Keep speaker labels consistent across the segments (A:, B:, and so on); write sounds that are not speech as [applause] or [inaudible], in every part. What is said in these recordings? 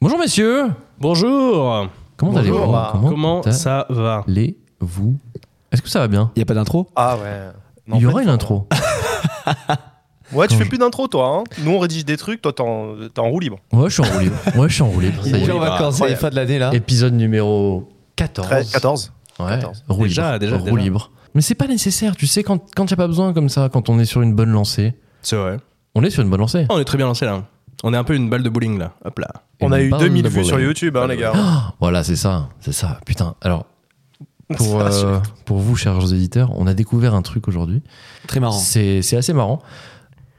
A: Bonjour messieurs,
B: Bonjour.
A: comment allez-vous
C: Bonjour.
D: Bah,
A: Comment,
B: Comment
A: allez-vous
B: ça va
A: vous Est-ce que ça va bien
C: Il a pas d'intro
D: Ah ouais. Non,
A: Il y
D: en fait,
A: aurait
D: non.
A: l'intro.
D: Ouais, tu
A: euh, Quand
D: fais
A: je-
D: plus d'intro, toi. hein. Nous, on rédige des trucs, toi, t'es en, t'es en roue libre.
A: [laughs] Ouais, je suis enroulé. Ouais, je suis enroulé.
C: Il
A: Ça
C: est
A: y
C: déjà en
A: est.
C: vacances, c'est les
D: incroyable.
C: fins de l'année là.
A: Épisode numéro 14.
D: 13, 14.
A: Ouais,
D: 14.
A: roue
B: Déjà,
A: libre.
B: déjà,
A: roue
B: déjà.
A: libre. Mais c'est pas nécessaire, tu sais, quand il n'y a pas besoin comme ça, quand on est sur une bonne lancée.
B: C'est vrai.
A: On est sur une bonne lancée.
B: Ah, On est très bien lancé là. On est un peu une balle de bowling là. Hop là.
D: On a
A: Une
D: eu
A: bande
D: 2000
A: de
D: vues sur
A: bourrelets.
D: YouTube, hein, les gars.
A: Voilà, c'est ça, c'est ça. Putain, alors, pour,
D: Ça,
A: euh, pour vous, chers éditeurs, on a découvert un truc aujourd'hui.
C: Très
D: Oh.
C: marrant.
A: C'est c'est assez marrant.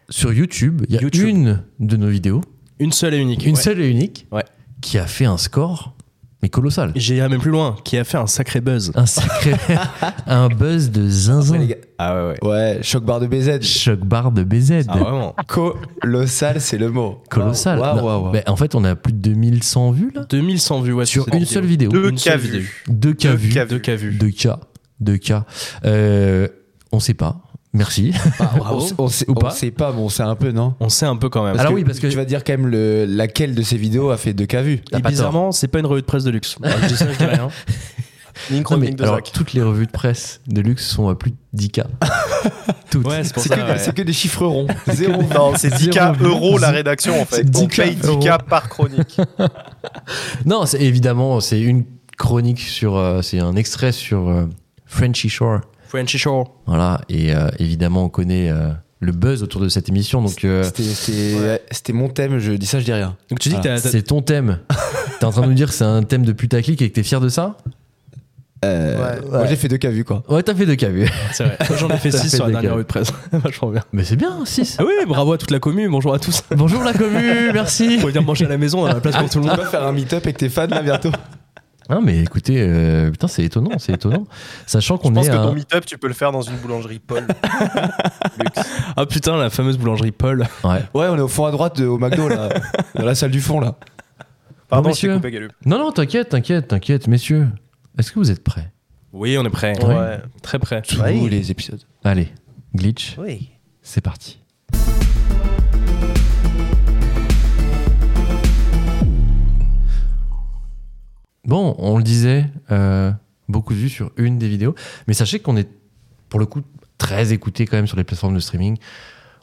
A: Sur YouTube, il y a
B: YouTube.
A: une de nos vidéos,
B: Une seule et unique.
A: une
B: Ouais.
A: seule et unique,
B: Ouais.
A: qui a fait un score, mais colossal.
B: J'ai même plus loin, qui a fait un sacré buzz.
A: Un sacré. un buzz de
C: Ouais,
A: zinzin.
C: les gars.
B: Ah ouais ouais.
C: Ouais, choc barre de BZ.
A: Choc barre de BZ.
B: Ah vraiment.
C: Colossal, c'est le mot.
A: Colossal.
C: Waouh,
A: Non,
C: waouh, waouh.
A: mais en fait, on a plus de 2100 vues là
B: 2100 vues ouais,
A: sur
B: cette
A: une seule vidéo.
D: Deux
B: Une
D: cas
B: seule
D: vus.
A: Deux cas
D: Deux
A: vus.
D: cas
B: Deux cas vus.
A: Deux cas. Deux cas. Euh, on sait pas. Merci.
C: Ah, on, s- on sait,
A: Ou
C: on
A: pas
C: sait pas, mais on sait un peu, non
B: On sait un peu quand même.
A: Alors oui, parce que-
C: tu vas dire quand même le- laquelle de ces vidéos a fait deux cas vus.
A: t'as
B: Et
A: pas Ah,
B: bizarrement, c'est pas une revue de presse de luxe. Alors, je dis ça, je
A: [laughs]
B: dis rien.
D: Une
A: Non, mais
D: chronique de
A: alors,
D: Zach.
A: toutes les revues de presse de luxe sont à plus de 10K. Toutes.
B: Ouais, c'est pour
C: C'est
B: ça.
C: que,
B: ouais.
C: c'est que des chiffres ronds. Zéro.
D: Non,
A: [laughs]
D: c'est 10K
A: Zéro
D: euros
A: vue.
D: la rédaction, en fait.
A: C'est
D: On
A: 10K
D: paye 10K
A: [laughs]
D: par chronique.
A: [laughs] Non, c'est évidemment, c'est une chronique sur. euh, c'est un extrait sur euh, Frenchy Shore.
B: Frenchy Shore.
A: Voilà. Et euh, évidemment, on connaît euh, le buzz autour de cette émission. Donc, euh,
C: C'était- C'était c'était mon thème, je dis ça, je dis rien.
B: Donc tu dis que
C: Voilà.
B: t'as- t'as-
A: Ah, c'est ton
D: [laughs]
A: thème. T'es en train de nous dire que c'est un thème de putaclic et que t'es fier de ça
C: Euh,
D: Ouais.
C: Moi j'ai fait deux cas vus quoi.
A: Ouais, t'as fait deux cas vus.
B: c'est vrai. Moi, J'en
A: [laughs]
B: ai fait
A: T'as
B: 6
A: fait
B: sur la
A: des
B: dernière
A: cas.
B: revue de presse. [laughs] Vachement bien.
A: [laughs] Mais c'est bien, 6.
B: Ah oui, [laughs] bravo à toute la commune. Bonjour à tous.
A: Bonjour la commu, merci. Ah,
B: Vous pouvez venir manger à la maison, on a la place pour tout le
C: On [laughs]
B: monde.
C: va faire un meet-up avec tes fans là bientôt.
A: Non, mais écoutez, euh, putain, c'est étonnant, c'est étonnant. Sachant
D: Je
A: qu'on
D: pense
A: est
D: que
A: à-
D: ton meet-up, tu peux le faire dans une boulangerie Paul.
B: Ah putain, la fameuse boulangerie Paul.
A: Ouais.
C: Ouais, on est au fond à droite de- au McDo [laughs] là, dans la salle du fond là.
D: Pardon, je
A: messieurs.
D: t'ai coupé, Galup.
A: Non, non, t'inquiète, t'inquiète, t'inquiète, messieurs. Est-ce que vous êtes prêts
B: Oui, on est prêt.
A: Ouais.
B: Très prêt.
C: Tous les épisodes.
A: Allez, glitch,
D: Oui.
A: c'est parti. Bon, on le disait, euh, beaucoup de vues sur une des vidéos, mais sachez qu'on est pour le coup très écouté quand même sur les plateformes de streaming.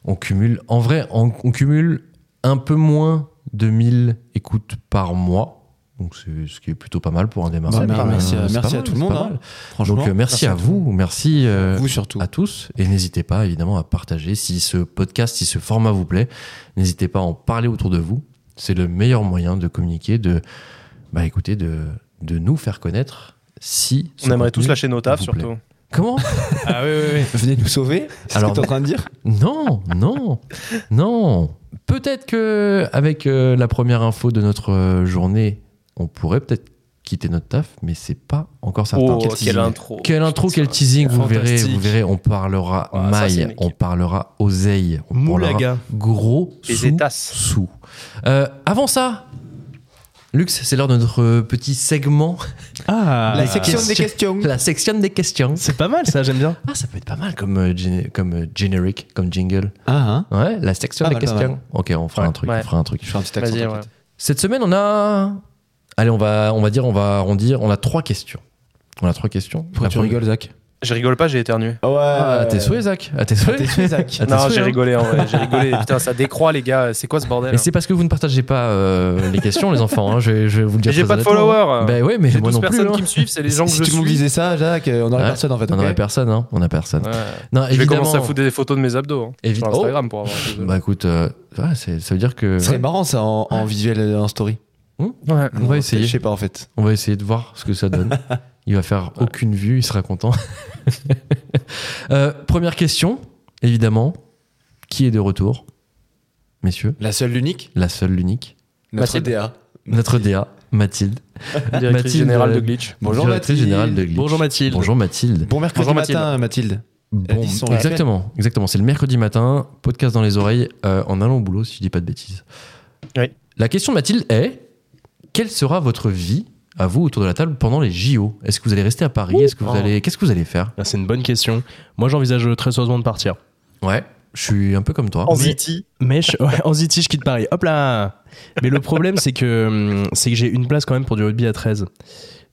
A: On cumule, en vrai, on, on cumule un peu moins de 1000 écoutes par mois, donc c'est ce qui est plutôt pas mal pour un démarrage.
C: Bah,
D: pas
C: merci
A: Euh,
C: à,
A: c'est
C: merci
A: pas
C: à
A: mal,
C: tout le
A: c'est
C: monde.
A: pas
C: hein.
A: mal.
C: Franchement,
A: Donc euh, merci, à
C: tout le monde.
A: vous, merci euh,
C: Vous surtout.
A: à tous et n'hésitez pas évidemment à partager si ce podcast, si ce format vous plaît. N'hésitez pas à en parler autour de vous. C'est le meilleur moyen de communiquer, de bah écoutez, de, de nous faire connaître. Si
D: On
A: ce
D: aimerait
A: contenu-
D: tous lâcher nos tafs,
A: s'il vous plaît.
D: surtout.
A: Comment
B: Ah oui, oui, oui.
C: Venez nous sauver. C'est
A: Alors-
C: ce que t'es en train de dire.
A: Non, non, non. Peut-être que avec euh, la première info de notre euh, journée, on pourrait peut-être quitter notre taf, mais c'est pas encore certain.
D: Oh,
A: Quel
D: quelle
A: teasing.
D: intro.
A: Quelle intro, quel
D: Putain.
A: teasing, vous verrez,
B: Fantastique.
A: vous verrez, on parlera
D: Ah, ça, c'est
A: maille,
D: mec.
A: on parlera oseille, on parlera
B: Moulaga.
A: gros
D: Les
A: sous,
D: étasses.
A: sous. Euh, avant ça, Lux, c'est l'heure de notre petit segment, [laughs]
B: Ah,
C: La section des
A: question.
C: questions.
A: la section des questions.
B: C'est pas mal ça, j'aime bien.
A: Ah, ça peut être pas mal comme, euh, géné- comme euh, générique, comme jingle.
C: Ah, hein.
A: Ouais, la section
C: Pas
A: des
C: mal, pas
A: questions. Ok, on fera un truc, on
D: Ouais.
A: fera un truc.
C: Je fais un petit accent.
D: Vas-y, ouais.
C: t'inquiète.
A: Cette semaine, on a, allez, on va, on va dire, on va arrondir, on a trois questions. On a trois questions.
C: Pourquoi
A: La
C: tu
A: première-
C: rigoles, Zach
D: Je rigole pas, j'ai éternué.
C: Ouais.
A: Ah, t'es souhait, Zach Ah, t'es souhait
C: T'es souhait, Zach.
A: Ah, t'es
D: Non,
A: souhait,
D: j'ai
A: hein.
D: rigolé, en vrai.
A: [laughs]
D: J'ai rigolé. Putain, ça décroît, les gars. C'est quoi ce bordel hein
A: Mais c'est parce que vous ne partagez pas euh, les questions, les enfants. hein. Je, je vais vous le dire.
D: Mais j'ai
A: très
D: pas de
A: honnêtement.
D: followers.
A: Ben ouais, mais
D: J'ai
A: moi
D: 12
A: non plus.
D: personnes
A: hein.
D: qui me suivent, c'est les gens que
C: si
D: je
C: tout le monde
D: suis.
C: disait ça, Jacques, euh, on aurait
A: Ouais.
C: personne en fait.
A: On
C: ok
A: n'aurait personne, hein. On n'a personne.
D: Ouais.
A: Non,
D: Je vais
A: évidemment.
D: commencer à foutre des photos de mes abdos hein,
A: Évi-
D: sur
A: Oh.
D: Instagram pour avoir. des-
A: Bah écoute, euh, ouais, c'est- ça veut dire que.
C: Ce serait
A: ouais. Hmm
C: marrant ça en, en visuel euh, en story.
A: On va
C: Je
A: essayer.
C: sais pas en fait.
A: On va essayer de voir ce que ça
D: [laughs]
A: donne. Il va faire aucune vue, il sera content. [laughs] Euh, première question, évidemment. Qui est de retour, messieurs
C: La seule, l'unique
A: La seule, l'unique.
C: Notre
D: Mathilde.
C: DA.
A: Notre DA, Mathilde.
D: [laughs] Directrice
A: Mathilde,
D: générale
A: euh,
D: de Glitch.
C: Bonjour
A: directrice
C: Mathilde.
A: générale de Glitch.
B: Bonjour Mathilde.
A: Bonjour Mathilde.
C: Bon mercredi
D: Bonjour, Mathilde.
C: matin, Mathilde.
A: Bon,
C: dit son
A: exactement, exactement. C'est le mercredi matin, podcast dans les oreilles, euh, en allant au boulot, si je dis pas de bêtises.
D: Oui.
A: La question de Mathilde est quelle sera votre vie à vous autour de la table pendant les JO Est-ce que vous allez rester à Paris Est-ce que vous
D: Oh.
A: allez Qu'est-ce que vous allez faire
B: Ah, C'est une bonne question. Moi, j'envisage euh, très sérieusement de partir.
A: Ouais. je suis un peu comme toi.
B: En Mais je, ouais, en Ziti, je quitte Paris. Hop là Mais le problème, c'est que, hum, c'est que j'ai une place quand même pour du rugby à 13.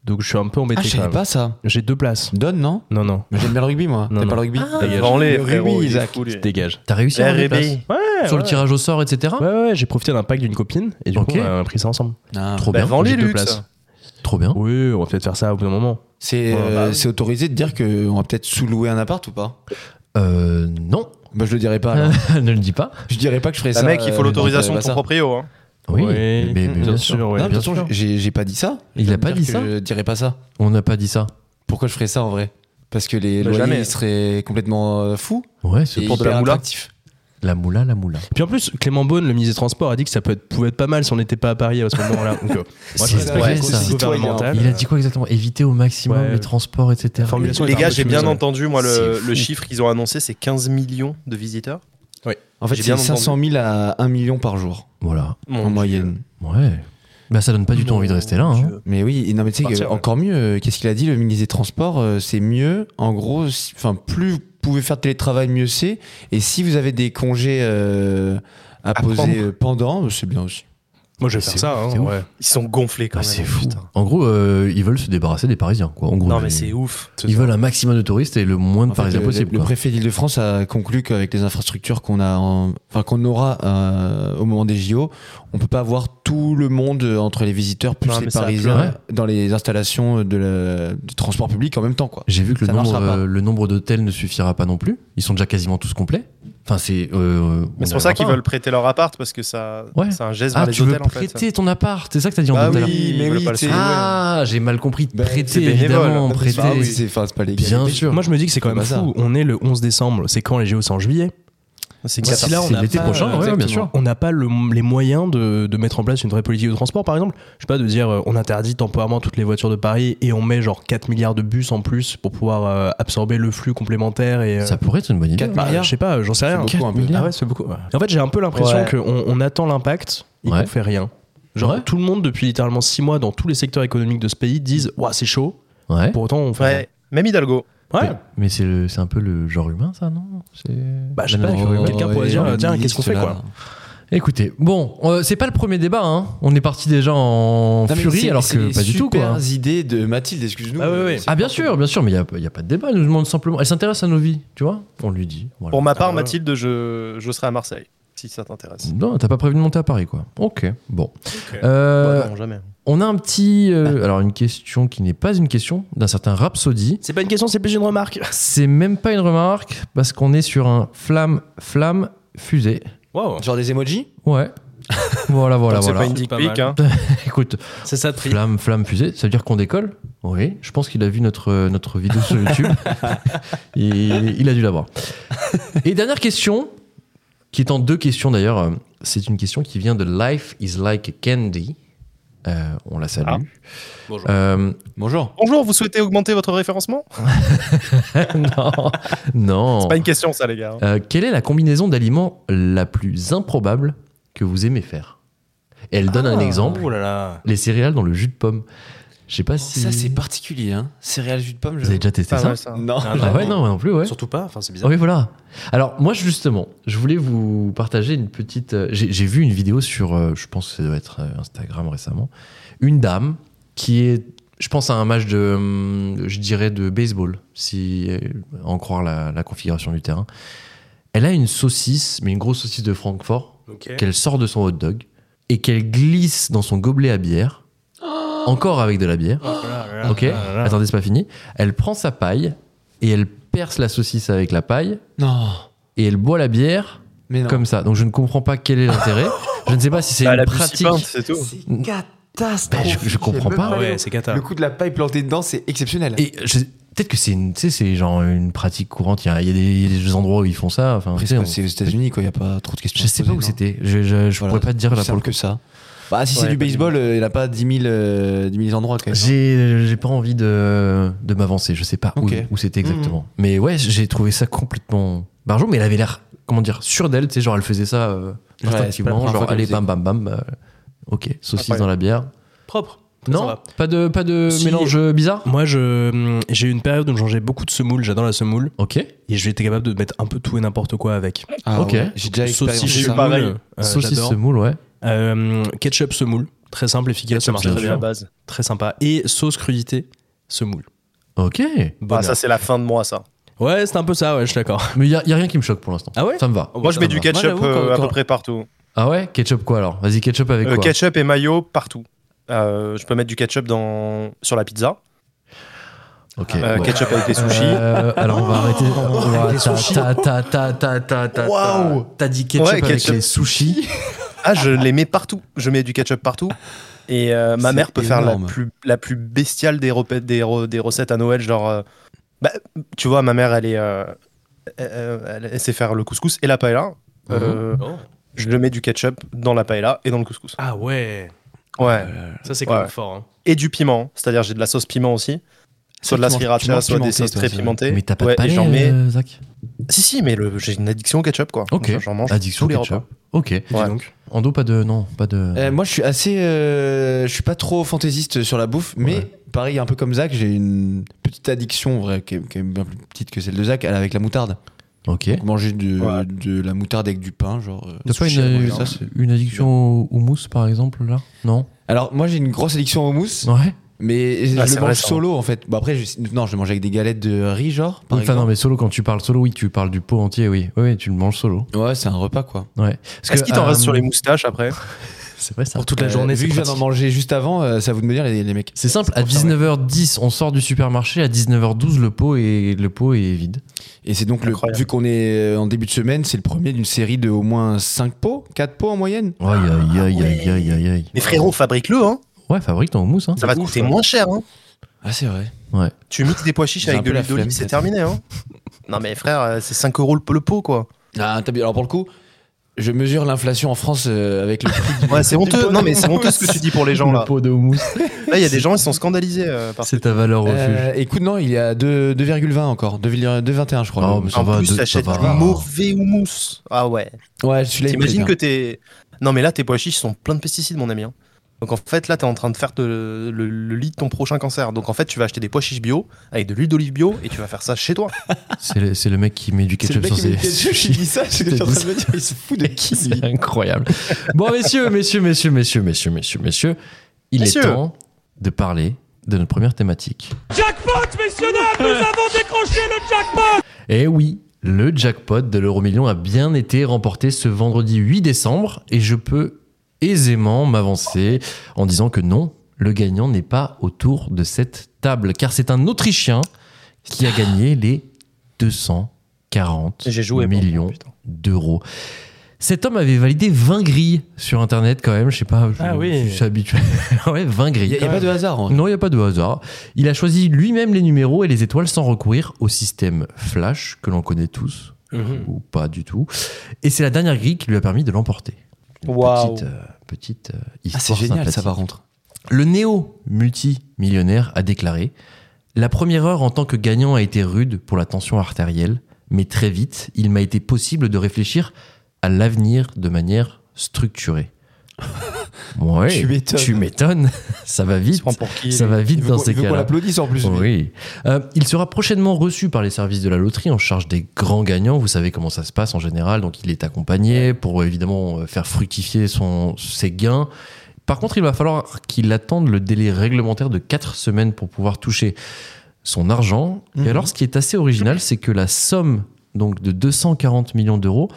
B: Donc je suis un peu embêté
C: Ah, je
B: quand
C: savais
B: même.
C: pas ça.
B: J'ai deux places.
C: Donne, non
B: Non, non.
C: Mais j'aime bien le rugby, moi.
B: Non, non.
C: T'aimes pas le rugby
B: Dégage.
D: Branlé,
C: Le
D: frérot,
C: rugby,
D: Eh il est
C: Isaac.
D: fou, lui.
B: Dégage.
A: T'as réussi à avoir des
D: RB.
A: places
B: Ouais,
A: sur le
B: ouais.
A: tirage au sort, etc.
B: Ouais, ouais, j'ai profité d'un pack d'une copine et du
A: Ok.
B: coup, on a pris ça ensemble.
C: Non.
A: Trop
D: Bah,
A: bien,
D: vends-les,
B: j'ai deux
D: Lux.
B: places.
A: trop bien.
B: Oui, on va peut-être faire ça au bout d'un moment.
C: C'est
D: Ouais, bah
C: euh,
D: oui.
C: c'est autorisé de dire qu'on va peut-être sous-louer un appart ou pas
A: Euh, non, [laughs]
C: Bah, je le dirais pas. alors.
A: ne le dis pas.
C: je dirais pas que je ferais
D: Bah,
C: ça.
D: mec, il faut
C: euh,
D: l'autorisation de
C: dans-
D: ton
C: dans-
D: proprio. Hein.
A: Oui,
B: Ouais,
A: mais, mais bien sûr.
B: ouais.
C: Non, mais
A: Bien
C: de toute façon,
A: sûr.
C: j'ai j'ai pas dit ça.
A: Il
C: Je
A: a
C: viens de
A: pas
C: dire
A: dit
C: que
A: ça
C: Je dirais pas ça.
A: On n'a pas dit ça.
C: Pourquoi je ferais ça en vrai Parce que les
D: Bah,
C: loyers
D: jamais.
C: ils seraient complètement euh, fous.
A: Ouais, c'est
C: et
D: pour de
C: hyper
D: la moula.
C: attractifs.
A: la moula, la moula.
B: Puis en plus, Clément Beaune, le ministre des Transports, a dit que ça peut être- pouvait être pas mal si on n'était pas à Paris à ce moment-là.
A: [laughs]
B: Donc, euh, moi, je
A: C'est
B: respecte
A: vrai,
B: la
A: ça.
B: politique
D: Ah,
B: gouvernementale.
D: bah,
A: Il a dit quoi exactement Éviter au maximum
B: Ouais.
A: les transports, etc.
B: Formulation
D: Les
B: est un
D: gars,
B: peu
D: j'ai bien
B: chemise,
D: entendu, moi,
B: C'est
D: le,
B: fou.
D: le chiffre qu'ils ont annoncé, c'est 15 millions de visiteurs.
C: En fait,
D: J'ai
C: c'est
D: bien
C: 500 000 à 1 million par jour
A: Voilà.
D: Mon
C: en
D: Dieu.
C: moyenne.
A: Ouais. Bah ça donne pas du tout envie de rester là. hein.
C: Mais oui, et non mais tu sais que,
B: Partir, ouais.
C: encore mieux. euh, Qu'est-ce qu'il a dit le ministre des Transports euh, C'est mieux. En gros, si- enfin plus vous pouvez faire de télétravail, mieux c'est. Et si vous avez des congés euh, à, poser
D: prendre.
C: euh, pendant, euh, c'est bien aussi.
B: Moi, je vais faire
A: C'est-
B: ça. hein,
A: c'est ouf.
B: ouais.
D: Ils sont gonflés quand
A: Ah,
D: même.
A: c'est fou.
D: putain.
A: En gros, euh, ils veulent se débarrasser des Parisiens. Quoi. En gros,
D: Non, mais
A: ils-
D: c'est ouf.
A: ils veulent un maximum de touristes et le moins de
C: En fait,
A: Parisiens
C: le,
A: possible.
C: le
A: quoi.
C: préfet d'Île-de-France a conclu qu'avec les infrastructures qu'on a, en- enfin qu'on aura euh, au moment des JO, on peut pas avoir tout le monde euh, entre les visiteurs plus
D: Non,
C: les
D: mais ça a
C: Parisiens
A: plus- ouais.
C: dans les installations de, la- de transport public en même temps quoi.
A: J'ai vu que le
C: Ça
A: nombre,
C: marchera pas.
A: euh, le nombre d'hôtels ne suffira pas non plus. Ils sont déjà quasiment tous complets. Enfin, c'est. euh, on
D: Mais
A: y
D: c'est pour ça
A: arrivera
D: qu'ils
A: pas.
D: veulent prêter leur appart parce que ça,
A: Ouais.
D: c'est un geste
A: Ah,
D: vers les
A: tu veux
D: hôtels en fait.
A: prêter ton appart C'est ça que t'as dit en
D: Bah
A: tout à l'heure.
D: oui, mais
C: ils veulent
D: oui,
C: pas le
D: t'es-
C: faire.
A: Ah, j'ai mal compris.
C: Ben,
D: c'est
A: Prêter,
D: bénévole.
A: évidemment.
D: Ah,
A: Prêter.
C: Ah oui, c'est enfin, c'est pas légal.
A: Bien sûr.
B: Moi, je me dis que c'est quand même
C: C'est pas
B: fou. On est le 11 décembre. C'est quand les JO C'est en juillet.
D: C'est
B: Moi, si là, on
A: c'est
B: n'a
A: l'été
B: pas,
A: prochain,
B: euh,
A: ouais, bien
B: exactement.
A: sûr.
B: On n'a pas le- les moyens de, de mettre en place une vraie politique de transport, par exemple. Je sais pas, de dire euh, on interdit temporairement toutes les voitures de Paris et on met genre 4 milliards de bus en plus pour pouvoir euh, absorber le flux complémentaire et. euh,
A: Ça pourrait être une bonne idée.
C: Quatre
B: bah,
C: milliards
B: je sais pas, j'en sais rien.
C: beaucoup, un peu.
B: Ah ouais, c'est beaucoup. ouais. En fait, j'ai un peu l'impression
D: Ouais.
B: qu'on on attend l'impact et
A: Ouais.
B: qu'on fait rien. Genre,
A: Ouais.
B: tout le monde, depuis littéralement 6 mois, dans tous les secteurs économiques de ce pays, disent Ouah, c'est chaud.
A: Ouais.
B: Pour autant, on fait. rien.
D: Ouais. Même Hidalgo.
B: Ouais.
A: Mais c'est le- c'est un peu le genre humain, ça, non C'est-
B: Bah, je sais pas,
A: Non,
B: j'aurais- quelqu'un pourrait
C: ouais,
B: dire, tiens,
C: oui,
B: qu'est-ce qu'on fait,
C: cela,
B: quoi
C: là.
A: Écoutez, bon, euh, c'est pas le premier débat, hein. On est parti déjà en
C: Non, mais
A: furie,
C: c'est-
A: alors
C: c'est
A: que
C: les
A: pas du tout, quoi.
C: Super idée de Mathilde, excuse-nous.
B: Ah ouais, ouais.
A: Ah, bien sûr, bien sûr, mais il n'y a, pas de débat. Elle nous demande simplement. Elle s'intéresse à nos vies, tu vois On lui dit. voilà.
D: Pour ma part,
B: Ah ouais.
D: Mathilde, je, je serai à Marseille, si ça t'intéresse.
A: Non, t'as pas prévu de monter à Paris, quoi. Ok, bon.
D: Ok.
A: Euh,
D: Ouais, non, jamais.
A: on a un petit. euh, alors, une question qui n'est pas une question, d'un certain Rhapsody.
B: C'est pas une question, c'est plus une remarque.
A: C'est même pas une remarque, parce qu'on est sur un flamme, flamme, fusée.
B: Wow.
C: Genre des emojis
A: Ouais. voilà, voilà,
D: Donc, C'est
A: voilà.
D: pas une dick
B: Pas
D: pic,
B: mal.
D: hein.
A: Écoute,
B: C'est ça, tri.
A: Flamme, flamme, fusée, ça veut dire qu'on décolle Oui, je pense qu'il a vu notre, euh, notre vidéo sur YouTube. il, il a dû l'avoir. Et dernière question, qui est en deux questions d'ailleurs, euh, c'est une question qui vient de Life is like a candy. Euh, on la salue.
D: Ah.
B: Bonjour.
A: Euh, [laughs]
C: Bonjour.
D: Bonjour, vous souhaitez augmenter votre référencement
A: non, non.
D: Pas une question, ça, les gars. hein.
A: Euh, quelle est la combinaison d'aliments la plus improbable que vous aimez faire Et Elle donne
D: Ah.
A: un exemple
B: Oh là là.
A: les céréales dans le jus de pomme. Je sais pas si
C: Ça, c'est particulier, hein. Céréales jus de pomme, je...
A: vous avez déjà testé
D: Pas
A: ça.
D: mal, ça.
C: Non.
B: Ah,
A: Ah ouais, non, moi non plus, ouais.
B: Surtout pas, enfin, c'est
A: Ah Oui, voilà. Alors, moi, justement, je voulais vous partager une petite. euh, J'ai j'ai vu une vidéo sur, euh, je pense que ça doit être euh, Instagram récemment, une dame qui est, je pense, à un match de, hum, je dirais, de baseball, si euh, en croire la, la configuration du terrain. Elle a une saucisse, mais une grosse saucisse de Francfort, qu'elle sort de son hot dog et qu'elle glisse dans son gobelet à bière, encore avec de la bière. Ok, attendez, c'est pas fini. Elle prend sa paille et elle perce la saucisse avec la paille
C: Non.
A: et elle boit la bière
C: Mais non.
A: comme ça. Donc je ne comprends pas quel est l'intérêt. je ne sais pas si c'est
D: Bah,
A: une
D: la
A: pratique.
D: Bucipinte, c'est tout.
A: Mm.
C: C'est catastrophe.
A: Ben, je- je comprends pas.
B: Ah ouais, c'est cata.
C: Le coup de la paille plantée dedans, c'est exceptionnel.
A: Et je- peut-être que c'est une, tu sais, c'est genre une pratique courante. Il y a, il y a des, il y a des endroits où ils font ça. Enfin,
C: Après,
A: tu sais,
C: c'est
A: on-
C: c'est aux États-Unis, quoi. Il n'y a pas trop de questions.
A: je sais pas où c'était. Je, je, je
C: Voilà,
A: pourrais pas te dire là pour le coup.
C: que ça. Bah, si c'est
D: Ouais,
C: du
D: bah,
C: baseball, euh, il n'a pas 10 000, euh, 10 000 endroits, quand même.
A: J'ai, j'ai pas envie de, de m'avancer. Je sais pas où-
C: Ok.
A: où, c'était exactement. Mais ouais, j'ai trouvé ça complètement barjot. Mais elle avait l'air, comment dire, sûre d'elle. Tu sais, genre elle faisait ça euh,
C: Ouais, c'est pas la
A: instinctivement.
C: première fois
A: genre
C: qu'elle
A: allez,
C: faisait.
A: bam, bam, bam. euh, bah, ok, saucisse
D: Incroyable.
A: dans la bière.
B: Propre. ça
A: Non,
B: va.
A: pas de, pas de
B: Si.
A: mélange bizarre
B: Moi, je- j'ai eu une période où je mangeais beaucoup de semoule. J'adore la semoule.
A: Ok.
B: Et j'ai été capable de mettre un peu tout et n'importe quoi avec.
C: Ah
A: Ok.
C: ouais, J'ai déjà
B: Saucisse
C: expérimenté
D: eu
C: ça.
B: semoule.
D: pareil.
B: euh,
A: Saucisse
B: j'adore.
A: semoule, ouais.
B: Euh, ketchup semoule. Très simple, efficace, ça marche
A: Ketchup,
B: très
A: c'est
D: la
B: bien.
D: base.
B: Très sympa. Et sauce crudité semoule.
A: Ok.
D: Ah,
B: Bonheur.
D: ça, c'est la fin de moi, ça.
B: ouais, c'est un peu ça, ouais, je suis d'accord.
A: Mais il n'y a, y a rien qui me choque pour l'instant.
B: Ah ouais
A: Ça me va.
D: Oh, Moi, je
A: Ça
D: mets
A: me
D: du
A: va.
D: ketchup
B: Moi, j'avoue,
D: euh,
B: quand-
D: à peu
B: quand-
D: près partout.
A: Ah ouais Ketchup quoi alors Vas-y, ketchup avec
D: Euh,
A: quoi
D: ketchup et mayo partout. Euh, je peux mettre du ketchup dans... sur la pizza.
A: Ok.
D: Euh,
A: bon.
D: Ketchup avec des sushis.
A: Euh, alors on va arrêter.
B: Avec
A: Ouah,
B: les
A: t'as-
B: sushis.
A: t'as- t'as- t'as- t'as- t'as- t'as-
D: Waouh.
A: T'as dit ketchup
D: Ouais,
A: avec
D: ketchup.
A: les sushis.
D: Ah, je les mets partout. Je mets du ketchup partout. Et euh, ma
C: C'est
D: mère peut faire
C: énorme.
D: la plus, la plus bestiale des, repas- des, re- des recettes à Noël. Genre, euh, bah, tu vois, ma mère, elle est. euh, euh, elle, elle sait faire le couscous et la paella.
A: Mhm.
D: Euh, Je le mets du ketchup dans la paella et dans le couscous.
B: Ah ouais,
D: Ouais.
B: ça c'est
D: quand Ouais. même
B: fort. Hein.
D: Et du piment. C'est-à-dire, j'ai de la sauce piment aussi. Soit de la sriracha, soit des sauces très pimentées.
A: Mais t'as pas
D: Ouais,
A: de
D: et j'en
A: palais,
D: mets.
A: euh, Zach
D: Si, si, mais le- j'ai une addiction au ketchup, quoi.
A: Ok.
D: J'en mange
A: Addiction
D: tous les
A: ketchup.
D: repas.
A: Ok.
D: Ouais.
B: donc.
A: Ando, pas de. Non, pas de.
C: Euh, moi, je suis assez. euh, je suis pas trop fantaisiste sur la bouffe, mais pareil, un peu comme Zach, j'ai une petite addiction, en vrai, qui est, qui est bien plus petite que celle de Zach, elle- avec la moutarde.
A: Ok.
C: Donc, manger de,
D: Ouais.
C: de la moutarde avec du pain, genre. euh,
A: T'as pas
C: sushi,
A: une,
C: manger ça, c'est-
A: une addiction au houmous par exemple là Non
C: Alors, moi, j'ai une grosse addiction au mousse,
A: Ouais.
C: mais
D: Ah,
C: je
D: c'est
C: le
D: vrai,
C: mange
D: ça.
C: solo, en fait. Bon, après, je, non, je le mange avec des galettes hein. de riz, genre. Par
A: Enfin non
C: exemple.
A: mais solo quand tu parles solo oui tu parles du pot entier oui oui, oui, tu le manges solo.
C: Ouais, c'est un repas, quoi.
A: Ouais.
D: Est-ce qu'il t'en reste sur les
A: mouches
D: moustaches après
A: C'est vrai ça.
B: Pour toute la
C: Euh,
B: journée,
C: vu que
B: c'est
C: j'en
B: pratique.
C: manger juste avant, euh, ça vous de me dire, les, les mecs.
A: C'est simple, à
C: pour ça, ouais.
A: 19h10, on sort du supermarché, à 19h12, le pot est, le pot est vide.
C: Et c'est donc, le,
D: Incroyable.
C: vu qu'on est euh, en début de semaine, c'est le premier d'une série de au moins 5 pots, 4 pots en moyenne.
A: Aïe, aïe, aïe, aïe, aïe, aïe, aïe.
D: Mais frérot, fabrique-le, hein.
A: Ouais, fabrique ton houmous, hein.
D: Ça va te coûter moins cher, hein.
C: Ah, c'est vrai.
D: Tu mixes des pois chiches
C: J'ai un
D: avec de
C: peu la
D: l'huile d'olive,
C: flemme,
D: c'est
C: peut-être.
D: terminé. Hein non mais frère, euh, c'est 5 euros le, le pot quoi.
C: Ah, t'as bien. Alors pour le coup, je mesure l'inflation en France euh, avec [laughs] le prix du.
D: Ouais, c'est honteux. Non mais c'est honteux ce que tu dis pour les gens là.
A: Le pot de houmous,
D: Là, il y a des gens, ils sont scandalisés euh, par ça.
A: [laughs] c'est ta valeur refuge.
C: Euh, écoute, non, il y a 2 2,20 encore. 2,21 2,21, je crois.
A: Oh, mais ça
D: En
A: va,
D: plus,
A: de-
D: t'achètes
A: ça
D: du
A: va.
D: mauvais houmous. Ah ouais.
C: Ouais, celui-là. il me
D: T'imagines que
C: plaît
D: t'es. Non mais là, tes pois chiches sont pleins de pesticides, mon ami. hein. Donc en fait, là, t'es en train de faire de- le, le lit de ton prochain cancer. Donc en fait, tu vas acheter des pois chiches bio avec de l'huile d'olive bio et tu vas faire ça chez toi.
A: C'est le, c'est le mec qui met du
C: bien. C'est le
A: ketchup
C: mec
A: sur
C: qui
A: ses
C: met
A: [laughs]
C: le ketchup, il dit ça, c'est que je suis en train de me dire, il se fout de qui lui
A: C'est [laughs] incroyable. Bon, messieurs, messieurs, messieurs, messieurs, messieurs, messieurs, messieurs, il
D: Messieurs.
A: est temps de parler de notre première thématique.
E: Jackpot, messieurs, dames,
A: [laughs]
E: nous avons décroché le jackpot
A: Eh oui, le jackpot de l'euro-million a bien été remporté ce vendredi 8 décembre et je peux aisément m'avancer en disant que non, le gagnant n'est pas autour de cette table car c'est un Autrichien qui a gagné les 240
D: J'ai joué, moi,
A: millions
D: putain.
A: d'euros. Cet homme avait validé 20 grilles sur internet quand même, je sais pas, je,
B: Ah oui.
A: je suis habitué. [laughs] ouais, 20
C: Il
A: grilles.
C: n'y a, pas de hasard. hein.
A: Non, il n'y a pas de hasard. Il a choisi lui-même les numéros et les étoiles sans recourir au système Flash que l'on connaît tous,
C: Mhm.
A: ou pas du tout. Et c'est la dernière grille qui lui a permis de l'emporter. Une
D: Waouh.
A: Petite, euh, petite euh,
C: Ah,
A: histoire.
C: c'est génial, ça
A: sympathique.
C: par contre.
A: Le néo-multimillionnaire a déclaré La première heure en tant que gagnant a été rude pour la tension artérielle, mais très vite, il m'a été possible de réfléchir à l'avenir de manière
C: [laughs]
A: structurée. Ouais,
C: Tu m'étonnes.
A: Tu m'étonnes. Ça va
D: Tu
A: vite.
D: prends pour qui
A: Ça va
C: Il
A: vite
C: veut
A: dans
C: qu'on-
A: ces
C: il veut qu'on
A: cas-là.
C: l'applaudisse en plus. lui.
A: Oui. Euh, il sera prochainement reçu par les services de la loterie en charge des grands gagnants. Vous savez comment ça se passe en général. Donc, il est accompagné pour évidemment euh, faire fructifier son, ses gains. Par contre, il va falloir qu'il attende le délai réglementaire de 4 semaines pour pouvoir toucher son argent.
C: Mhm.
A: Et alors, ce qui est assez original, c'est que la somme donc de 240 millions d'euros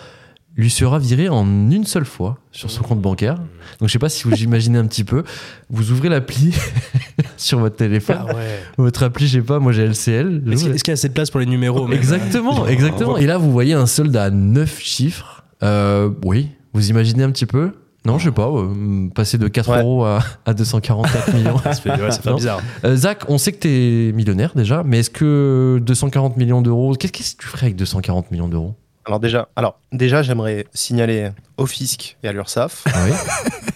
A: lui sera virée en une seule fois sur son compte bancaire. Donc, je sais pas si vous imaginez un petit peu. Vous ouvrez l'appli [laughs] sur votre téléphone.
B: Ah ouais.
A: Votre appli, je sais pas, moi j'ai LCL.
B: Est-ce qu'il est-ce qu'il y a assez de place pour les numéros même
A: Exactement, exactement. Et là, vous voyez un solde à 9 chiffres. Euh, oui, vous imaginez un petit peu Non, je sais pas, euh, passer de 4
D: Ouais.
A: euros à, à
B: [laughs]
A: 244 millions.
B: Ça fait, ouais, ça fait
A: Non.
B: bizarre.
A: Euh, Zach, on sait que tu es millionnaire déjà, mais est-ce que 240 millions d'euros, qu'est-ce qu'est-ce que tu ferais avec 240 millions d'euros
D: Alors déjà, alors déjà, j'aimerais signaler au fisc et à l'URSSAF,
A: Ah oui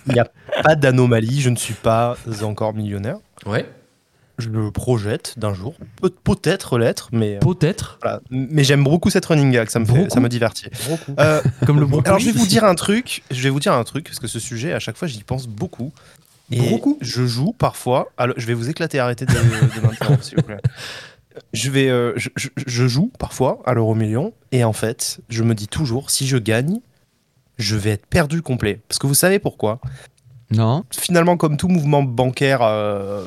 D: il n'y a pas d'anomalie. Je ne suis pas encore millionnaire.
A: Ouais.
D: Je le projette d'un jour, Peut- peut-être l'être, mais euh,
A: Peut-être,
D: voilà. M- mais j'aime beaucoup cette running gag. Ça me fait,
A: Beaucoup.
D: ça me divertit. Euh,
A: [laughs] comme le bon
D: alors je vais vous dire un truc. Je vais vous dire un truc parce que ce sujet, à chaque fois, j'y pense beaucoup. Et
B: Gros coup.
D: je joue parfois. Alors, je vais vous éclater, arrêtez de, de m'interrompre, s'il vous plaît. Je, vais, euh, je, je- je joue parfois à l'euro million, et en fait, je me dis toujours, si je gagne, je vais être perdu complet. Parce que vous savez pourquoi
C: Non.
D: Finalement, comme tout mouvement bancaire euh,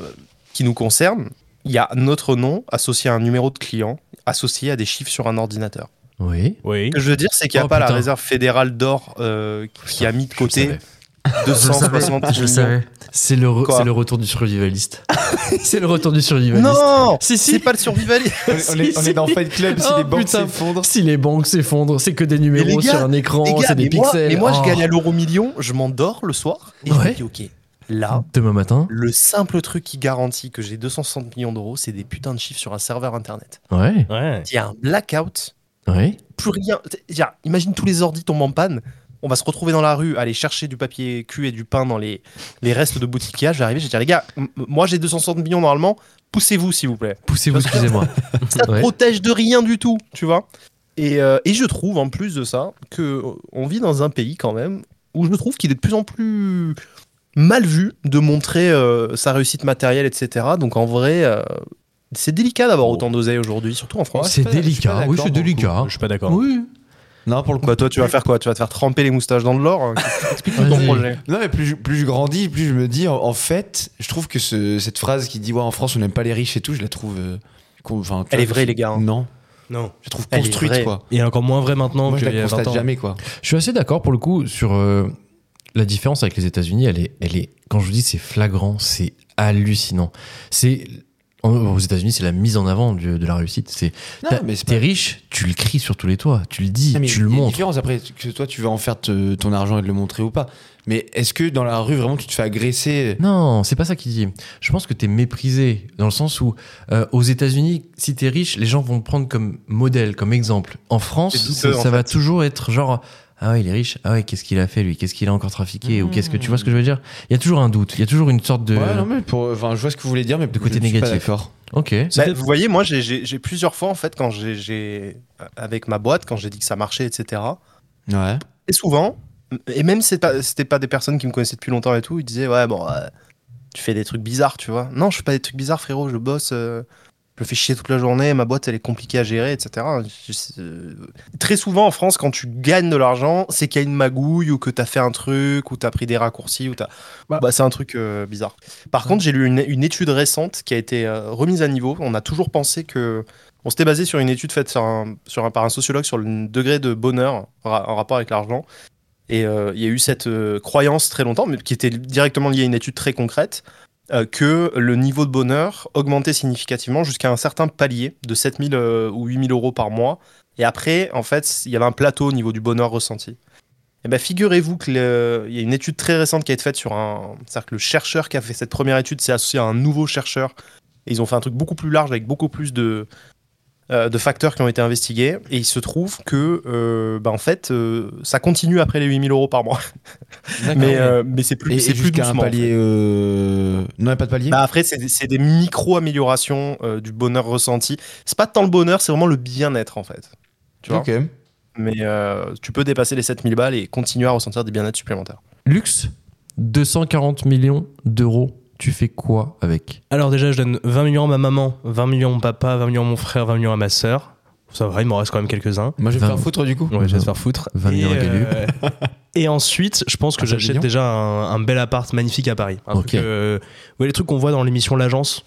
D: qui nous concerne, il y a notre nom associé à un numéro de client, associé à des chiffres sur un ordinateur.
A: Oui.
B: Oui.
D: Ce que je veux dire, c'est qu'il n'y a
A: Oh,
D: pas la
A: putain.
D: réserve fédérale d'or euh, qui a mis de
A: Je
D: côté
A: savais.
D: 260
A: Je savais. C'est le, re-
D: Ah, Quoi
A: c'est le retour du
D: [laughs]
A: survivaliste. c'est le retour du survivaliste.
D: Non
A: Si, si.
D: C'est pas le survivaliste
C: On est, on est- on est dans Fight Club, si
A: Oh,
C: les banques
A: putain.
C: s'effondrent.
A: Si les banques s'effondrent, c'est que des
D: les
A: numéros
D: gars,
A: sur un écran,
D: Les gars,
A: Oh, c'est des
D: mais moi,
A: pixels.
D: mais moi,
A: Oh.
D: je gagne à l'euro million, je m'endors le soir et je
A: Ouais.
D: me dis, ok, là,
A: Demain matin.
D: le simple truc qui garantit que j'ai 260 millions d'euros, c'est des putains de chiffres sur un serveur internet.
A: Ouais.
B: Ouais.
D: Il y a un blackout,
A: Ouais.
D: plus rien. Il y a- imagine tous les ordi tombent en panne. On va se retrouver dans la rue, aller chercher du papier cul et du pain dans les, les restes de boutiques qu'il y a. Je vais arriver, je vais dire, les gars, m- m- moi j'ai 260 millions normalement, poussez-vous s'il
A: [laughs]
D: vous plaît.
A: Poussez-vous,
D: Parce que-
A: excusez-moi.
D: [laughs] ça te
A: Ouais.
D: protège de rien du tout, tu vois. Et, euh, et je trouve, en plus de ça, que euh, on vit dans un pays quand même où je trouve qu'il est de plus en plus mal vu de montrer euh, sa réussite matérielle, etc. Donc en vrai, euh, c'est délicat d'avoir autant d'oseille aujourd'hui, surtout en France.
A: Oh. C'est
C: pas- je suis
A: délicat.
C: pas
A: Oui,
C: d'accord
A: c'est
C: pour le
A: délicat.
B: Je suis pas d'accord.
A: Oui.
C: Non, pour le coup.
D: Bah toi, tu vas faire quoi Tu vas te faire tremper les moustaches dans de l'or hein Explique-nous ton
A: Vas-y.
D: projet.
C: Non, mais plus, je- plus je grandis, plus je me dis, en, en fait, je trouve que ce- cette phrase qui dit, ouais, en France, on n'aime pas les riches et tout, je la trouve. euh, con- enfin, tu
D: Elle
C: vois,
D: est vraie, les gars. hein.
C: Non,
B: Non.
C: je la trouve
D: Elle est vraie.
C: construite, quoi.
B: Et encore moins vrai maintenant
C: Moi, je
B: qu'il y
C: la
B: a 20
C: constate
B: ans.
C: jamais, quoi.
A: Je suis assez d'accord pour le coup sur euh, la différence avec les États-Unis. Elle est, elle est, quand je vous dis c'est flagrant, c'est hallucinant. C'est en- aux États-Unis, c'est la mise en avant du- de la réussite. C'est
C: Non,
A: t'as-
C: mais c'est
A: t'es
C: pas-
A: riche, tu le cries sur tous les toits, tu le dis,
C: Non, mais
A: tu
C: il y
A: le
C: a une
A: montres.
C: différence après que toi, tu vas en faire te- ton argent et de le montrer ou pas. Mais est-ce que dans la rue, vraiment, tu te fais agresser
A: Non, c'est pas ça qui dit. Je pense que t'es méprisé dans le sens où euh, aux États-Unis, si t'es riche, les gens vont te prendre comme modèle, comme exemple. En France,
D: C'est douteux,
A: ça,
D: en
A: ça va toujours être genre ah ouais, il est riche. Ah ouais, qu'est-ce qu'il a fait lui Qu'est-ce qu'il a encore trafiqué Ou qu'est-ce que tu vois ce que je veux dire Il y a toujours un doute. Il y a toujours une sorte de
C: Ouais, non, mais pour, enfin, je vois ce que vous voulez dire, mais
A: euh, côté
C: je suis
A: négatif.
C: Pas d'accord.
A: ok.
D: Bah,
B: C'était-
D: vous voyez, moi, j'ai- j'ai j'ai plusieurs fois, en fait, quand j'ai- j'ai. Avec ma boîte, quand j'ai dit que ça marchait, etc.
C: Ouais.
D: Et souvent, et même c'est pas- c'était pas des personnes qui me connaissaient depuis longtemps et tout, ils disaient ouais bon, euh, tu fais des trucs bizarres, tu vois. Non, je fais pas des trucs bizarres, frérot. Je bosse, euh, je fais chier toute la journée, ma boîte elle est compliquée à gérer, etc. Je- euh, Très souvent en France, quand tu gagnes de l'argent, c'est qu'il y a une magouille ou que t'as fait un truc ou t'as pris des raccourcis ou t'as.
B: Bah.
D: Bah, c'est un truc euh, bizarre. Par contre, j'ai lu une, une étude récente qui a été euh, remise à niveau. On a toujours pensé que on s'était basé sur une étude faite sur un- sur un- par un sociologue sur le degré de bonheur ra- en rapport avec l'argent. Et euh, il y a eu cette euh, croyance très longtemps, mais qui était directement liée à une étude très concrète, euh, que le niveau de bonheur augmentait significativement jusqu'à un certain palier de 7000 ou 8000 euros par mois. Et après, en fait, il y avait un plateau au niveau du bonheur ressenti. Et bien, figurez-vous qu'il y a une étude très récente qui a été faite sur un. C'est-à-dire que le chercheur qui a fait cette première étude s'est associé à un nouveau chercheur. Et ils ont fait un truc beaucoup plus large avec beaucoup plus de, euh, de facteurs qui ont été investigués. Et il se trouve que, euh, bah, en fait, euh, ça continue après les 8000 euros par mois. Mais, euh, mais c'est plus,
C: Et,
D: c'est
C: et
D: plus
C: jusqu'à un
D: doucement. en fait.
C: palier. euh, Non, y a pas de palier.
D: Bah après, c'est des- c'est des micro-améliorations euh, du bonheur ressenti. C'est pas tant le bonheur, c'est vraiment le bien-être en fait. Tu vois
C: Ok.
D: Mais euh, tu peux dépasser les 7000 balles et continuer à ressentir des bien-être supplémentaires.
A: Luxe, 240 millions d'euros. Tu fais quoi avec
B: Alors déjà, je donne 20 millions à ma maman, 20 millions à mon papa, 20 millions à mon frère, 20 millions à ma sœur. Ça va, il m'en reste quand même quelques-uns.
C: Moi, je vais me
A: Vingt-
C: faire foutre du coup.
B: Ouais, je vais se faire foutre.
A: 20 millions à
B: Et,
A: Galup.
B: euh, et ensuite, je pense que
A: Un seul
B: j'achète
A: million
B: déjà un, un bel appart magnifique à Paris. Un truc,
A: Ok.
B: euh, ouais, les trucs qu'on voit dans l'émission L'Agence.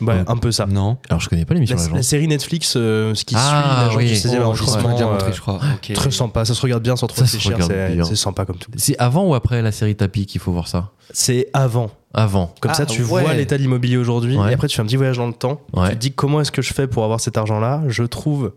B: Ouais,
A: Ouais.
B: un peu ça.
C: Non.
A: Alors je connais pas l'émission
B: La, la
A: L'Agence.
B: série Netflix, euh, ce qui
A: Ah,
B: suit l'agence
A: oui.
B: du 16e
A: Oh, je crois
C: On m'a
B: arrondissement.
C: déjà montré,
B: euh,
C: je crois. Ok.
B: Très sympa, ça se regarde bien sans trop
A: Ça se
B: réfléchir,
A: regarde
B: c'est
A: bien.
B: c'est sympa comme tout.
A: C'est avant ou après la série tapis qu'il faut voir ça
B: C'est avant.
A: Avant.
B: Comme
C: Ah,
B: ça, tu
C: ouais.
B: vois l'état de l'immobilier aujourd'hui,
A: Ouais.
B: et après, tu fais un petit voyage dans le temps. Tu
A: Ouais.
B: te dis comment est-ce que je fais pour avoir cet argent-là Je trouve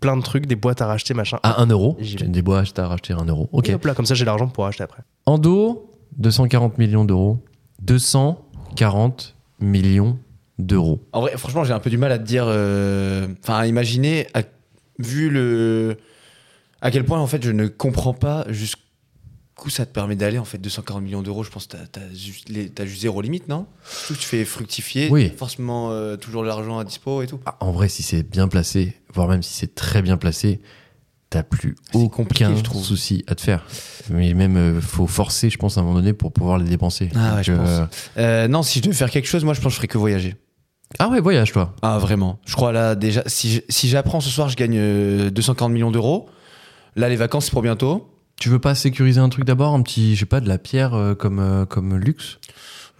B: plein de trucs, des boîtes à racheter, machin.
A: À 1 euro.
B: J'y vais.
A: Des bois, bah, je t'ai racheté 1 euro. Ah, Ok.
B: Et hop là, comme ça j'ai l'argent pour acheter après.
A: Endo, 240 millions d'euros. 240 millions d'euros.
C: En vrai, franchement, j'ai un peu du mal à te dire. euh, Enfin, à imaginer, à- vu le. À quel point, en fait, je ne comprends pas jusqu'où ça te permet d'aller. En fait, 240 millions d'euros, je pense que t'as- t'as juste, les- t'as juste zéro limite, non Surtout que tu fais fructifier.
A: Oui.
C: t'as Forcément, euh, toujours de l'argent à dispo et tout.
A: Ah, en vrai, si c'est bien placé, voire même si c'est très bien placé, t'as plus
C: C'est compliqué,
A: aucun
C: je trouve.
A: souci à te faire. Mais même, euh, faut forcer, je pense, à un moment donné pour pouvoir les dépenser.
C: Ah ouais, je pense.
A: euh,
C: Euh, non, si je devais faire quelque chose, moi je pense que je ferais que voyager.
A: Ah ouais, voyage, toi.
C: Ah vraiment. Je crois là déjà, si je- si j'apprends ce soir, je gagne euh, 240 millions d'euros. Là, les vacances, c'est pour bientôt.
A: Tu veux pas sécuriser un truc d'abord, un petit, je sais pas, de la pierre euh, comme, euh, comme luxe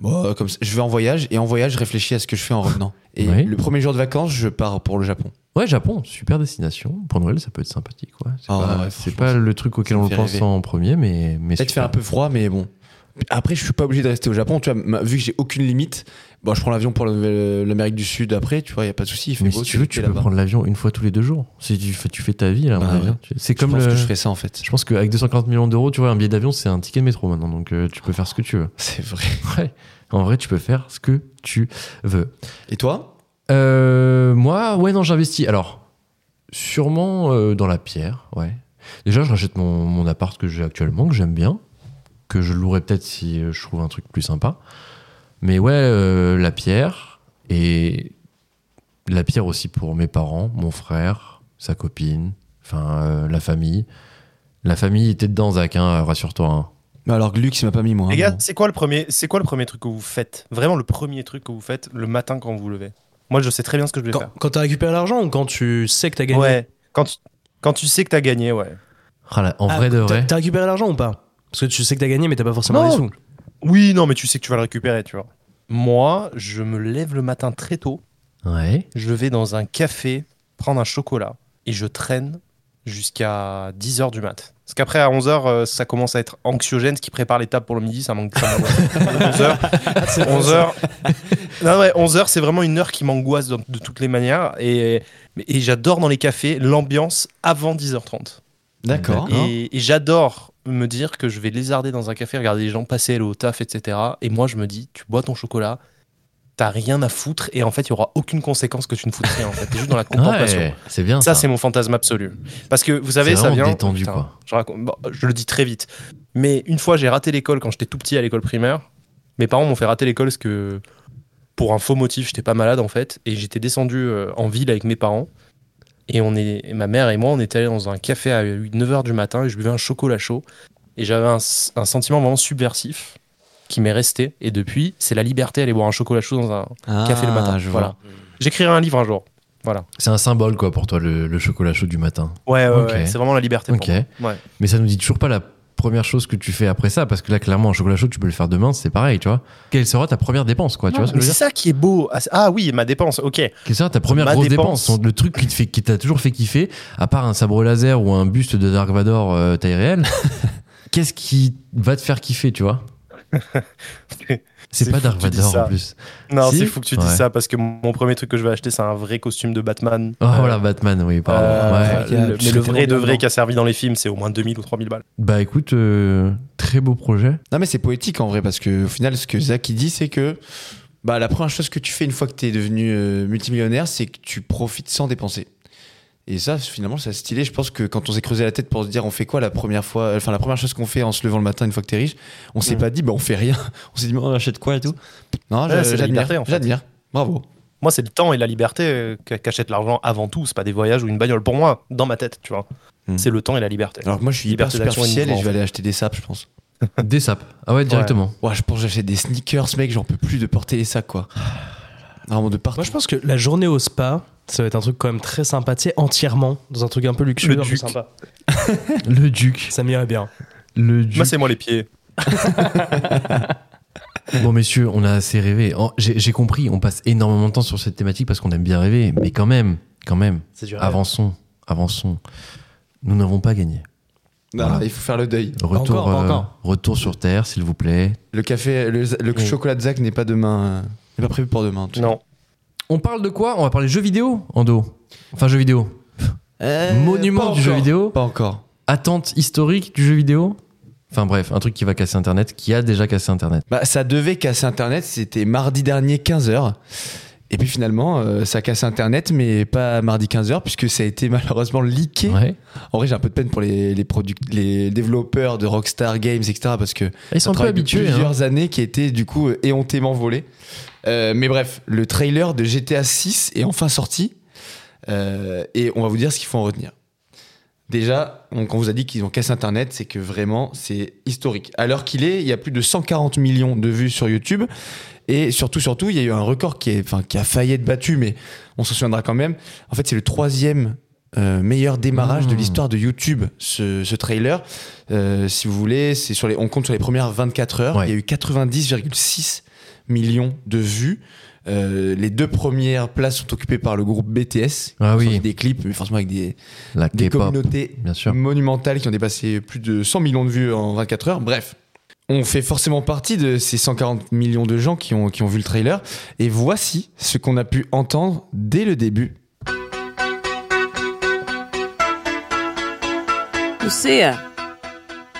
C: Bon, euh, comme ça, je vais en voyage et en voyage, je réfléchis à ce que je fais en revenant. Et
A: Oui.
C: le premier jour de vacances, je pars pour le Japon.
A: Ouais, Japon, super destination. Pour Noël, ça peut être sympathique. Ouais. C'est
C: Ah
A: pas,
C: ouais,
A: c'est
C: franchement,
A: pas le truc auquel
C: ça me
A: on
C: fait
A: pense
C: rêver.
A: en premier, mais. mais
C: Peut-être fait un
A: super.
C: peu froid, mais bon. Après, je suis pas obligé de rester au Japon. Tu vois, ma- vu que j'ai aucune limite, bon, je prends l'avion pour le- l'Amérique du Sud après. Tu vois, y a pas de souci. Il fait
A: Mais
C: beau,
A: si
C: c'est
A: tu veux, tu
C: l'été
A: peux
C: là-bas.
A: prendre l'avion une fois tous les deux jours. Si tu, fais- tu fais ta vie, là, à mon
C: Bah
A: avis,
C: ouais.
A: hein. Tu- C'est
C: Je
A: comme
C: pense
A: le-
C: que je ferais ça en fait.
A: Je pense qu'avec 240 millions d'euros, tu vois, un billet d'avion, c'est un ticket de métro maintenant, donc euh, tu peux faire ce que tu veux.
C: C'est vrai.
A: Ouais. En vrai, tu peux faire ce que tu veux.
C: Et toi
A: Euh, moi, ouais, non, j'investis. Alors, sûrement euh, dans la pierre, ouais. Déjà, je rachète mon, mon appart que j'ai actuellement, que j'aime bien, que je louerai peut-être si euh, je trouve un truc plus sympa. Mais ouais, euh, la pierre, et la pierre aussi pour mes parents, mon frère, sa copine, enfin, euh, la famille. La famille était dedans, Zach, hein, rassure-toi. hein.
C: Bah alors que Luc, il m'a pas mis moi.
D: Les
C: hein,
D: gars,
C: bon.
D: c'est quoi le premier, c'est quoi le premier truc que vous faites Vraiment le premier truc que vous faites le matin quand vous vous levez Moi, je sais très bien ce que je vais
B: Quand,
D: faire.
B: quand t'as récupéré l'argent ou quand tu sais que t'as gagné
D: Ouais. Quand tu, quand tu sais que t'as gagné, ouais.
A: Ah là, en
B: Ah,
A: vrai de
B: t'as-
A: vrai.
B: T'as récupéré l'argent ou pas Parce que tu sais que t'as gagné, mais t'as pas forcément
D: Non.
B: les sous.
D: Oui, non, mais tu sais que tu vas le récupérer, tu vois. Moi, je me lève le matin très tôt.
A: Ouais.
D: Je vais dans un café prendre un chocolat et je traîne jusqu'à 10h du mat. Parce qu'après, à 11h, ça commence à être anxiogène. Ce qui prépare les tables pour le midi, ça manque. 11h, 11h. Non, ouais, 11h, c'est vraiment une heure qui m'angoisse de, de toutes les manières. Et, et j'adore dans les cafés l'ambiance avant 10h30.
C: D'accord.
A: Hein
D: Et, et j'adore me dire que je vais lézarder dans un café, regarder les gens passer, aller au taf, etc. Et moi, je me dis, tu bois ton chocolat, t'as rien à foutre, et en fait, il y aura aucune conséquence que tu ne foutes rien. En fait, t'es juste dans la contemplation.
A: [laughs] Ouais, c'est bien.
D: Ça,
A: Ça,
D: c'est mon fantasme absolu. Parce que vous savez,
A: C'est
D: ça
A: vraiment
D: vient.
A: détendu,
D: Putain,
A: quoi.
D: Je, raconte- bon, je le dis très vite. Mais une fois, j'ai raté l'école quand j'étais tout petit à l'école primaire. Mes parents m'ont fait rater l'école parce que, pour un faux motif, j'étais pas malade en fait. Et j'étais descendu euh, en ville avec mes parents. Et on est, et ma mère et moi, on était allés dans un café à 9h du matin et je buvais un chocolat chaud. Et j'avais un, s- un sentiment vraiment subversif qui m'est resté. Et depuis, c'est la liberté d'aller boire un chocolat chaud dans un café le matin.
C: Ah. Je
D: voilà. J'écrirai un livre un jour. Voilà.
A: c'est un symbole, quoi, pour toi, le- le chocolat chaud du matin.
D: Ouais, ouais,
A: Ok.
D: ouais, c'est vraiment la liberté. pour
A: Ok.
D: moi. Ouais.
A: Mais ça nous dit toujours pas la première chose que tu fais après ça, parce que là, clairement, un chocolat chaud, tu peux le faire demain, c'est pareil, tu vois. Quelle sera ta première dépense, quoi, tu vois ce que
D: Mais
A: je veux
D: c'est
A: dire
D: ça qui est beau. Ah, c'est- Ah oui, ma dépense, ok.
A: Quelle sera ta première
D: ma
A: grosse dépense,
D: dépense.
A: Le truc qui te fait, qui t'a toujours fait kiffer, à part un sabre laser ou un buste de Dark Vador euh, taille réelle, [laughs] qu'est-ce qui va te faire kiffer, tu
D: [laughs]
A: vois C'est
D: C'est
A: pas
D: fou
A: Dark
D: que tu dises
A: Vador en
D: ça.
A: plus.
D: Non,
A: Si.
D: c'est fou que tu dises
A: Ouais.
D: ça parce que mon premier truc que je vais acheter, c'est un vrai costume de Batman.
A: Oh
D: Euh,
A: voilà, Batman, oui, pardon.
D: euh,
A: Ouais.
C: il y a-
D: le-
C: tu
D: mais
C: le
D: le
C: fais
D: vrai de
C: normalement.
D: vrai qui a servi dans les films, c'est au moins 2000 ou 3000 balles.
A: Bah écoute, euh, très beau projet.
C: Non mais c'est poétique en vrai parce que au final ce que Zach il dit c'est que bah la première chose que tu fais une fois que t'es devenu euh, multimillionnaire c'est que tu profites sans dépenser. Et ça finalement c'est stylé. Je pense que quand on s'est creusé la tête pour se dire on fait quoi la première fois, euh, enfin la première chose qu'on fait en se levant le matin une fois que t'es riche, on s'est
D: Mm.
C: pas dit bah on fait rien. [laughs] On s'est dit mais on achète quoi et tout. Non
D: Ouais,
C: je-
D: c'est la
C: j'admire,
D: liberté, en fait.
C: j'admire. Bravo.
D: Moi, c'est le temps et la liberté euh, qu'a- qu'achète l'argent avant tout. C'est pas des voyages ou une bagnole pour moi, dans ma tête, tu vois.
C: Hmm.
D: C'est le temps et la liberté.
B: Ah,
C: Alors que moi je suis hyper
D: Liberté d'action
C: superficiel et
D: uniquement,
C: je vais
D: en
C: aller acheter des sapes je pense.
A: Des sapes. Ah ouais, directement.
C: Ouais je pense que j'achète des sneakers mec j'en peux plus de porter les sacs
D: Ah
C: quoi. Vraiment de partout.
B: Moi, je pense que la journée au spa, ça va être un truc quand même très sympa, tu sais, entièrement, dans un truc un peu luxueux,
D: Le
B: un peu
D: duc.
B: sympa.
A: Le duc.
B: Ça m'irait bien.
A: Le duc.
D: Moi, c'est moi les pieds.
A: Bon, messieurs, on a assez rêvé. En- J'ai j'ai compris, on passe énormément de temps sur cette thématique parce qu'on aime bien rêver, mais quand même, quand même,
B: C'est du rêve.
A: avançons, avançons. Nous n'avons pas gagné.
C: Non,
D: Ah.
A: Voilà.
C: il faut faire le deuil.
A: Retour, euh,
B: encore, pas encore.
A: retour sur Terre, s'il vous plaît.
C: Le café, le, le
B: Oui.
C: chocolat de Zach n'est pas demain, euh, n'est pas prévu pour demain. en tout cas.
D: Non.
A: On parle de quoi On va parler jeux vidéo, Ando. Enfin, jeux vidéo.
C: Euh,
A: Monument
C: pas
A: du jeu
C: encore.
A: vidéo.
C: Pas encore.
A: Attente historique du jeu vidéo Enfin bref, un truc qui va casser Internet, qui a déjà cassé Internet.
C: Bah, ça devait casser Internet. C'était mardi dernier 15h. Et puis finalement, euh, ça casse Internet, mais pas mardi 15h, puisque ça a été [laughs] malheureusement leaké.
A: Ouais.
C: En vrai, j'ai un peu de peine pour les, les, product- les développeurs de Rockstar Games, etc. Parce que
A: Ils sont un peu
C: travail de
A: habitués. hein.
C: plusieurs années qui était du coup euh, éhontément volé. Euh, mais bref, le trailer de GTA 6 est enfin sorti. Euh, et on va vous dire ce qu'il faut en retenir. Déjà, on- quand on vous a dit qu'ils ont cassé Internet, c'est que vraiment, c'est historique. À l'heure qu'il est, il y a plus de 140 millions de vues sur YouTube. Et surtout, surtout, il y a eu un record qui, est, enfin, qui a failli être battu, mais on s'en souviendra quand même. En fait, c'est le troisième euh, meilleur démarrage de
A: Mmh.
C: l'histoire de YouTube, ce, ce trailer. Euh, si vous voulez, c'est sur les, on compte sur les premières 24 heures.
A: Ouais.
C: Il y a eu 90,6 millions de vues. Euh, les deux premières places sont occupées par le groupe BTS.
A: Ah
C: qui ont
A: oui.
C: fait Des clips, mais forcément avec des,
A: La
C: des
A: K-pop,
C: communautés
A: bien sûr.
C: monumentales qui ont dépassé plus de 100 millions de vues en 24 heures. Bref, on fait forcément partie de ces 140 millions de gens qui ont, qui ont vu le trailer. Et voici ce qu'on a pu entendre dès le début.
F: Lucia,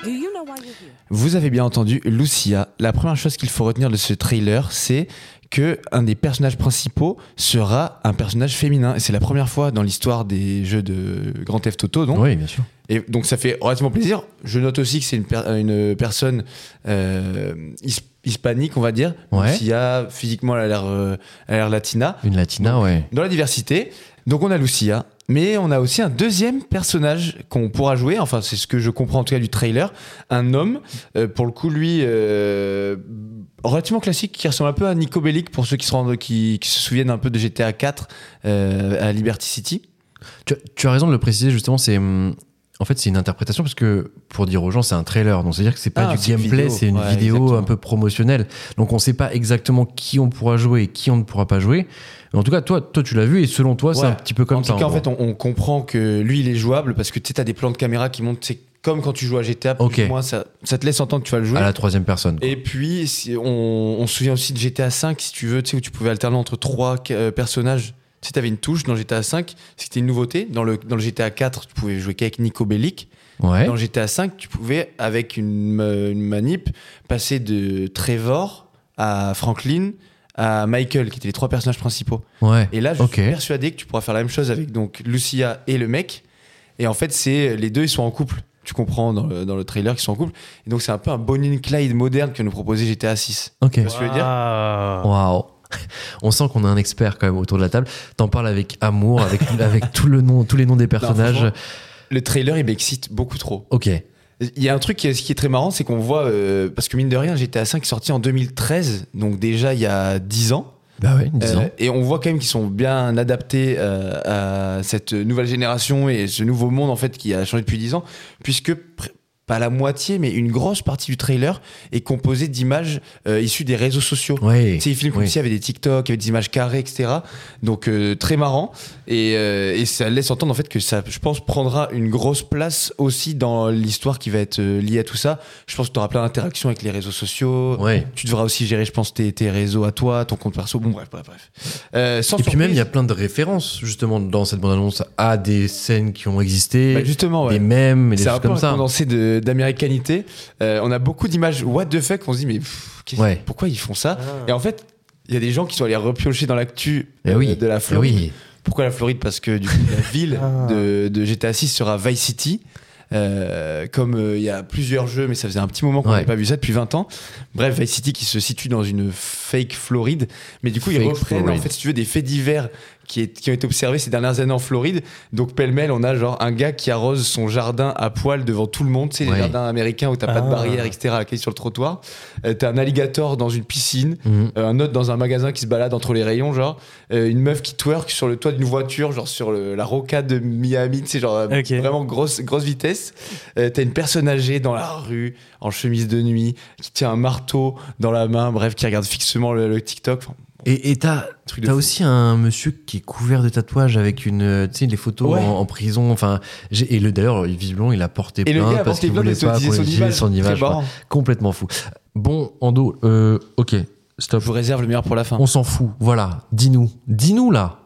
F: do you know why you're here?
C: Vous avez bien entendu Lucia. La première chose qu'il faut retenir de ce trailer, c'est que un des personnages principaux sera un personnage féminin. Et c'est la première fois dans l'histoire des jeux de Grand Theft Auto, donc.
A: Oui, bien sûr.
C: Et donc ça fait relativement plaisir. Je note aussi que c'est une, per- une personne euh, his- hispanique, on va dire.
A: Ouais.
C: S'il y a physiquement, elle a l'air euh, elle a l'air latina.
A: Une latina, ouais.
C: Dans la diversité, donc on a Lucia. Mais on a aussi un deuxième personnage qu'on pourra jouer, enfin c'est ce que je comprends en tout cas du trailer, un homme, euh, pour le coup lui, euh, relativement classique, qui ressemble un peu à Nico Bellic pour ceux qui se, rendent, qui, qui se souviennent un peu de GTA 4 euh, à Liberty City.
A: Tu, tu as raison de le préciser, justement, c'est. hum, En fait, c'est une interprétation parce que pour dire aux gens, c'est un trailer. Donc, c'est-à-dire que c'est pas
C: Ah,
A: du
C: c'est une
A: gameplay,
C: vidéo.
A: c'est une
C: Ouais,
A: vidéo
C: exactement.
A: un peu promotionnelle. Donc, on sait pas exactement qui on pourra jouer et qui on ne pourra pas jouer. Mais en tout cas, toi, toi tu l'as vu et selon toi, c'est
C: Ouais.
A: un petit peu comme
C: en
A: ça.
C: tout cas, en
A: gros.
C: fait, on, on comprend que lui, il est jouable parce que tu sais, t'as des plans de caméra qui montent. C'est comme quand tu joues à GTA, plus
A: Ok.
C: ou moins, ça, ça te laisse entendre que tu vas le jouer.
A: à la troisième personne. quoi.
C: Et puis, si- on, on se souvient aussi de GTA 5, si tu veux, tu sais, où tu pouvais alterner entre trois euh, personnages. Tu sais, t'avais une touche dans GTA 5, c'était une nouveauté. Dans le, dans le GTA 4, tu pouvais jouer qu'avec Nico Bellic.
A: ouais.
C: Dans GTA 5, tu pouvais, avec une, euh, une manip, passer de Trevor à Franklin à Michael, qui étaient les trois personnages principaux.
A: ouais.
C: Et là, je
A: Ok.
C: suis persuadé que tu pourras faire la même chose avec donc Lucia et le mec. Et en fait, c'est les deux, ils sont en couple. Tu comprends dans le, dans le trailer qu'ils sont en couple. Et donc, c'est un peu un Bonnie and Clyde moderne que nous proposait GTA 6.
A: Ok.
C: Tu vois ce que je veux dire
B: Ah.
A: Waouh. [laughs] On sent qu'on a un expert quand même autour de la table. T'en parles avec amour, avec, [laughs] avec tout le nom, tous les noms des personnages.
C: franchement. Le trailer, il m'excite beaucoup trop.
A: ok.
C: Il y a un truc qui est, ce qui est très marrant, c'est qu'on voit, euh, parce que mine de rien, GTA 5 est sorti en 2013, donc déjà il y a 10 ans.
A: Bah ouais, disons.
C: Euh, et on voit quand même qu'ils sont bien adaptés euh, à cette nouvelle génération et ce nouveau monde en fait qui a changé depuis 10 ans, puisque pr- pas la moitié, mais une grosse partie du trailer est composée d'images euh, issues des réseaux sociaux.
A: ouais.
C: Tu sais, ils filment comme
A: Oui.
C: s'il y avait des TikTok, avec des images carrées, etc. Donc euh, très marrant. Et, euh, et ça laisse entendre en fait que ça, je pense, prendra une grosse place aussi dans l'histoire qui va être euh, liée à tout ça. Je pense que tu auras plein d'interactions avec les réseaux sociaux.
A: Ouais.
C: Tu devras aussi gérer, je pense, tes, tes réseaux à toi, ton compte perso. Bon, bref, bref, bref. Euh,
A: Et
C: sans
A: puis
C: surprise-
A: même, il y a plein de références justement dans cette bande-annonce à des scènes qui ont existé,
C: Bah, justement, ouais.
A: des mèmes et des
C: C'est un
A: choses
C: peu
A: comme
C: un
A: ça.
C: condensé de- d'américanité. Euh, on a beaucoup d'images what the fuck. On se dit, mais pff, qu'est-ce-
A: Ouais.
C: pourquoi ils font ça Et en fait, il y a des gens qui sont allés repiocher dans l'actu
A: Eh
C: euh,
A: oui.
C: de la
A: Eh
C: Floride.
A: oui.
C: Pourquoi la Floride Parce que du coup, la ville de, de GTA 6 sera Vice City. Euh, comme euh, il y a plusieurs jeux, mais ça faisait un petit moment qu'on
A: Ouais.
C: n'avait pas vu ça depuis 20 ans. Bref, Vice City qui se situe dans une fake Floride, mais du coup ils
A: Fake
C: reprennent en
A: Floride.
C: fait, si tu veux, des faits divers qui, est- qui ont été observés ces dernières années en Floride. Donc pêle-mêle, on a genre un gars qui arrose son jardin à poil devant tout le monde, tu sais,
A: Ouais.
C: les jardins américains où t'as pas de
D: Ah.
C: barrière, etc., qui est sur le trottoir. Euh, t'as un alligator dans une piscine.
A: Mhm.
C: Euh, un autre dans un magasin qui se balade entre les rayons, genre euh, une meuf qui twerk sur le toit d'une voiture, genre sur le- la rocade de Miami, c'est genre euh,
D: Ok.
C: vraiment grosse grosse vitesse. Euh, T'as une personne âgée dans la rue en chemise de nuit qui tient un marteau dans la main, bref, qui regarde fixement le, le TikTok. Enfin,
A: Et et t'as
C: truc de
A: t'as
C: fou.
A: aussi un monsieur qui est couvert de tatouages avec une, euh, tu sais, les photos
C: Ouais.
A: en, en prison. Enfin, j'ai- et le d'ailleurs, visiblement, il a porté
C: Et le
A: plainte
C: gars a
A: parce
C: porté
A: qu'il
C: plainte
A: voulait
C: et se
A: pas
C: disait
A: qu'on
C: son
A: utilise
C: image.
A: son
C: Très
A: image, quoi.
C: marrant.
A: Complètement fou. Bon, Ando, euh, ok,
C: Je
A: stop.
C: vous réserve le meilleur pour la fin.
A: On s'en fout. Voilà. Dis-nous, dis-nous là.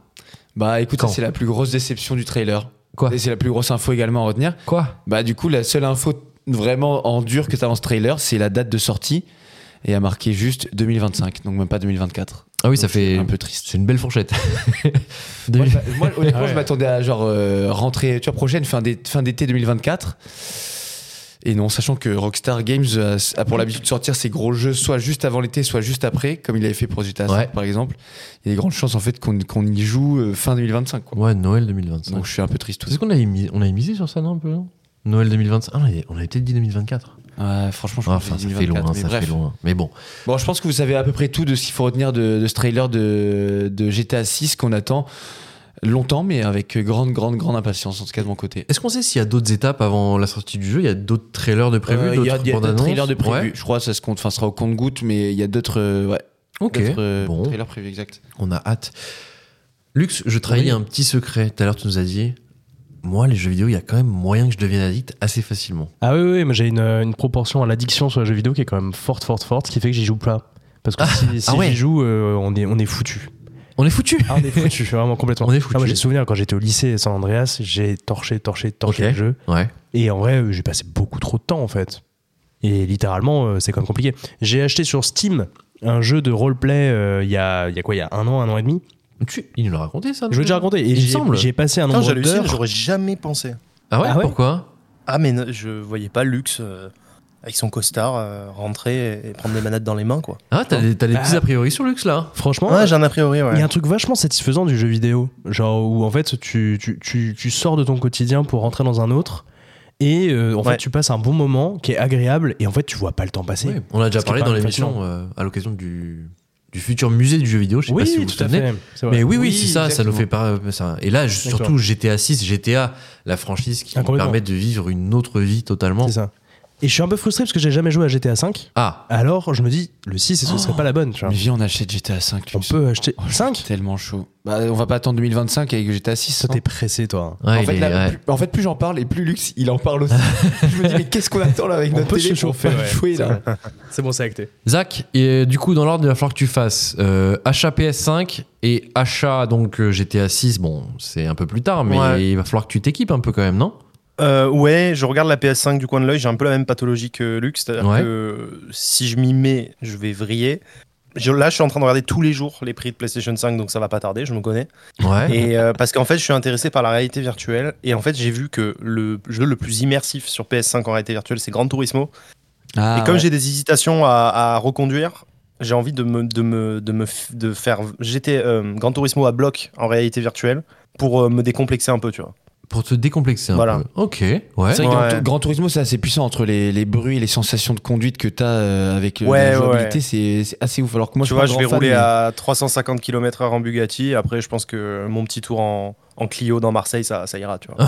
C: Bah écoute,
A: Quand
C: ça, c'est la plus grosse déception du trailer.
A: Quoi
C: Et c'est la plus grosse info également à retenir.
A: Quoi
C: Bah du coup, la seule info vraiment en dur que t'as dans ce trailer, c'est la date de sortie et a marqué juste 2025, donc même pas 2024.
A: Ah oui, ça
C: Donc, c'est
A: fait
C: un peu triste.
A: C'est une belle fourchette.
C: [laughs]
A: [laughs]
C: Moi,
A: Deux-
C: je- moi, honnêtement,
D: Ouais.
C: je m'attendais à genre euh, rentrée tu vois, prochaine, fin d'é- fin d'été 2024. Et non, sachant que Rockstar Games a, a pour l'habitude de sortir ses gros jeux soit juste avant l'été, soit juste après, comme il avait fait pour GTA V,
A: Ouais.
C: par exemple, il y a des grandes chances en fait qu'on qu'on y joue euh, fin 2025. Quoi.
A: Ouais, Noël 2025.
C: Donc je suis un peu triste
A: C'est ce
C: aussi.
A: qu'on avait, mis- on avait misé sur ça, non, un peu non Noël 2025. Ah, on avait, on avait peut-être dit 2024.
C: Ouais, franchement, je
A: Ah,
C: pense que
A: enfin, ça fait
C: 2024,
A: loin,
C: mais
A: ça
C: bref.
A: fait loin. Mais bon,
C: Bon, je pense que vous savez à peu près tout de ce qu'il faut retenir de, de ce trailer de, de GTA 6 qu'on attend longtemps, mais avec grande, grande, grande impatience, en tout cas de mon côté.
A: est-ce qu'on sait s'il y a d'autres étapes avant la sortie du jeu Il y a d'autres trailers de prévus
C: Euh, il y a,
A: d'autres
C: il y a
A: bandes
C: d'autres trailers de
A: annonces
C: prévu.
A: Ouais.
C: Je crois que ça se compte, enfin, ça sera au compte goutte, mais il y a d'autres euh, ouais,
A: Ok.
C: d'autres, euh,
A: bon.
C: trailers prévus, exact.
A: On a hâte. Lux, je trahis
C: Oui.
A: un petit secret. Tout à l'heure, tu nous as dit, moi, les jeux vidéo, il y a quand même moyen que je devienne addict assez facilement.
B: Ah oui, oui, mais j'ai une, une proportion à l'addiction sur les jeux vidéo qui est quand même forte, forte, forte, ce qui fait que j'y joue pas. Parce que si, si
A: ah ouais.
B: j'y joue, euh, on est, on est foutu.
A: On est foutu.
B: Ah, on est foutu, vraiment complètement.
A: On est foutu.
B: Ah, moi, j'ai souvenir quand j'étais au lycée à San Andreas, j'ai torché, torché, torché
A: Ok.
B: le jeu.
A: Ouais.
B: Et en vrai, euh, j'ai passé beaucoup trop de temps en fait. Et littéralement, euh, c'est quand même compliqué. J'ai acheté sur Steam un jeu de roleplay euh, il y, a, il y a quoi Il y a un an, un an et demi
A: Tu- il nous l'a raconté ça. non
B: Je vous l'ai déjà raconté. Et
A: Il me
B: j'ai-
A: semble.
B: J'ai passé un
D: Putain,
B: nombre
D: j'hallucine,
B: d'heures.
D: j'aurais jamais pensé.
A: Ah ouais,
B: Ah ouais
A: Pourquoi
D: Ah, mais non, je voyais pas Lux euh, avec son costard euh, rentrer et- et prendre des manettes dans les mains, quoi.
A: Ah,
C: Oh.
A: t'as des, t'as des
C: Bah.
A: petits a priori sur Lux là.
B: Franchement,
D: Ouais, j'ai un a priori,
B: Il y
D: ouais.
B: a un truc vachement satisfaisant du jeu vidéo, genre où en fait tu, tu, tu, tu sors de ton quotidien pour rentrer dans un autre et euh, en
D: Ouais.
B: fait tu passes un bon moment qui est agréable et en fait tu vois pas le temps passer.
A: Ouais, On a déjà
B: Ce qui est
A: parlé
B: pas
A: dans
B: mal
A: l'émission
B: fascinant.
A: euh, à l'occasion du, du futur musée du jeu vidéo. Je sais pas si vous vous souvenez.
B: c'est vrai.
A: Mais oui, oui,
C: Oui,
A: c'est ça, ça nous
C: exactement.
A: fait pas. euh, ça. Et là, je-
B: D'accord.
A: surtout GTA 6, GTA, la franchise qui
B: Ah, complètement.
A: permet de vivre une autre vie totalement.
B: C'est ça. Et je suis un peu frustré parce que j'ai jamais joué à GTA V.
A: Ah,
B: Alors je me dis le 6 ce
A: Oh.
B: serait pas la bonne, tu vois.
C: Mais viens, on achète GTA 5.
B: On peut acheter 5
C: Tellement chaud. Bah, on va pas attendre 2025 avec GTA 6.
B: Toi t'es pressé toi.
A: ouais,
C: hein. en,
A: Ah, il
C: fait,
A: est-
C: là,
A: ouais.
C: plus, en fait, plus j'en parle et plus Lux, il en parle aussi. je me dis, mais qu'est-ce qu'on attend là avec
B: On
C: notre
B: peut se
C: télé pour
B: chauffer,
C: faire
B: ouais.
C: jouer
B: C'est
C: là
B: C'est bon c'est acté.
A: Zach, et, euh, du coup, dans l'ordre, il va falloir que tu fasses euh, achat PS5 et achat donc euh, GTA 6. Bon, c'est un peu plus tard, mais
D: Ouais.
A: il va falloir que tu t'équipes un peu quand même, non
D: Euh, ouais, je regarde la PS5 du coin de l'œil, j'ai un peu la même pathologie que Lux, c'est-à-dire
A: Ouais.
D: que si je m'y mets, je vais vriller. Je- là, je suis en train de regarder tous les jours les prix de PlayStation 5, donc ça va pas tarder, je me connais.
A: Ouais.
D: Et euh, parce qu'en fait, je suis intéressé par la réalité virtuelle. Et en fait, j'ai vu que le jeu le plus immersif sur PS5 en réalité virtuelle, c'est Gran Turismo.
A: Ah
D: et comme j'ai des hésitations à, à reconduire, j'ai envie de me, de me, de me f- de faire j'étais euh, Gran Turismo à bloc en réalité virtuelle pour euh, me décomplexer un peu, tu vois.
A: Pour te décomplexer un
D: Voilà.
A: peu. Ok, ouais.
C: C'est vrai que
D: Ouais.
C: Gran- Gran Turismo, c'est assez puissant entre les, les bruits et les sensations de conduite que t'as euh, avec euh,
D: Ouais,
C: la
D: ouais,
C: jouabilité. C'est, c'est assez ouf. Alors que moi,
D: tu
C: je suis
D: vois,
C: pas
D: je vais
C: grand fan,
D: rouler
C: mais-
D: à 350 km/h en Bugatti. Après, je pense que mon petit tour en, en Clio dans Marseille, ça, ça ira, tu vois.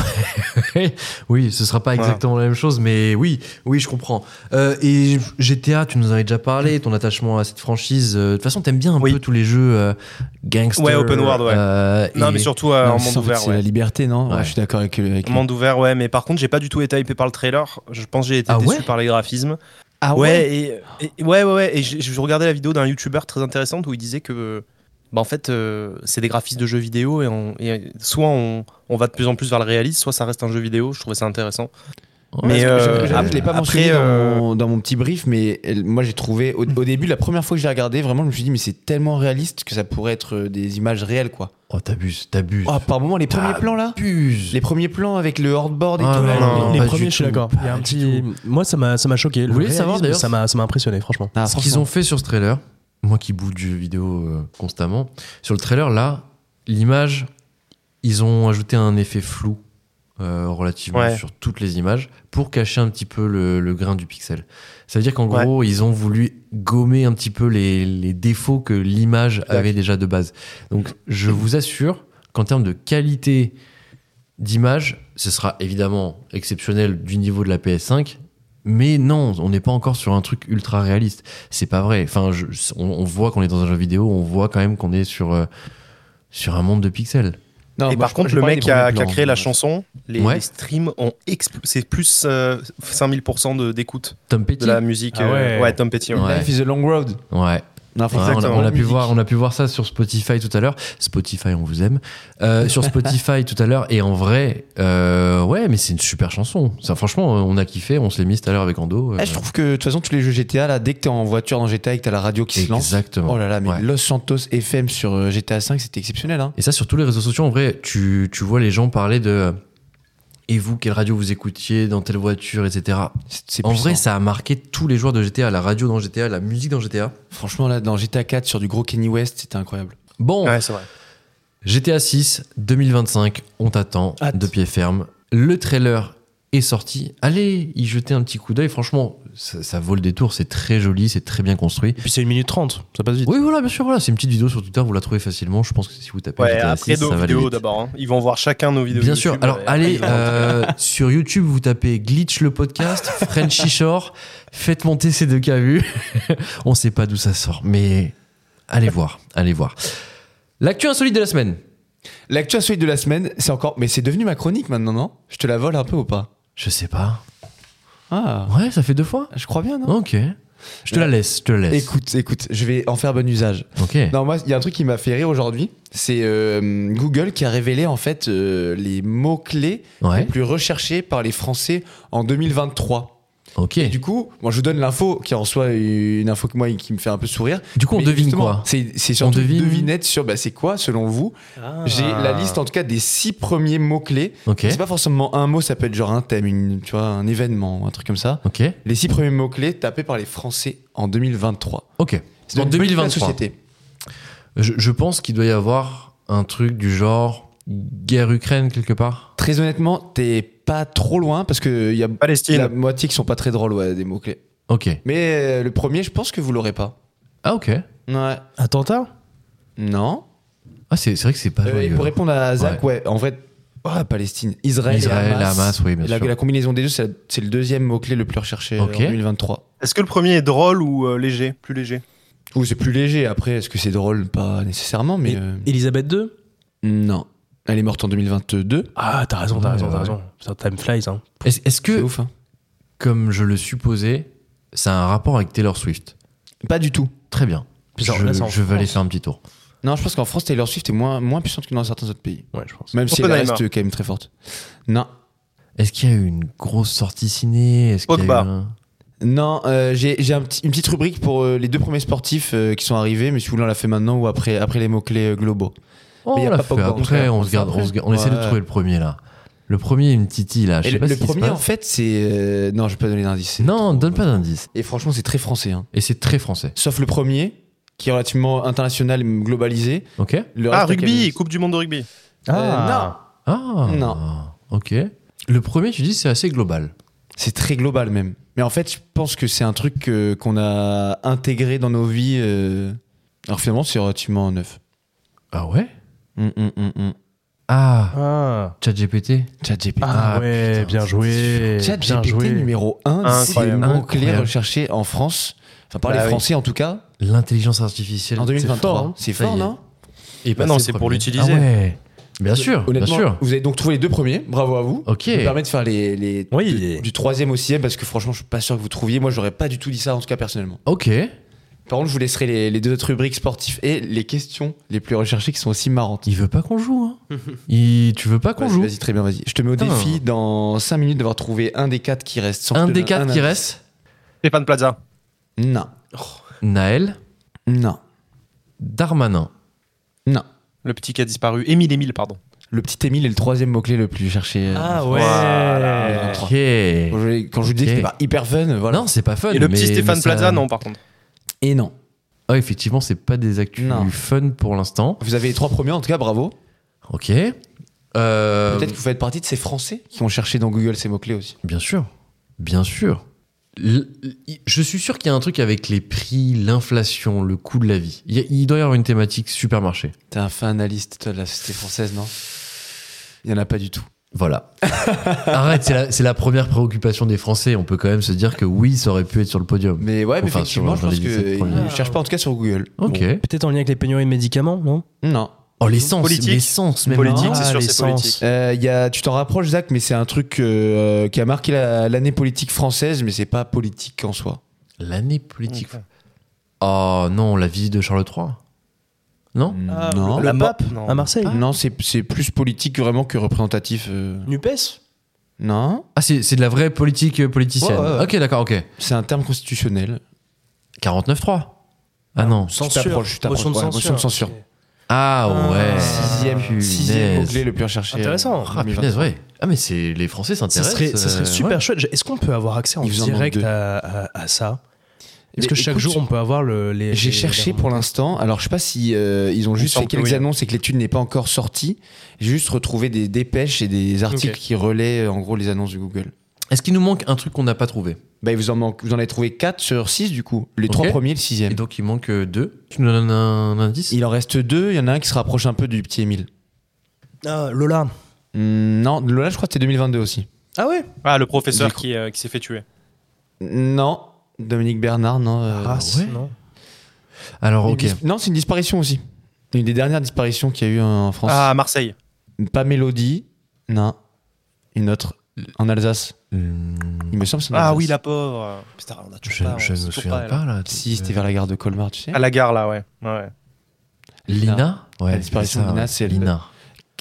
A: Oui, ce sera pas
D: Voilà.
A: exactement la même chose, mais oui, oui, je comprends. Euh, et GTA, tu nous en avais déjà parlé, ton attachement à cette franchise. euh, De toute façon, t'aimes bien un
D: Oui.
A: peu tous les jeux euh, gangster.
D: Ouais, open world, ouais.
A: euh,
D: non,
A: et-
D: mais surtout euh,
C: Non,
D: en
C: c'est
D: monde
C: ça, en fait,
D: ouvert,
C: c'est
D: ouais.
C: la liberté, non Ouais,
A: Ouais.
C: Je suis d'accord avec, avec lui.
D: Monde ouvert, ouais, mais par contre, j'ai pas du tout été hypé par le trailer. Je pense que j'ai été
A: Ah
D: déçu
A: ouais
D: par les graphismes.
C: Ah
D: et, et- ouais, ouais, ouais. Et je, je regardais la vidéo d'un youtubeur très intéressante où il disait que, bah, en fait, euh, c'est des graphismes de jeux vidéo et, on- et soit on, on va de plus en plus vers le réalisme, soit ça reste un jeu vidéo. Je trouvais ça intéressant.
A: Ouais,
D: mais,
A: parce que
D: euh,
A: je-
C: J'avoue, je l'ai pas
D: après,
C: mentionné
D: euh, Mm.
C: dans, mon, dans mon petit brief, mais elle- moi j'ai trouvé au, au début, la première fois que j'ai regardé, vraiment, je me suis dit, mais c'est tellement réaliste que ça pourrait être euh, des images réelles, quoi.
A: Oh, t'abuses, t'abuses.
D: Ah,
C: Oh, par moment, les premiers plans là
A: t'abuses.
C: Les premiers plans avec le hardboard et
A: Ah,
C: tout. là,
A: non,
C: les-
A: non,
C: les-
B: les
A: pas
B: premiers,
A: du
B: je suis
A: tout,
B: d'accord. Il y a un
A: pas du
B: petit. Moi ça m'a ça m'a choqué.
A: Vous
B: Le
A: voulez savoir,
B: réalisme,
A: d'ailleurs,
B: ça m'a ça m'a impressionné franchement.
C: Ah,
A: ce qu'ils
C: franchement.
A: ont fait sur ce trailer, moi qui boude du jeu vidéo euh, constamment, sur le trailer là, l'image, ils ont ajouté un effet flou euh, relativement
D: Ouais.
A: sur toutes les images pour cacher un petit peu le, le grain du pixel. Ça veut dire qu'en
D: Ouais.
A: gros, ils ont voulu gommer un petit peu les, les défauts que l'image avait déjà de base. Donc
D: Mm.
A: je vous assure qu'en termes de qualité d'image, ce sera évidemment exceptionnel du niveau de la PS5, mais non, on n'est pas encore sur un truc ultra réaliste. C'est pas vrai. Enfin, je- on, on voit qu'on est dans un jeu vidéo, on voit quand même qu'on est sur, euh, sur un monde de pixels.
C: Non,
D: et
C: Ah, moi,
D: par
C: je-
D: contre,
C: je
D: le
C: parlais
D: mec
C: des
D: qui a,
C: premiers
D: qui a
C: plans.
D: créé la chanson, les,
A: Ouais.
D: les streams ont explosé. C'est plus euh, 5000% de- d'écoute
A: Tom
D: de
A: Petty.
D: la musique.
B: Ah
D: euh,
B: ouais.
D: ouais, Tom Petty. ouais.
A: Ouais.
C: Life is a long road.
A: Ouais.
C: Non,
A: Ouais, on, a,
D: Exactement.
A: on a pu
C: Musique.
A: voir, on a pu voir ça sur Spotify tout à l'heure. Spotify, on vous aime. Euh, sur
C: [laughs]
A: Spotify tout à l'heure. Et en vrai, euh, ouais, mais c'est une super chanson. Ça, franchement, on a kiffé. On se l'est mis tout à l'heure avec Ando. euh,
C: Eh, je trouve que de toute façon, tous les jeux GTA, là, dès que t'es en voiture dans GTA et que t'as la radio qui se lance.
A: Exactement.
C: Oh là là, mais
A: Ouais.
C: Los Santos FM sur euh, GTA 5, c'était exceptionnel. Hein.
A: Et ça, sur tous les réseaux sociaux, en vrai, tu, tu vois les gens parler de. euh, et vous, quelle radio vous écoutiez, dans telle voiture, etc.
C: C'est
A: En
C: puissant.
A: vrai, ça a marqué tous les joueurs de GTA, la radio dans GTA, la musique dans GTA.
C: Franchement, là, dans GTA 4 sur du gros Kenny West, c'était incroyable.
A: Bon,
D: Ouais, c'est vrai.
A: GTA 6 2025, on t'attend
C: Hâte.
A: de pied ferme. Le trailer est sorti. Allez y jeter un petit coup d'œil. Franchement, ça, ça vaut le détour. C'est très joli, c'est très bien construit.
B: Et puis c'est une minute 30, ça passe vite.
A: Oui, voilà, bien sûr. Voilà, c'est une petite vidéo sur Twitter. Vous la trouvez facilement. Je pense que si vous tapez
D: Ouais,
A: GTA
D: après
A: 6,
D: nos
A: ça va aller
D: vidéos
A: vite.
D: d'abord. hein. Ils vont voir chacun nos vidéos.
A: Bien sûr.
D: YouTube,
A: Alors,
D: et après,
A: allez
D: ils vont-
A: euh, [laughs] sur YouTube, vous tapez Glitch le podcast,
D: [laughs]
A: Frenchy Shore. Faites monter ces deux cas vus. [laughs] On sait pas d'où ça sort, mais allez voir, allez voir. L'actu insolite de la semaine.
C: L'actu insolite de la semaine, c'est encore. Mais c'est devenu ma chronique maintenant, non Je te la vole un peu ou pas
A: Je sais pas.
C: Ah,
A: Ouais, ça fait deux fois.
C: je crois bien, non
A: Ok. Je te la laisse, je te la laisse.
C: Écoute, écoute, je vais en faire bon usage.
A: Ok.
C: Non, moi, il y a un truc qui m'a fait rire aujourd'hui. C'est euh, Google qui a révélé en fait euh, les mots-clés les
A: Ouais.
C: plus recherchés par les Français en 2023.
A: Ok.
C: Et du coup, moi, je vous donne l'info qui est en soit une info que moi qui me fait un peu sourire.
A: Du coup, on
C: Mais
A: devine
C: justement,
A: quoi
C: C'est c'est surtout
A: devine-
C: une devinette sur bah, c'est quoi selon vous. J'ai la liste en tout cas des six premiers mots clés.
A: Ok.
C: C'est pas forcément un mot, ça peut être genre un thème, une, tu vois, un événement, un truc comme ça.
A: Ok.
C: Les six premiers mots clés tapés par les Français en 2023.
A: Ok.
C: C'est
A: En
C: donc une petite
A: 2023.
C: société.
A: Je, je pense qu'il doit y avoir un truc du genre guerre Ukraine quelque part.
C: Très honnêtement, t'es pas trop loin parce que il y a la
D: Palestine.
C: moitié qui sont pas très drôles ouais, des mots clés.
A: Ok.
C: Mais euh, le premier, je pense que vous l'aurez pas.
A: Ah ok.
C: Ouais.
B: Attentat
C: Non.
A: Ah c'est c'est vrai que c'est pas
C: Euh, et
A: joyeux. hein.
C: pour répondre à Zach, ouais, en vrai, ah, Palestine, Israël, et
A: Israël,
C: Hamas.
A: Hamas, oui, bien
C: la,
A: sûr.
C: la combinaison des deux, c'est c'est le deuxième mot-clé le plus recherché euh,
A: Ok.
C: en 2023.
D: Est-ce que le premier est drôle ou euh, léger Plus léger.
C: Ou c'est plus léger, après, est-ce que c'est drôle Pas nécessairement, mais.
B: Et-
C: euh,
B: Elisabeth II
C: Non. Elle est morte en 2022.
B: Ah, t'as raison, t'as
A: Ouais,
B: raison,
A: ouais.
B: t'as raison. Putain, time flies, hein.
A: Est-ce est-ce
C: C'est
A: que,
C: ouf, hein.
A: comme je le supposais, ça a un rapport avec Taylor Swift
C: Pas du tout.
A: Très bien.
B: Genre,
A: je
B: là, c'est en
A: je vais aller
B: France.
A: faire un petit tour.
C: Non, je pense qu'en France, Taylor Swift est moins, moins puissante que dans certains autres pays.
B: Ouais, je pense.
C: Même si elle
D: Oppenheimer.
C: reste quand même très forte. Non.
A: Est-ce qu'il y a eu une grosse sortie ciné Est-ce qu'il y a eu
D: Pogba.
A: un-
C: Non, euh, j'ai j'ai un petit- une petite rubrique pour euh, les deux premiers sportifs euh, qui sont arrivés, mais si vous voulez, on la fait maintenant ou après, après les mots-clés euh, globaux.
A: Oh,
C: Mais y a
A: on l'a
C: pas
A: fait
C: Pogba, on
A: après,
C: fait-
A: on,
C: on
A: se
C: fait
A: garde,
C: après.
A: on, se garde- on essaie de
C: Ouais.
A: trouver le premier là. Le premier, une titi là. Je
C: Et
A: sais
C: le
A: pas
C: le
A: ce qui se
C: premier, en
A: passe.
C: fait, c'est. euh, non, je vais pas donner d'indice. c'est
A: Non,
C: trop-
A: donne pas d'indice.
C: Et franchement, c'est très français. hein.
A: Et c'est très français.
C: Sauf le premier, qui est relativement international, et globalisé.
A: Ok
C: Le
D: Ah,
C: reste,
D: rugby,
C: Académie.
D: Coupe du Monde de rugby.
C: Euh, non,
A: Ah
C: Non.
A: Ok. Le premier, tu dis, c'est assez global.
C: c'est très global même. Mais en fait, je pense que c'est un truc euh, qu'on a intégré dans nos vies. euh, Alors finalement, c'est relativement neuf.
A: Ah ouais
C: Hum, hum, hum, hum.
A: Ah
B: Ah,
A: ChatGPT
C: ChatGPT.
A: Ah,
B: ouais,
A: putain,
B: bien
A: c'est
B: joué. bien
C: ChatGPT
B: joué.
C: numéro 1, c'est le
D: Incroyable.
C: mot clé
A: Incroyable.
C: recherché en France. Enfin, par
D: Bah
C: les
D: oui.
C: Français en tout cas,
A: L'intelligence artificielle.
C: en 2023. C'est
A: C'est fort,
C: fort,
A: hein. Ça y est.
C: non
A: Et
D: Bah non, c'est pour l'utiliser.
A: Ah ouais. Bien sûr, bien
C: Honnêtement,
A: sûr.
C: vous avez donc trouvé les deux premiers. Bravo à vous.
A: Ok.
C: Ça me permet de faire les, les-
B: Oui.
C: de- du troisième au sixième parce que franchement, je suis pas sûr que vous trouviez. Moi, j'aurais pas du tout dit ça en tout cas personnellement.
A: Ok.
C: Par contre, je vous laisserai les, les deux autres rubriques sportifs et les questions les plus recherchées qui sont aussi marrantes.
A: Il veut pas qu'on joue.
C: [laughs]
A: Hein. Il... Tu veux pas qu'on
C: Vas-y,
A: joue
C: vas-y, très bien, vas-y. Je te mets au
A: Putain.
C: défi dans 5 minutes d'avoir trouvé un des quatre qui reste. sans que
A: Un
C: je te
A: des
C: donne
A: quatre qui
C: indice.
A: reste
D: Stéphane Plaza.
C: Non,
A: Naël
C: non,
A: Darmanin.
C: non.
D: Le petit qui a disparu. Émile, Émile, pardon.
C: Le petit Émile est le troisième mot-clé le plus cherché. euh,
B: Ah
C: en
B: ouais.
C: France.
A: Ok.
C: Quand je, quand je vous dis que
A: Ok.
C: c'était pas hyper fun, voilà.
A: Non, c'est pas fun.
D: Et le
A: mais-
D: petit Stéphane
A: mais ça-
D: Plaza, non, par contre.
C: Et non.
A: Ah, effectivement, c'est pas des actus
C: Non.
A: fun pour l'instant.
C: Vous avez les trois premiers, en tout cas, bravo.
A: Ok. Euh,
C: Peut-être que vous faites partie de ces Français qui ont cherché dans Google ces mots-clés aussi.
A: Bien sûr. Bien sûr. L- l- Je suis sûr qu'il y a un truc avec les prix, l'inflation, le coût de la vie. Il, y a- il doit y avoir une thématique supermarché.
C: T'es un fin analyste, toi, de la société française, non Il y en a pas du tout. [laughs]
A: Voilà. Arrête, c'est la, c'est la première préoccupation des Français. On peut quand même se dire que oui, ça aurait pu être sur le podium.
C: Mais ouais, mais
A: Enfin,
C: effectivement, je
A: sur- dans
C: pense
A: les 17
C: qu'ils
A: premiers.
C: ne cherchent pas, en tout cas, sur Google.
A: Ok.
B: Peut-être en lien avec les pénuries de médicaments, non
C: Non.
A: Oh, l'essence,
D: Politique.
A: l'essence même.
D: Politique,
A: Ah,
D: c'est sûr,
B: les
D: c'est
B: sens.
D: politique.
C: Euh, il y a, tu t'en rapproches, Zach, mais c'est un truc euh, qui a marqué la- l'année politique française, mais c'est pas politique en soi.
A: L'année politique. Oh non, la vie de Charles III. Non
C: Oh, non.
D: La
B: Le
D: mo-
B: pape
D: non.
B: à Marseille.
C: Non, c'est c'est plus politique vraiment que représentatif. euh.
B: Nupes
C: Non,
A: Ah, c'est c'est de la vraie politique euh, politicienne.
C: Ouais, ouais, ouais.
A: Ok, d'accord, ok.
C: c'est un terme constitutionnel.
A: 49-3. Ah non.
C: Censure. t'approches, tu t'approches,
B: Motion de
C: ouais,
B: censure.
C: motion de censure.
A: Ah ouais.
B: Ah.
C: Sixième,
A: Punaise.
C: Ah, sixième mot-clé le plus recherché. euh,
B: Intéressant.
A: Ah punaise, ouais. Ah, mais c'est les Français
B: Ça
A: s'intéressent.
B: serait, ça serait
A: euh,
B: super
A: ouais.
B: chouette. Est-ce qu'on peut avoir accès en
C: Il vous en manque
B: direct
C: deux.
B: à, à- à ça Est-ce
C: Mais
B: que chaque
C: écoute,
B: jour on peut avoir le, les.
C: J'ai
B: les-
C: cherché pour l'instant. Alors, je sais pas si euh, ils ont juste
D: semble
C: fait
D: que
C: quelques
D: oui.
C: annonces et que l'étude n'est pas encore sortie. J'ai juste retrouvé des dépêches et des articles
B: Ok.
C: qui relaient euh, en gros les annonces de Google.
A: Est-ce qu'il nous manque un truc qu'on n'a pas trouvé
C: Bah, il vous en manque, vous en avez trouvé 4 sur 6 du coup. Les
A: Ok.
C: trois premiers, le
A: Et
C: sixième.
A: donc, il manque euh, deux. Tu nous donnes un indice
C: Il en reste deux. Il y en a un qui se rapproche un peu du petit Émile.
B: Ah, Lola.
C: Hmm, non, Lola, je crois que c'était 2022 aussi.
B: Ah ouais
D: Ah, le professeur
C: J'ai cru-
D: qui, euh, qui s'est fait tuer.
C: Non, Dominique Bernard, non. euh,
B: Ah,
A: ouais.
B: non.
A: Alors,
C: une
A: ok.
C: dis- Non, c'est une disparition aussi. Une des dernières disparitions qu'il y a eu en France.
D: Ah, à Marseille.
C: Pas Mélodie, non. Une autre, en Alsace.
A: Hmm.
C: Il me semble que c'est en
D: Ah
C: Alsace.
D: oui, la pauvre. Putain, on a toujours
A: Je
D: pas.
A: je
D: on
A: ne
D: sait
A: me
D: toujours
A: souviens
D: elle.
A: pas, là. Euh,
C: Si, c'était vers la gare de Colmar, tu sais.
A: Ah.
D: À la gare, là, ouais. ouais.
A: Lina Ouais,
C: La disparition
A: c'est
C: de Lina,
A: ouais.
C: c'est le-
A: Lina.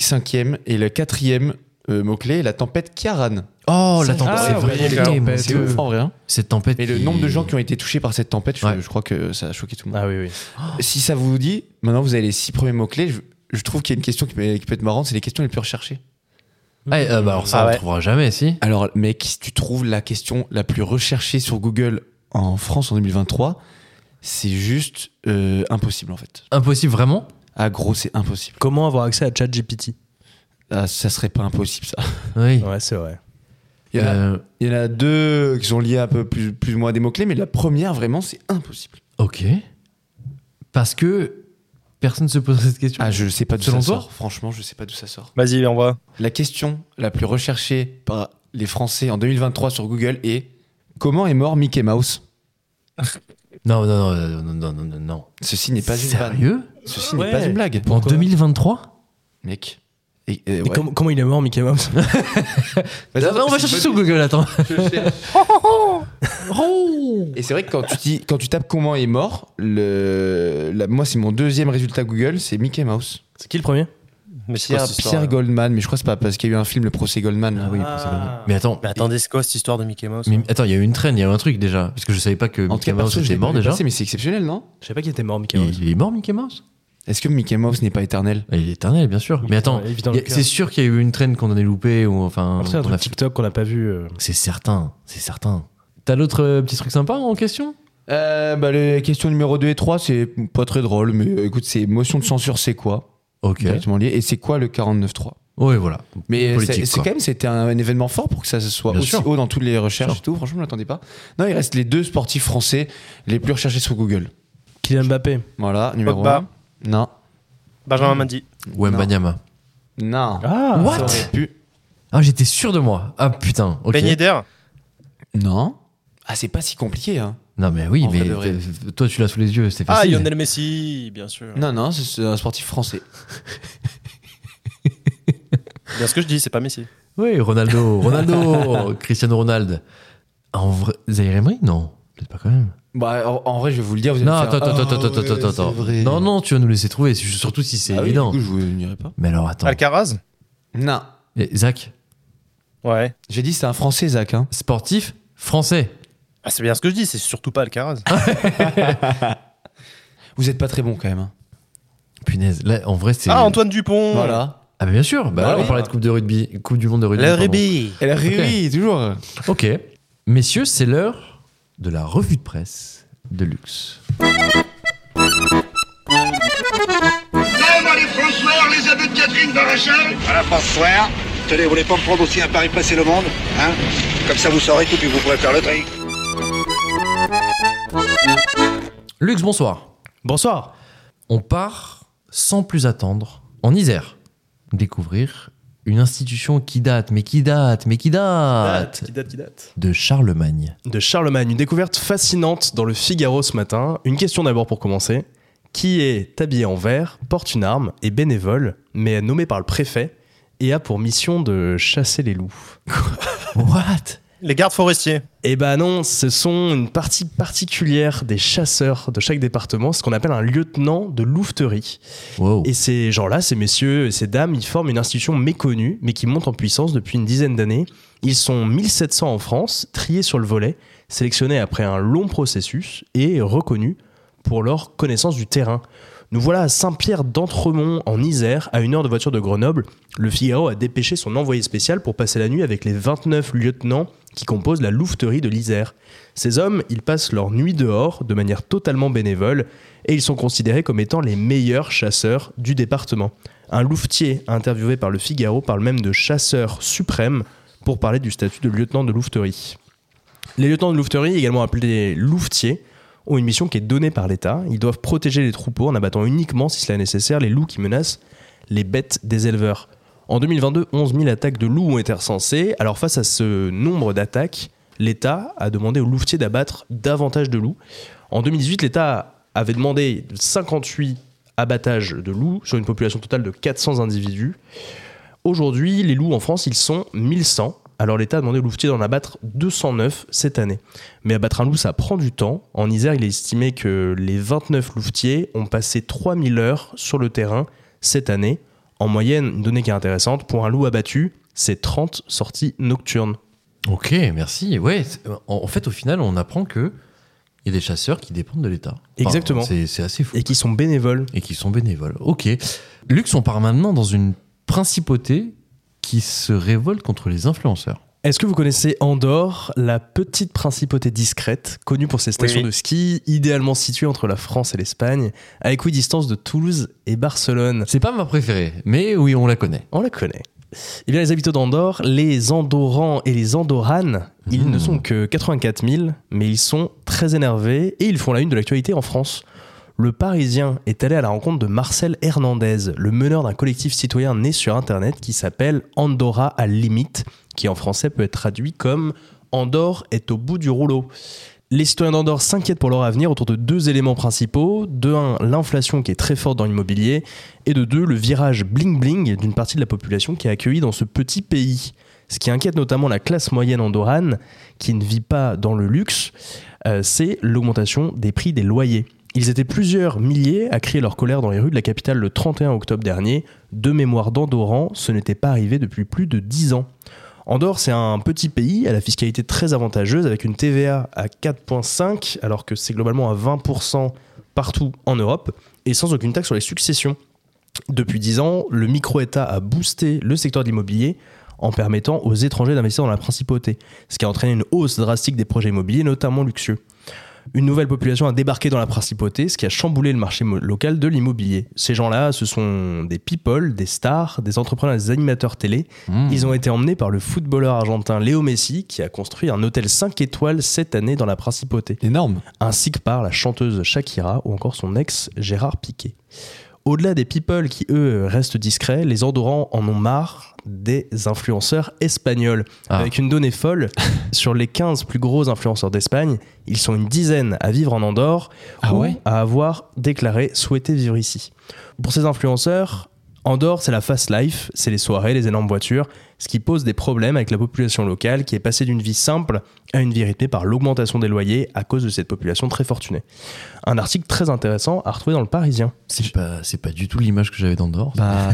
C: Cinquième. Et le quatrième euh, mot-clé, la tempête Kiaran.
A: Oh, la
B: Ah,
A: tempête, c'est
D: ouais,
A: vrai.
D: les
A: les tempêtes.
C: C'est ouf en vrai. hein.
A: Cette tempête.
C: Mais le
A: qui-
C: nombre de gens qui ont été touchés par cette tempête, je,
A: Ouais. Oh.
C: je crois que ça a choqué tout le monde.
B: Ah oui, oui.
C: Si ça vous dit, maintenant vous avez les six premiers mots-clés. Je, je trouve qu'il y a une question qui peut, qui peut être marrante, c'est les questions les plus recherchées.
A: Ah, euh, bah alors ça,
D: Ah
A: on
D: ouais.
A: le trouvera jamais, si.
C: Alors, mec, si tu trouves la question la plus recherchée sur Google en France en 2023, c'est juste euh, impossible en fait.
A: Impossible, vraiment
C: Ah, gros, c'est impossible.
B: Comment avoir accès à ChatGPT
C: Ah, ça serait pas impossible ça.
A: Oui.
B: Ouais, c'est vrai.
C: Il y en a,
A: Euh,
C: il y en a deux qui sont liés un peu plus, plus ou moins à des mots-clés, mais la première, vraiment, c'est impossible.
A: ok. Parce que personne ne se pose cette question.
C: Ah, je sais pas d'où
A: Selon
C: ça
A: toi
C: sort. Franchement, je sais pas d'où ça sort.
D: Vas-y, envoie.
C: La question la plus recherchée par les Français en 2023 sur Google est Comment est mort Mickey Mouse
A: Non, non, non, non, non, non, non, non.
C: Ceci n'est pas une vanne.
A: Sérieux
C: Ceci
B: Ouais.
C: n'est pas une blague.
A: En 2023
C: Mec. Et, euh,
B: Et
C: ouais.
B: comment, comment il est mort, Mickey Mouse
C: Vas-y,
A: Ah, bah, On va
C: c'est
A: chercher
C: une
A: sur Google, attends.
C: bonne- Et c'est vrai que quand tu, dis, quand tu tapes comment est mort, le, la- moi c'est mon deuxième résultat Google, c'est Mickey Mouse.
B: C'est qui le premier
D: Mais c'est
C: Pierre,
D: quoi cette histoire,
C: Pierre
D: là
C: Goldman, mais je crois que c'est pas parce qu'il y a eu un film, le procès Goldman. là.
D: Ah.
A: Mais attends.
D: Mais attendez, c'est quoi cette histoire de Mickey Mouse
A: mais attends, il y a eu une traîne, il y a eu un truc déjà. Parce que je savais pas que
C: En tout
A: Mickey
C: cas,
A: Mouse
C: perso, je
A: était
C: l'ai
A: mort
C: pas vu hein.
A: déjà.
C: passer, mais c'est exceptionnel, non
B: Je savais pas qu'il était mort, Mickey
A: Il,
B: Mouse.
A: il est mort, Mickey Mouse
C: Est-ce que Mickey Mouse n'est pas éternel
A: Il est éternel, bien sûr. Mais attends,
B: Il vit dans
A: il y
B: le
A: a- c'est sûr qu'il y a eu une traîne qu'on en est loupée ou enfin.
B: Après, un
A: qu'on
B: truc
A: a-
B: TikTok qu'on n'a pas vu. euh.
A: C'est certain, c'est certain. T'as l'autre euh, petit truc sympa en question
C: euh, bah, Les questions numéro 2 et 3, c'est pas très drôle, mais euh, écoute, c'est motion de censure, c'est quoi
A: Ok.
C: Directement lié. Et c'est quoi le 49.3
A: Oui, voilà.
C: Mais euh,
A: Politique,
C: c'est c'est
A: quoi.
C: quand même, c'était un, un événement fort pour que ça se soit
A: Bien
C: aussi
A: sûr.
C: haut dans toutes les recherches
A: Bien
C: et tout. Franchement, je ne l'attendais pas. Non, il reste les deux sportifs français les plus recherchés sur Google.
B: Kylian Mbappé.
C: Voilà, numéro
D: Pogba.
C: 1. Non.
D: Benjamin Mendy.
A: Wembanyama.
C: Non.
B: Ah
A: What
C: Ça aurait pu.
A: Ah, j'étais sûr de moi. Ah putain, ok.
D: Ben Yedder.
C: Non. Ah, c'est pas si compliqué. Hein.
A: Non, mais oui,
C: En vrai
A: mais
C: de vrai.
A: t- toi, tu l'as sous les yeux, c'est
D: Ah,
A: facile.
D: Lionel Messi, bien sûr.
C: Non, non, c'est- c'est un sportif français.
D: Bien ce que je dis, [laughs] c'est pas Messi.
A: Oui,
C: [laughs]
A: Ronaldo, Ronaldo, Cristiano Ronaldo. En vrai, Zaire Emery Non, peut-être pas quand même.
C: Bah, en, en vrai, je vais vous le dire. Vous allez
A: Non,
C: me
A: attends,
C: faire,
A: attends,
C: ah,
A: attends, attends,
C: ouais,
A: attends,
C: c'est
A: attends.
C: vrai.
A: Non, non, tu vas nous laisser trouver, c'est- surtout si c'est
C: Ah oui,
A: évident.
C: du coup, je vous n'irai pas.
A: mais alors attends.
D: Alcaraz
C: Non.
A: Eh, Zach,
D: Ouais.
C: J'ai dit, c'est un français, Zach. Hein.
A: sportif français.
D: Ah, c'est bien ce que je dis, c'est surtout pas Alcaraz.
A: Ah,
C: Vous n'êtes pas très bon quand même. hein.
A: Punaise, là, en vrai, c'est.
D: Ah, Antoine Dupont
C: Voilà.
A: Ah, mais bien sûr, bah,
C: Bah
A: là, on
C: oui.
A: parlait de Coupe de rugby, Coupe du monde de rugby.
D: Le
A: pardon.
D: rugby
C: Elle rit, toujours.
A: Ok. Messieurs, c'est l'heure de la revue de presse de luxe.
G: Même à les François, les abus de Catherine Barachal
H: Voilà, François. Tenez, vous voulez pas me prendre aussi un pari passer le monde Hein Comme ça, vous saurez tout, puis vous pourrez faire le tri.
A: Luxe, bonsoir.
B: Bonsoir.
A: On part sans plus attendre en Isère découvrir une institution qui date, mais qui date, mais Ah, qui date
B: Qui date, qui date
A: de
B: [laughs]
A: Charlemagne.
B: de Charlemagne. Une découverte fascinante dans le Figaro ce matin. Une question d'abord pour commencer. Qui est habillé en vert, porte une arme, est bénévole, mais est nommé par le préfet et a pour mission de chasser les loups
A: What
D: Les gardes forestiers.
B: Eh ben non, ce sont une partie particulière des chasseurs de chaque département, ce qu'on appelle un lieutenant de louveterie.
A: Wow.
B: Et ces gens-là, ces messieurs et ces dames, ils forment une institution méconnue, mais qui monte en puissance depuis une dizaine d'années. Ils sont 1700 en France, triés sur le volet, sélectionnés après un long processus et reconnus pour leur connaissance du terrain. Nous voilà à Saint-Pierre d'Entremont, en Isère, à une heure de voiture de Grenoble. Le Figaro a dépêché son envoyé spécial pour passer la nuit avec les 29 lieutenants qui composent la louveterie de l'Isère. Ces hommes, ils passent leur nuit dehors de manière totalement bénévole et ils sont considérés comme étant les meilleurs chasseurs du département. Un louvetier interviewé par le Figaro parle même de chasseur suprême pour parler du statut de lieutenant de louveterie. Les lieutenants de louveterie, également appelés louvetiers, ont une mission qui est donnée par l'État. Ils doivent protéger les troupeaux en abattant uniquement, si cela est nécessaire, les loups qui menacent les bêtes des éleveurs. En 2022, 11 000 attaques de loups ont été recensées. Alors face à ce nombre d'attaques, l'État a demandé aux louvetiers d'abattre davantage de loups. En 2018, l'État avait demandé 58 abattages de loups sur une population totale de 400 individus. Aujourd'hui, les loups en France, ils sont 1100. Alors l'État a demandé aux louvetiers d'en abattre 209 cette année. Mais abattre un loup, ça prend du temps. En Isère, il est estimé que les 29 louvetiers ont passé 3000 heures sur le terrain cette année. En moyenne, une donnée qui est intéressante, pour un loup abattu, c'est 30 sorties nocturnes.
A: Ok, merci. Ouais, c'est- en, en fait, au final, on apprend que il y a des chasseurs qui dépendent de l'État.
B: Exactement.
A: C'est c'est assez fou.
B: Et qui sont bénévoles.
A: et qui sont bénévoles. Ok. Lux, on part maintenant dans une principauté qui se révolte contre les influenceurs.
B: Est-ce que vous connaissez Andorre, la petite principauté discrète, connue pour ses stations
D: Oui.
B: de ski, idéalement située entre la France et l'Espagne, à équidistance de Toulouse et Barcelone
A: C'est pas ma préférée, mais oui, on la connaît.
B: On la connaît. Eh bien, les habitants d'Andorre, les Andorrans et les Andoranes, ils
A: Mmh.
B: ne sont que 84 000, mais ils sont très énervés et ils font la une de l'actualité en France. Le Parisien est allé à la rencontre de Marcel Hernandez, le meneur d'un collectif citoyen né sur Internet qui s'appelle Andorra à limite, qui en français peut être traduit comme Andorre est au bout du rouleau. Les citoyens d'Andorre s'inquiètent pour leur avenir autour de deux éléments principaux. De un, l'inflation qui est très forte dans l'immobilier. Et de deux, le virage bling-bling d'une partie de la population qui est accueillie dans ce petit pays. Ce qui inquiète notamment la classe moyenne andorrane, qui ne vit pas dans le luxe, euh, c'est l'augmentation des prix des loyers. Ils étaient plusieurs milliers à crier leur colère dans les rues de la capitale le 31 octobre dernier. De mémoire d'Andoran, ce n'était pas arrivé depuis plus de 10 ans. Andorre, c'est un petit pays à la fiscalité très avantageuse avec une TVA à 4,5 alors que c'est globalement à 20% partout en Europe et sans aucune taxe sur les successions. Depuis 10 ans, le micro-État a boosté le secteur de l'immobilier en permettant aux étrangers d'investir dans la principauté, ce qui a entraîné une hausse drastique des projets immobiliers, notamment luxueux. Une nouvelle population a débarqué dans la principauté, ce qui a chamboulé le marché mo- local de l'immobilier. Ces gens-là, ce sont des people, des stars, des entrepreneurs, des animateurs télé,
A: Mmh.
B: ils ont été emmenés par le footballeur argentin Léo Messi, qui a construit un hôtel 5 étoiles cette année dans la principauté,
C: Énorme.
B: ainsi que par la chanteuse Shakira ou encore son ex Gérard Piquet. Au-delà des people qui, eux, restent discrets, les Andorrans en ont marre des influenceurs espagnols.
A: Ah.
B: Avec une
A: [laughs]
B: donnée folle, sur les 15 plus gros influenceurs d'Espagne, ils sont une dizaine à vivre en Andorre
A: Ah
B: ou
A: ouais
B: à avoir déclaré souhaiter vivre ici. Pour ces influenceurs, Andorre, c'est la fast life, c'est les soirées, les énormes voitures, ce qui pose des problèmes avec la population locale qui est passée d'une vie simple à une vie rythmée par l'augmentation des loyers à cause de cette population très fortunée. Un article très intéressant à retrouver dans le Parisien.
A: C'est pas, c'est pas du tout l'image que j'avais d'Andorre.
C: [laughs] Bah,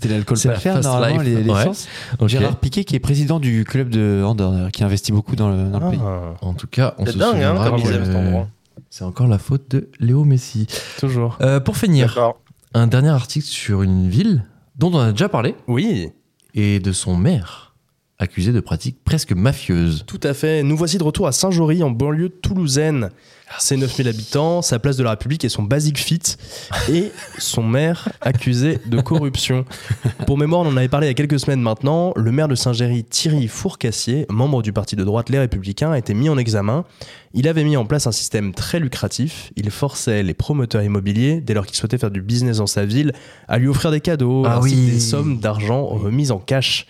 C: t'es l'alcool
A: C'est
C: pas
A: la
C: le faire,
A: fast
C: normalement,
A: life.
C: les, les
A: Ouais.
C: sens.
A: Ok.
C: Gérard Piquet, qui est président du club de Andorre, d'ailleurs, qui investit beaucoup dans le, dans le pays.
B: Ah,
A: En tout cas, on
D: C'est
A: se
D: dingue, hein,
A: souviendra
D: comme
A: que-
D: ils aiment cet endroit.
A: C'est encore la faute de Léo Messi.
B: toujours.
A: Euh, pour finir,
D: D'accord.
A: un dernier article sur une ville dont on a déjà parlé
B: Oui,
A: et de son maire accusé de pratiques presque mafieuses.
B: Tout à fait. Nous voici de retour à Saint-Jory, en banlieue toulousaine. Ses 9000 habitants, sa place de la République et son basic fit, et son maire accusé de corruption. Pour mémoire, on en avait parlé il y a quelques semaines maintenant, le maire de Saint-Géry, Thierry Fourcassier, membre du parti de droite Les Républicains, a été mis en examen. Il avait mis en place un système très lucratif. Il forçait les promoteurs immobiliers, dès lors qu'ils souhaitaient faire du business dans sa ville, à lui offrir des cadeaux,
A: Ah
B: ainsi que
A: oui.
B: des sommes d'argent remises en cash.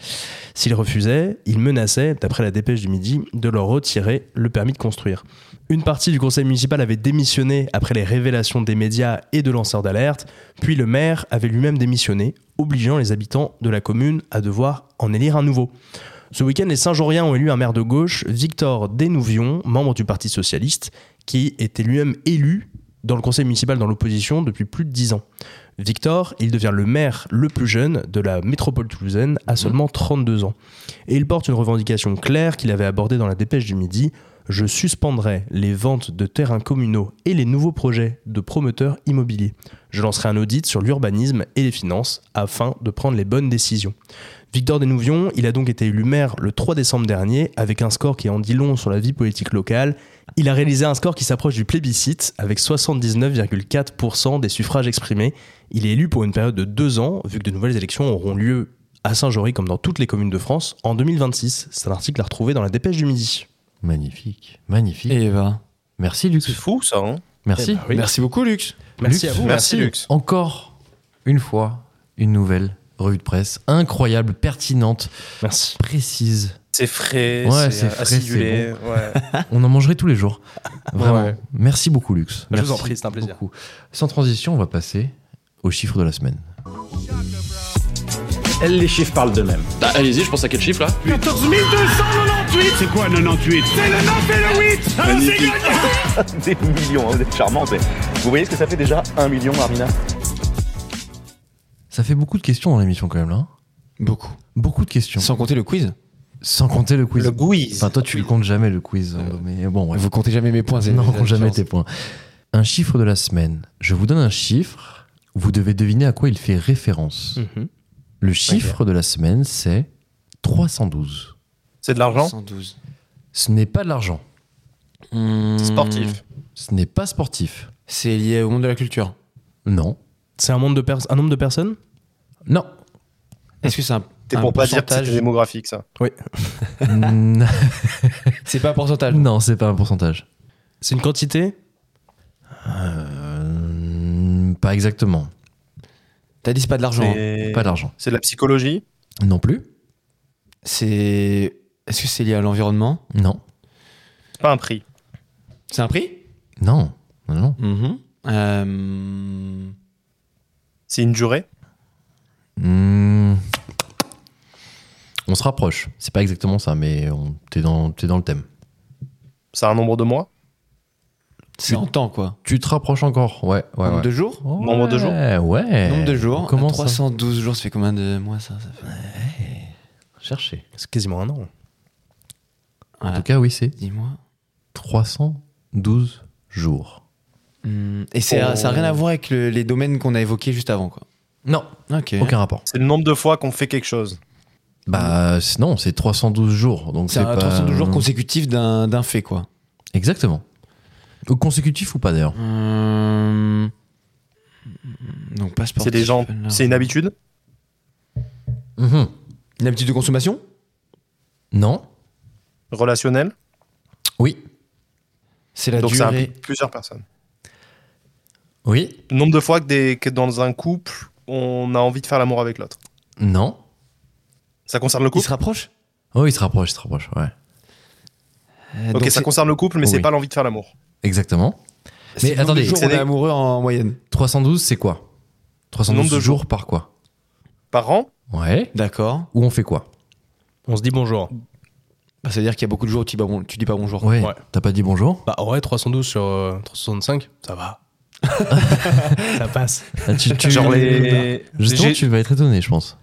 B: S'ils refusaient, ils menaçaient, d'après la dépêche du midi, de leur retirer le permis de construire. Une partie du conseil municipal avait démissionné après les révélations des médias et de lanceurs d'alerte, puis le maire avait lui-même démissionné, obligeant les habitants de la commune à devoir en élire un nouveau. Ce week-end, les Saint-Jauriens ont élu un maire de gauche, Victor Desnouvions, membre du Parti Socialiste, qui était lui-même élu dans le conseil municipal dans l'opposition depuis plus de 10 ans. Victor, il devient le maire le plus jeune de la métropole toulousaine à seulement 32 ans. Et il porte une revendication claire qu'il avait abordée dans la dépêche du midi, je suspendrai les ventes de terrains communaux et les nouveaux projets de promoteurs immobiliers. Je lancerai un audit sur l'urbanisme et les finances afin de prendre les bonnes décisions. Victor Desnouvions, il a donc été élu maire le 3 décembre dernier avec un score qui en dit long sur la vie politique locale. Il a réalisé un score qui s'approche du plébiscite avec 79,4% des suffrages exprimés. Il est élu pour une période de deux ans, vu que de nouvelles élections auront lieu à Saint-Jory comme dans toutes les communes de France en 2026. C'est un article à retrouver dans la dépêche du midi.
A: Magnifique, magnifique.
C: Et ben, Eva.
A: Merci
D: C'est
A: Lux.
D: fou ça, hein
A: Merci.
B: Ah Oui.
C: Merci beaucoup, Lux.
B: Eh ben, Merci
A: Lux,
B: à vous.
D: Merci Lux.
A: Encore une fois, une nouvelle revue de presse incroyable, pertinente,
B: Merci.
A: précise.
D: C'est frais,
A: Ouais, c'est
D: c'est
A: frais,
D: acidulé. ouais.
A: On en mangerait tous les jours. Vraiment.
B: Ouais.
A: Merci beaucoup, Lux.
B: Je vous en
A: Merci
B: prie, c'est un plaisir.
A: beaucoup. Sans transition, on va passer aux chiffres de la semaine.
I: Les chiffres parlent d'eux-mêmes.
J: Bah, allez-y, je pense à quel chiffre là
E: 14 298 C'est quoi 98 C'est le 9 et le 8 Alors c'est gagné
I: [laughs] Des millions, hein, vous êtes charmants, mais vous voyez ce que ça fait déjà un million, Armina
A: Ça fait beaucoup de questions dans l'émission quand même là. hein.
C: Beaucoup.
A: Beaucoup de questions.
C: Sans compter le quiz.
A: Sans compter le quiz.
D: Le quiz.
A: Enfin, toi, tu le comptes jamais le quiz. Ando, Mais bon, ouais.
C: Vous comptez jamais mes points. c'est-
A: Non, on compte jamais
C: chance.
A: tes points. Un chiffre de la semaine. Je vous donne un chiffre. Vous devez deviner à quoi il fait référence.
B: Mhm.
A: Le chiffre de la semaine, c'est 312.
D: C'est de l'argent
A: Mmh.
C: 112.
A: Ce n'est pas de l'argent.
D: C'est sportif.
A: Ce n'est pas sportif.
C: C'est lié au monde de la culture.
A: Non.
B: C'est un, monde de pers- un nombre de personnes
A: [laughs] Non.
C: Est-ce que c'est un,
D: T'es
C: un
D: pour pas dire que
C: pourcentage
D: c'était démographique ça.
A: Mm,
C: C'est pas un pourcentage.
A: non, c'est pas un pourcentage.
B: C'est une quantité
A: Euh, pas exactement.
C: T'as dit c'est pas de l'argent. hein.
D: C'est
A: Pas d'argent.
D: c'est de la psychologie.
A: Non plus.
C: C'est. Est-ce que c'est lié à l'environnement
A: Non.
D: C'est pas un prix.
C: C'est un prix
A: Non. Non. non.
D: Mhm.
C: Euh,
D: C'est une durée.
A: Mm. On se rapproche. C'est pas exactement ça, mais on... t'es dans... t'es dans le thème.
D: C'est un nombre de mois.
C: C'est en temps, quoi.
A: Tu te rapproches encore, ouais. ouais,
C: nombre
A: ouais.
C: de jours
A: Ouais,
D: Nombre de jours
A: Ouais.
C: Nombre de jours.
A: Eh, Comment
C: 312 jours, ça fait combien de mois ça, ça fait
A: ça Chercher.
B: C'est quasiment un an.
A: En
C: Voilà.
A: tout cas, oui, c'est
C: 10 mois.
A: 312 jours.
C: Hmm, Et c'est- ça n'a rien à
D: Oh.
C: voir avec le- les domaines qu'on a évoqués juste avant, quoi.
A: Non,
C: Ok.
A: aucun rapport.
D: C'est le nombre de fois qu'on fait quelque chose.
A: Bah c'est- non, c'est 312 jours. Donc
C: C'est un
A: pas-
C: 312 jours consécutifs d'un d'un fait, quoi.
A: Exactement. Ou Consécutif ou pas d'ailleurs.
C: Hmm. Donc pas sportif.
D: C'est des gens.
C: alors.
D: C'est une habitude.
A: Mhm.
C: Une habitude de consommation
A: Non.
D: Relationnelle.
A: Oui.
C: C'est la
D: Donc ça
C: durée.
D: implique plusieurs personnes.
A: Oui.
D: Le nombre de fois que, des, que dans un couple, on a envie de faire l'amour avec l'autre.
A: Non.
D: Ça concerne le
C: Il
D: couple.
C: se rapproche
A: Oh, il se rapproche, il se rapproche. Ouais.
C: Euh,
D: Ok,
C: donc
D: ça
C: c'est-
D: concerne le couple, mais c'est
A: Oui.
D: pas l'envie de faire l'amour.
A: Exactement.
C: c'est
A: Mais
C: le nombre
A: attendez,
C: de jours où
D: c'est
C: on est
D: des-
C: amoureux en moyenne.
A: 312, c'est quoi 312
D: Nombre de
A: jours par quoi
D: Par an,
A: Ouais.
C: D'accord.
A: Ou on fait quoi
B: On se dit bonjour.
C: Bah, ça veut dire qu'il y a beaucoup de jours où tu dis pas, bon- tu dis pas bonjour.
A: Ouais.
B: Ouais.
A: T'as pas dit bonjour
B: Bah ouais, 312 sur euh, 365, ça va. [laughs] ça passe.
A: Ah,
D: [laughs]
A: tu- tu-
D: genre les,
A: Justement,
D: j'ai-
A: tu vas être étonné, je pense.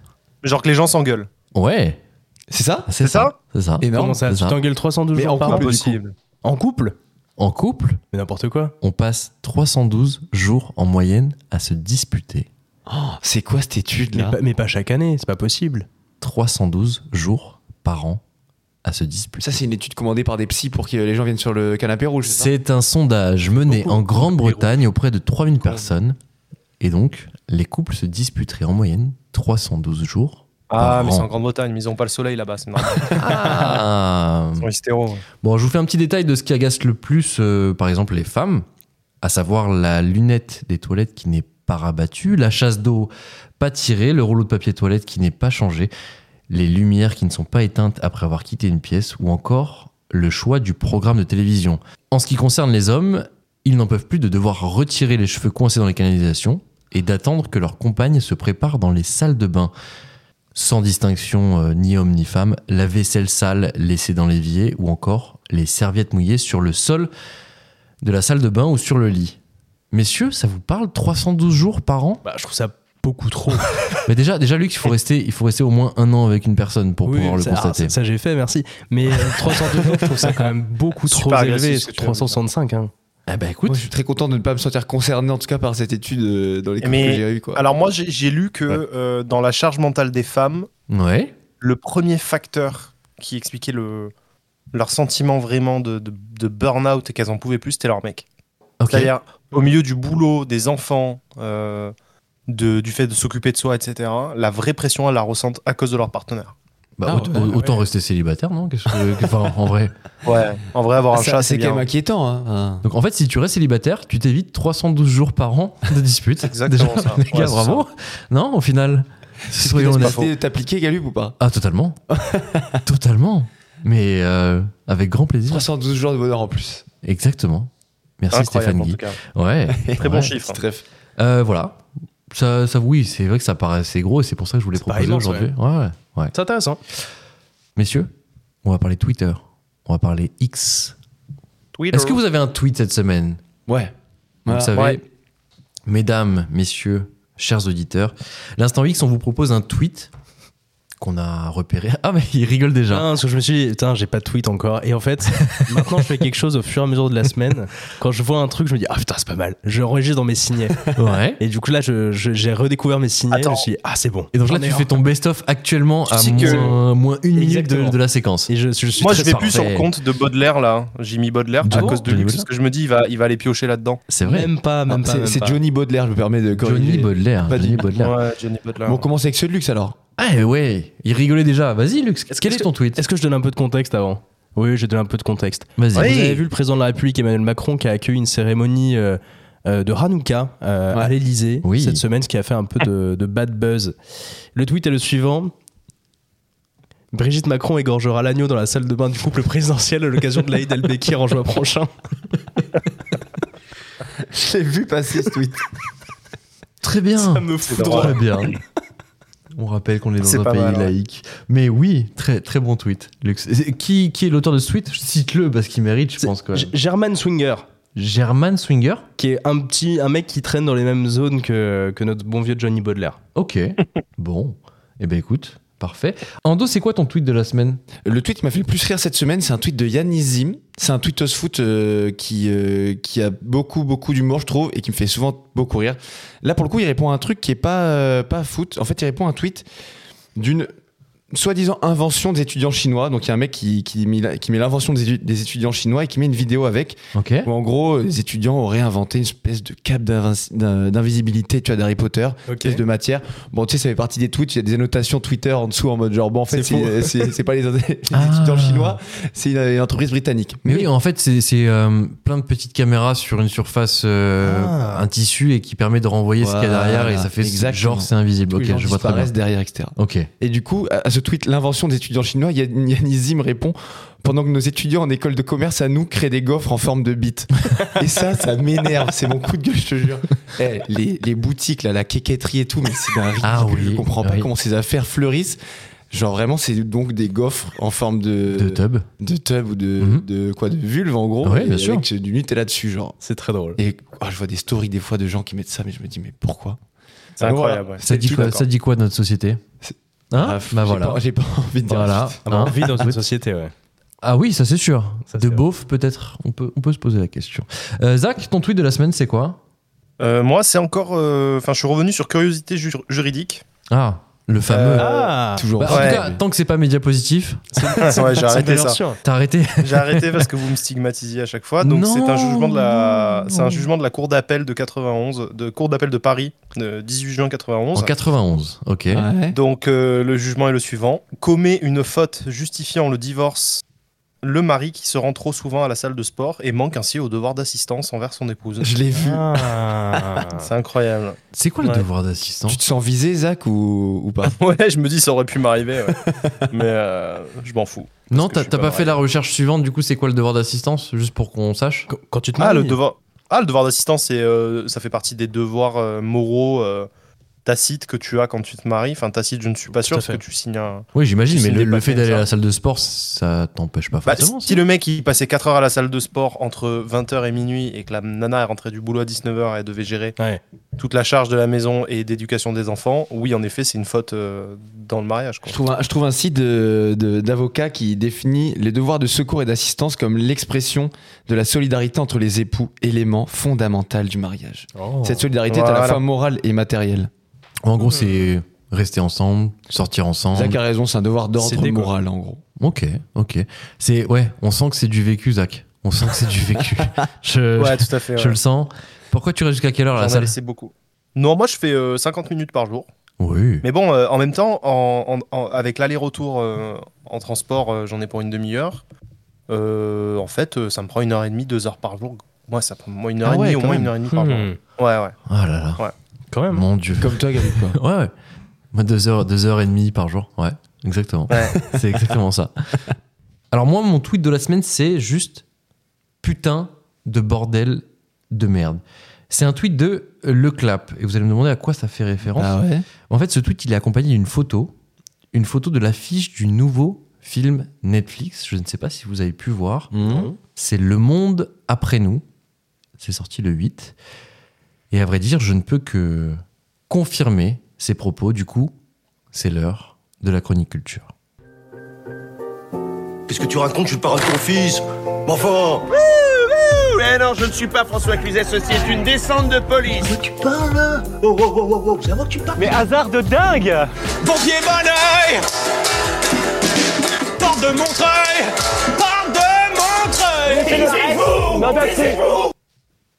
D: genre que les gens s'engueulent.
A: Ouais,
C: C'est ça
A: c'est
D: ça
A: C'est ça.
C: Énorme.
B: Comment ça
A: c'est
B: Tu
A: ça.
B: t'engueules 312
C: Mais
B: jours
C: en
B: par an
C: couple, du
D: Impossible.
B: En couple
A: En couple,
B: Mais n'importe quoi.
A: on passe 312 jours en moyenne à se disputer.
C: Oh, c'est quoi cette étude
B: Mais
C: là
B: pas, mais pas chaque année, c'est pas possible.
A: 312 jours par an à se disputer.
C: Ça, c'est une étude commandée par des psys pour que les gens viennent sur le canapé rouge. c'est ça
A: C'est un sondage mené
B: Beaucoup.
A: en Grande-Bretagne auprès de 3000 personnes. Et donc, les couples se disputeraient en moyenne 312 jours.
D: Ah,
A: par
D: mais
A: an.
D: c'est en Grande-Bretagne, mais ils ont pas le soleil là-bas, c'est normal.
A: Ah.
D: Ils sont hystéros.
A: Bon, je vous fais un petit détail de ce qui agace le plus, euh, par exemple, les femmes, à savoir la lunette des toilettes qui n'est pas rabattue, la chasse d'eau pas tirée, le rouleau de papier toilette qui n'est pas changé, les lumières qui ne sont pas éteintes après avoir quitté une pièce, ou encore le choix du programme de télévision. En ce qui concerne les hommes, ils n'en peuvent plus de devoir retirer les cheveux coincés dans les canalisations et d'attendre que leur compagne se prépare dans les salles de bain. Sans distinction euh, ni homme ni femme, la vaisselle sale laissée dans l'évier ou encore les serviettes mouillées sur le sol de la salle de bain ou sur le lit. Messieurs, ça vous parle 312 jours par an
B: Bah, je trouve ça beaucoup trop.
A: Mais déjà, déjà Luc, il faut rester, il faut rester au moins un an avec une personne [laughs] pour
B: Oui,
A: pouvoir le
B: ça, ah,
A: constater.
B: ça, ça, j'ai fait, merci. Mais euh, 339, je trouve ça quand même beaucoup trop
D: Super agressif,
B: élevé.
D: ce que tu viens de dire.
B: 365, hein.
A: Ah bah
C: Moi,
A: écoute,
C: je suis très content de ne pas me sentir concerné en tout cas par cette étude euh, dans les cas que
D: Mais-
C: j'ai eu quoi.
D: Alors moi, j'ai j'ai lu que
C: Ouais.
D: euh, dans la charge mentale des femmes,
A: ouais,
D: le premier facteur qui expliquait le, leur sentiment vraiment de, de- de burn-out et qu'elles en pouvaient plus, c'était leur mec.
A: ok.
D: C'est-à-dire, au milieu du boulot, des enfants, euh, de- du fait de s'occuper de soi, etc., la vraie pression, elles la ressentent à cause de leur partenaire.
A: Bah,
B: Ah,
A: aut-
B: ouais, ouais,
A: autant
B: ouais.
A: rester célibataire, non Qu'est-ce que- que- enfin, En vrai.
D: Ouais. En vrai, avoir un
C: Ça,
D: chat,
C: Ah, c'est
D: c'est
C: quand
D: bien.
C: même inquiétant. hein. Hein.
A: Donc en fait, si tu restes célibataire, tu t'évites 312 jours par an de disputes.
D: Exactement ça.
A: [laughs] Les gars,
D: Ouais, c'est
A: bravo. Non, au final,
C: Tu
A: soyons
C: laisses
A: honnêtes.
C: passer de t'appliquer Galup ou pas
A: Ah
D: [laughs]
A: totalement, totalement. Mais euh, avec grand plaisir.
C: 312 jours de bonheur en plus.
A: Exactement. Merci
D: Incroyable,
A: Stéphane
D: en
A: Guy.
D: tout cas.
A: Ouais.
D: [laughs] Très
A: ouais.
D: bon chiffre.
C: Très f-
A: Euh, voilà. Ça, ça, oui, c'est vrai que ça paraît assez gros et c'est pour ça que je voulais
B: C'est pas
A: proposer
B: immense,
A: aujourd'hui. Ouais. ouais, ouais.
B: C'est intéressant.
A: Messieurs, on va parler Twitter. On va parler X.
D: Twitter.
A: Est-ce que vous avez un tweet cette semaine
C: Ouais.
A: Vous le
C: Voilà.
A: savez,
D: Ah, Ouais.
A: mesdames, messieurs, chers auditeurs, l'instant X, on vous propose un tweet qu'on a repéré. Ah, mais il rigole déjà.
D: [laughs]
B: Ah, parce que je me suis dit, putain, j'ai pas de tweet encore. Et en [laughs] fait, maintenant, je fais quelque chose au fur et à mesure de la semaine. Quand je vois un truc, je me dis, ah putain, c'est pas mal. Je enregistre dans mes signets.
A: Ouais.
B: Et du coup, là, je- je- j'ai redécouvert mes signets.
D: Attends.
B: Je me suis dit, ah, c'est bon.
A: Et donc là,
D: J'en ai
A: tu
D: un.
A: fais ton best-of actuellement à
D: sais que-
A: moins, euh, moins une minute de,
B: Exactement.
A: de la séquence.
B: Et je, je suis
D: Moi,
A: très
D: je vais plus sur
A: parfait.
D: le compte de Baudelaire, là. J'ai mis Baudelaire
A: Ah
D: à
A: bon
D: cause de
A: Johnny
D: lui, parce
A: Baudelaire
D: que je me dis, il va, il va aller piocher là-dedans.
A: C'est vrai.
B: Même pas, même
C: Ah,
B: pas.
C: c'est-
B: même
C: C'est
B: pas.
C: Johnny Baudelaire, je me permets de corriger.
A: Johnny Baudelaire.
C: Pas dit.
A: Johnny Baudelaire.
D: Ouais, Johnny Baudelaire.
C: Bon, on commence avec ceux de luxe alors.
A: Ah ouais, il rigolait déjà. Vas-y, Lux.
B: Est-ce
A: Quel est
B: que-
A: ton tweet
B: Est-ce que je donne un peu de contexte avant Oui, je donne un peu de contexte.
A: Vas-y.
B: Vous avez vu le président de la République Emmanuel Macron qui a accueilli une cérémonie euh, euh, de Hanouka euh,
C: Ouais.
B: à l'Elysée
A: Oui.
B: cette semaine, ce qui a fait un peu de, de bad buzz. Le tweet est le suivant. Brigitte Macron égorgera l'agneau dans la salle de bain du couple présidentiel à l'occasion de l'Aïd el-Bekir en juin prochain.
C: Je l'ai vu passer ce tweet.
A: Très bien.
D: Ça me fout droit.
A: Très bien. On rappelle qu'on est dans
D: C'est
A: un
D: pas
A: pays
D: mal, ouais.
A: laïque. Mais oui, très très bon tweet, Lux. Et Qui, qui est l'auteur de ce tweet Cite-le parce qu'il mérite, je pense. Quand
B: G-
A: même.
B: German Swinger,
A: German Swinger
B: qui est un, petit, un mec qui traîne dans les mêmes zones que, que notre bon vieux Johnny Baudelaire.
A: Ok. bon. Eh ben écoute, parfait. Ando, c'est quoi ton tweet de la semaine
C: Le tweet qui m'a fait le plus rire cette semaine, c'est un tweet de Yannism. C'est un tweetos foot euh, qui, euh, qui a beaucoup, beaucoup d'humour, je trouve, et qui me fait souvent beaucoup rire. Là, pour le coup, il répond à un truc qui est pas, euh, pas foot. En fait, il répond à un tweet d'une soi-disant invention des étudiants chinois. Donc, il y a un mec qui, qui, mit la- qui met l'invention des, étu- des étudiants chinois et qui met une vidéo avec.
A: Ok.
C: Où, en gros, les étudiants auraient inventé une espèce de cape d'invin- d'in- d'invisibilité, tu vois, d'Harry Potter, une espèce de matière. Bon, tu sais, ça fait partie des tweets, il y a des annotations Twitter en dessous en mode genre, bon, en fait,
B: C'est faux.
C: c'est- euh, c'est c'est
B: [laughs]
C: pas les, les
A: Ah.
C: étudiants chinois, c'est une, une entreprise britannique.
A: Mais oui, en fait, c'est c'est, euh, plein de petites caméras sur une surface, euh,
B: Ah.
A: un tissu, et qui permet de renvoyer ce qu'il y a
C: Voilà,
A: derrière, et ça fait
C: exactement.
A: genre c'est invisible.
C: Tous
A: Ok,
C: les gens
A: je vois très bien.
C: disparaissent Euh, derrière, etc.
A: Ok.
C: Et du coup, à à ce tweet, l'invention des étudiants chinois, [laughs] Yann- Yannissim répond Pendant que nos étudiants en école de commerce à nous créent des gaufres en forme
A: [laughs]
C: de bite. et ça, ça m'énerve. C'est mon coup de gueule, je te jure. Eh, les, les boutiques, là, la quéquetterie et tout, mais c'est d'un ridicule.
A: Ah oui,
C: je comprends pas
A: oui.
C: comment ces affaires fleurissent. Genre vraiment, c'est donc des gaufres en forme de,
A: De tub.
C: de tub ou de,
A: Mhm.
C: de quoi de vulve en gros.
A: Ouais,
C: et
A: bien sûr.
C: Avec euh, du Nutella dessus, genre.
B: C'est très drôle.
C: Et oh, je vois des stories des fois de gens qui mettent ça, mais je me dis mais pourquoi
D: C'est
C: Donc, voilà.
D: incroyable. ouais.
A: Ça
C: C'est
A: dit,
C: tout
A: quoi,
C: d'accord.
A: ça dit quoi de notre société
C: C'est-
A: Hein
C: Ah,
A: Bah
C: j'ai
A: voilà.
C: pas- J'ai pas envie de dire.
A: Voilà.
B: On
A: hein.
B: vit dans une société, ouais.
A: Ah oui, ça c'est sûr.
B: Ça,
A: de
B: c'est
A: beauf, peut-être. On peut, on peut se poser la question. Euh, Zach, ton tweet de la semaine, c'est quoi
D: Euh, moi, c'est encore. euh, Enfin, je suis revenu sur curiosité ju- juridique. Euh,
A: Ah, le
C: Euh,
A: fameux.
B: Ah
C: Toujours.
A: Bah, en
D: ouais.
A: tout cas, tant que c'est pas média positif,
D: [laughs] ouais, j'ai arrêté ça.
A: t'as arrêté.
D: J'ai arrêté parce que vous me stigmatisiez à chaque fois. Donc,
A: Non,
D: c'est un jugement de la.
A: non,
D: C'est un
A: non.
D: jugement de la cour d'appel de 91, de cour d'appel de Paris, de 18 juin
A: En
D: 91.
A: 91, ok.
C: Ouais.
D: Donc euh, le jugement est le suivant. Commet une faute justifiant le divorce le mari qui se rend trop souvent à la salle de sport et manque ainsi au devoir d'assistance envers son épouse. Ah.
C: Je l'ai vu.
B: Ah.
D: C'est incroyable.
A: C'est quoi le
D: Ouais.
A: devoir d'assistant
C: [laughs] Tu te sens visé, Zach, ou, ou pas
B: Ah,
D: Ouais, je me dis ça aurait pu m'arriver, ouais. [laughs] mais euh, je m'en fous.
A: Non,
D: que
A: t'as
D: je suis
A: t'as
D: pas
A: pas
D: vrai.
A: fait la recherche suivante, du coup, c'est quoi le devoir d'assistance Juste pour qu'on sache.
B: Qu- Quand tu te
D: Ah
B: maries.
D: le devoir, ah le devoir d'assistance, c'est euh, ça fait partie des devoirs euh, moraux euh, tacite que tu as quand tu te maries. Enfin, tacite, je ne suis pas sûr
B: à
D: parce
B: fait.
D: que tu signes un.
A: Oui, j'imagine,
D: Ils
A: mais
D: sont
A: le, le
D: dépassés,
A: fait d'aller
D: ça.
A: à la salle de sport, ça t'empêche pas
D: Bah,
A: forcément.
D: si le mec il passait 4 heures à la salle de sport entre 20h et minuit et que la nana est rentrée du boulot à 19h et elle devait gérer
B: Ouais.
D: toute la charge de la maison et d'éducation des enfants, oui en effet c'est une faute euh, dans le mariage. Quoi.
C: Je trouve, un, je trouve un site de- de- d'avocats qui définit les devoirs de secours et d'assistance comme l'expression de la solidarité entre les époux, élément fondamental du mariage.
B: Oh.
C: Cette solidarité est à la
D: Voilà.
C: fois morale et matérielle.
A: En
D: Hmm.
A: gros, c'est rester ensemble, sortir ensemble.
C: Zach a raison, c'est un devoir
B: C'est
C: d'ordre
B: dégueu.
C: moral en gros.
A: Ok, ok. C'est ouais, on sent que c'est du vécu, Zach. On sent que c'est du
D: [laughs]
A: vécu. je,
D: Ouais, tout à
A: [laughs]
D: fait.
A: je,
D: ouais.
A: le sens. Pourquoi tu restes jusqu'à quelle heure à la
D: J'en ai
A: salle
D: laissé beaucoup. Non, moi je fais euh, 50 minutes par jour.
A: Oui.
D: Mais bon, euh, en même temps, en- en- en- avec l'aller-retour euh, en transport, euh, j'en ai pour une demi-heure. Euh, en fait, euh, ça me prend une heure et demie, deux heures par jour. Moi, ça prend moi une heure
C: Ah
D: et
C: ouais,
D: demie, au
C: quand
D: moins
C: même.
D: une heure et demie par jour.
B: Hmm.
D: Ouais, ouais.
A: Oh là là.
B: Quand même.
A: Mon dieu.
C: Comme toi, Gabi, quoi.
B: [laughs]
A: Ouais, ouais. Moi, deux heures, deux heures et demie par jour. Ouais, exactement.
D: Ouais.
A: [laughs] c'est exactement ça. Alors, moi, mon tweet de la semaine, c'est juste putain de bordel de merde. C'est un tweet de euh, Le Clap. Et vous allez me demander à quoi ça fait référence.
C: Ah ouais
A: En fait, ce tweet, il est accompagné d'une photo, une photo de l'affiche du nouveau film Netflix. Je ne sais pas si vous avez pu voir.
B: Mm. Hmm.
A: C'est Le Monde après nous. C'est sorti le 8. Et à vrai dire, je ne peux que confirmer ces propos. Du coup, c'est l'heure de la chronique culture.
I: Qu'est-ce que tu racontes Je suis le parrain de ton fils. Mais enfin
E: Eh non, je ne suis pas François Cluzet, ceci est une descente de police.
I: Mais tu parles là Oh, oh, oh, oh, oh, c'est à moi que tu parles
E: Mais hasard de dingue
I: Bourdier Bonneuil Porte de Montreuil Porte de Montreuil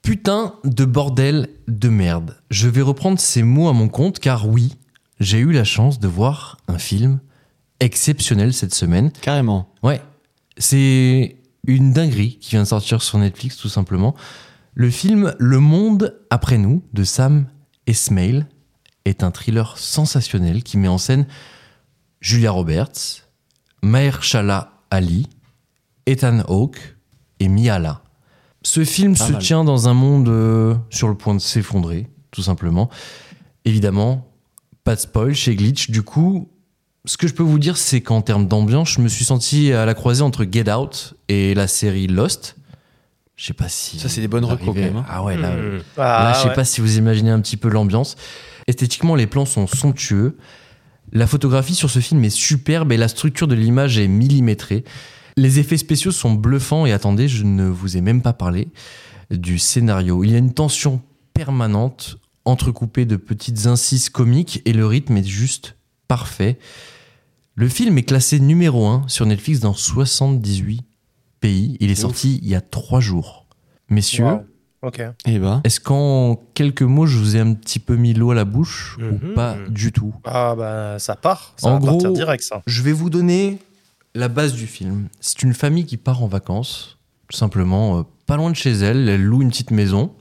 A: Putain de bordel de merde. Je vais reprendre ces mots à mon compte car oui, j'ai eu la chance de voir un film exceptionnel cette semaine.
C: Carrément.
A: Ouais, c'est une dinguerie qui vient de sortir sur Netflix tout simplement. Le film Le Monde après nous de Sam Esmail est un thriller sensationnel qui met en scène Julia Roberts, Mahershala Ali, Ethan Hawke et Miala. Ce film
C: Pas
A: se
C: mal.
A: tient dans un monde euh, sur le point de s'effondrer, tout simplement. Évidemment, pas de spoil chez Glitch. Du coup, ce que je peux vous dire, c'est qu'en termes d'ambiance, je me suis senti à la croisée entre Get Out et la série Lost. Je sais pas si.
C: Ça, c'est des bonnes
A: vous
C: recos,
A: arrivez-
C: quand même, hein.
A: Ah ouais, là,
D: Ah,
A: Là, je sais
D: ouais.
A: pas si vous imaginez un petit peu l'ambiance. Esthétiquement, les plans sont somptueux. La photographie sur ce film est superbe et la structure de l'image est millimétrée. Les effets spéciaux sont bluffants et attendez, je ne vous ai même pas parlé du scénario. Il y a une tension permanente, entrecoupée de petites incises comiques et le rythme est juste parfait. Le film est classé numéro 1 sur Netflix dans 78 pays. Il est sorti il y a 3 jours. Messieurs,
D: Wow. Ok.
C: Eh ben.
A: est-ce qu'en quelques mots, je vous ai un petit peu mis l'eau à la bouche
B: Mhm.
A: ou pas du tout
D: Ah bah ça part. Ça
A: En
D: va partir
A: gros-
D: direct ça.
A: Je vais vous donner la base du film. C'est une famille qui part en vacances, tout simplement, euh, pas loin de chez elle. Elle loue une petite maison.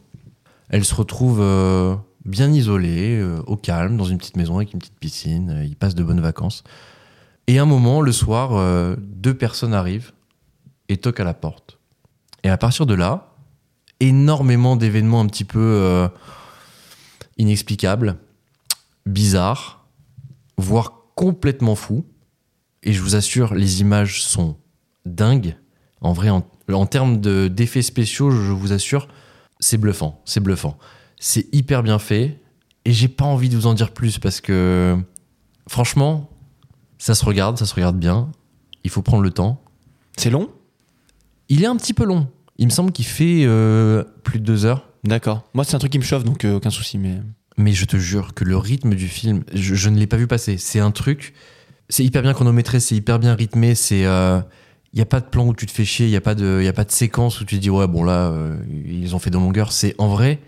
A: Elle se retrouve euh, bien isolée, euh, au calme, dans une petite maison avec une petite piscine. Euh, Ils passent de bonnes vacances. Et à un moment, le soir, euh, deux personnes arrivent et toquent à la porte. Et à partir de là, énormément d'événements un petit peu euh, inexplicables, bizarres, voire complètement fous. Et je vous assure, les images sont dingues. En vrai, en, en termes de- d'effets spéciaux, je vous assure, c'est bluffant. C'est bluffant. C'est hyper bien fait. Et j'ai pas envie de vous en dire plus parce que, franchement, ça se regarde, ça se regarde bien. Il faut prendre le temps.
C: C'est long
A: Il est un petit peu long. Il me semble qu'il fait euh, plus de deux heures.
C: D'accord. Moi, c'est un truc qui me chauffe, donc euh, aucun souci, mais.
A: Mais je te jure que le rythme du film, je, je ne l'ai pas vu passer. C'est un truc. C'est hyper bien chronométré, c'est hyper bien rythmé. C'est. Il n'y a pas de plan où tu te fais chier, il n'y a, pas de- y a pas de séquence où tu te dis, ouais, bon là, euh, ils ont fait de longueur. C'est en vrai.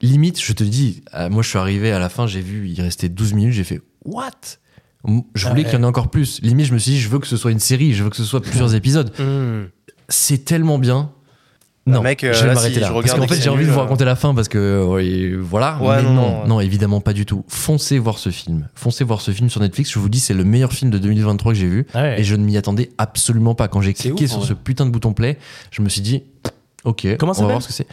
A: Limite, je te dis, euh, moi je suis arrivé à la fin, j'ai vu, il restait 12 minutes, j'ai fait, what Je
D: Ah
A: voulais qu'il y en ait encore plus. Limite, je me suis dit, je veux que ce soit une série, je veux que ce soit
D: [laughs]
A: plusieurs épisodes. C'est tellement bien.
D: Hmm. Bah,
A: Non,
D: mec, euh,
A: je vais
D: là,
A: m'arrêter
D: si
A: là.
D: je
A: Parce
D: regarde
A: qu'en fait,
D: et que
A: j'ai
D: c'est
A: envie de
D: nul,
A: vous
D: euh,
A: raconter la fin parce que euh, voilà.
D: Ouais,
A: mais non,
D: non, non,
A: non,
D: ouais.
A: évidemment pas du tout. Foncez voir ce film. Foncez voir ce film sur Netflix. Je vous dis, c'est le meilleur film de 2023 que j'ai vu.
B: Ouais.
A: Et je ne m'y attendais absolument pas. Quand j'ai
C: C'est
A: cliqué
C: ouf, en
A: sur
C: vrai.
A: ce putain de bouton play, je me suis dit, ok, on
B: Comment
A: va
B: s'appelle
A: voir ce que c'est.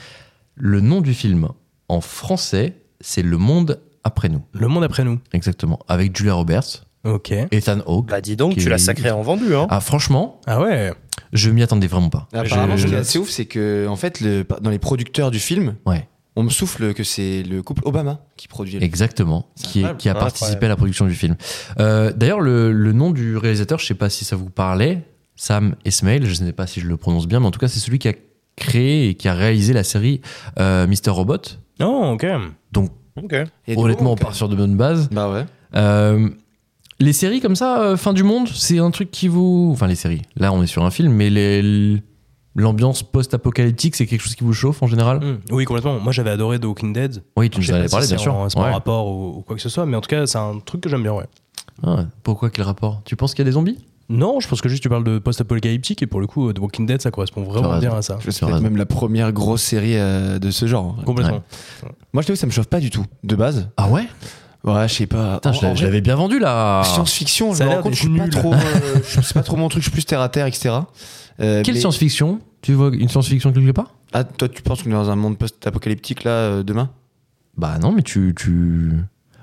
A: Le nom du film en français, c'est Le Monde après nous.
B: Le monde après nous.
A: Exactement. Avec Julia Roberts,
B: Ok.
A: Ethan Hawke.
D: Bah dis donc,
A: Qui-
D: tu l'as sacré en vendu, hein.
A: Ah, franchement,
B: Ah ouais.
A: je m'y attendais vraiment pas.
C: Apparemment,
B: Je-
C: ce qui est assez ouf, c'est que en fait, le- dans les producteurs du film,
A: Ouais.
C: on me souffle que c'est le couple Obama qui produit. le-
A: Exactement,
C: C'est
A: qui, est-
C: incroyable.
A: qui
B: Ah,
A: a participé à la production du film. Euh, D'ailleurs, le, le nom du réalisateur, je sais pas si ça vous parlait, Sam Esmail, je ne sais pas si je le prononce bien, mais en tout cas, c'est celui qui a créé et qui a réalisé la série euh, Mister Robot.
B: Oh, ok.
A: Donc,
D: Ok.
C: Il y a des
A: honnêtement,
C: moments,
A: on part sur de bonnes bases.
C: Bah ouais.
A: Euh, les séries comme ça, euh, fin du monde, c'est un truc qui vous. Enfin, les séries. Là, on est sur un film, mais les- l'ambiance post-apocalyptique, c'est quelque chose qui vous chauffe en général
B: Hmm. Oui, complètement. Moi, j'avais adoré The Walking Dead.
A: Oui, tu
B: Je sais
A: nous en
B: pas
A: avais
B: si
A: parlé,
B: c'est
A: bien sûr.
B: en- C'est pas un
A: Ouais.
B: rapport ou, ou quoi que ce soit, mais en tout cas, c'est un truc que j'aime bien, ouais.
A: Ah, pourquoi quel rapport Tu penses qu'il y a des zombies
B: Non, je pense que juste tu parles de post-apocalyptique et pour le coup, euh, The Walking Dead, ça correspond
A: T'as
B: vraiment
A: raison.
B: bien à ça.
A: Je
C: C'est peut-être même la première grosse série euh, de ce genre.
B: Complètement.
A: Ouais.
C: Moi, je t'avoue, ça me chauffe pas du tout, de base.
A: Ah ouais
C: Ouais, je sais pas.
A: Putain,
C: En-
A: je l'avais- Ah.
C: en
A: je
C: vrai,
A: l'avais bien vendu là.
C: Science-fiction, je
B: Ça a
C: me rends
B: l'air
C: compte, je suis
B: d'être
C: pas
B: nul.
C: trop. euh, je- c'est pas trop mon truc, je suis plus terre à terre, etc. Euh,
A: Quelle
C: mais-
A: science-fiction Tu vois une science-fiction quelque part
C: Ah, toi, tu penses qu'on est dans un monde post-apocalyptique là, euh, demain
A: Bah non, mais tu, tu.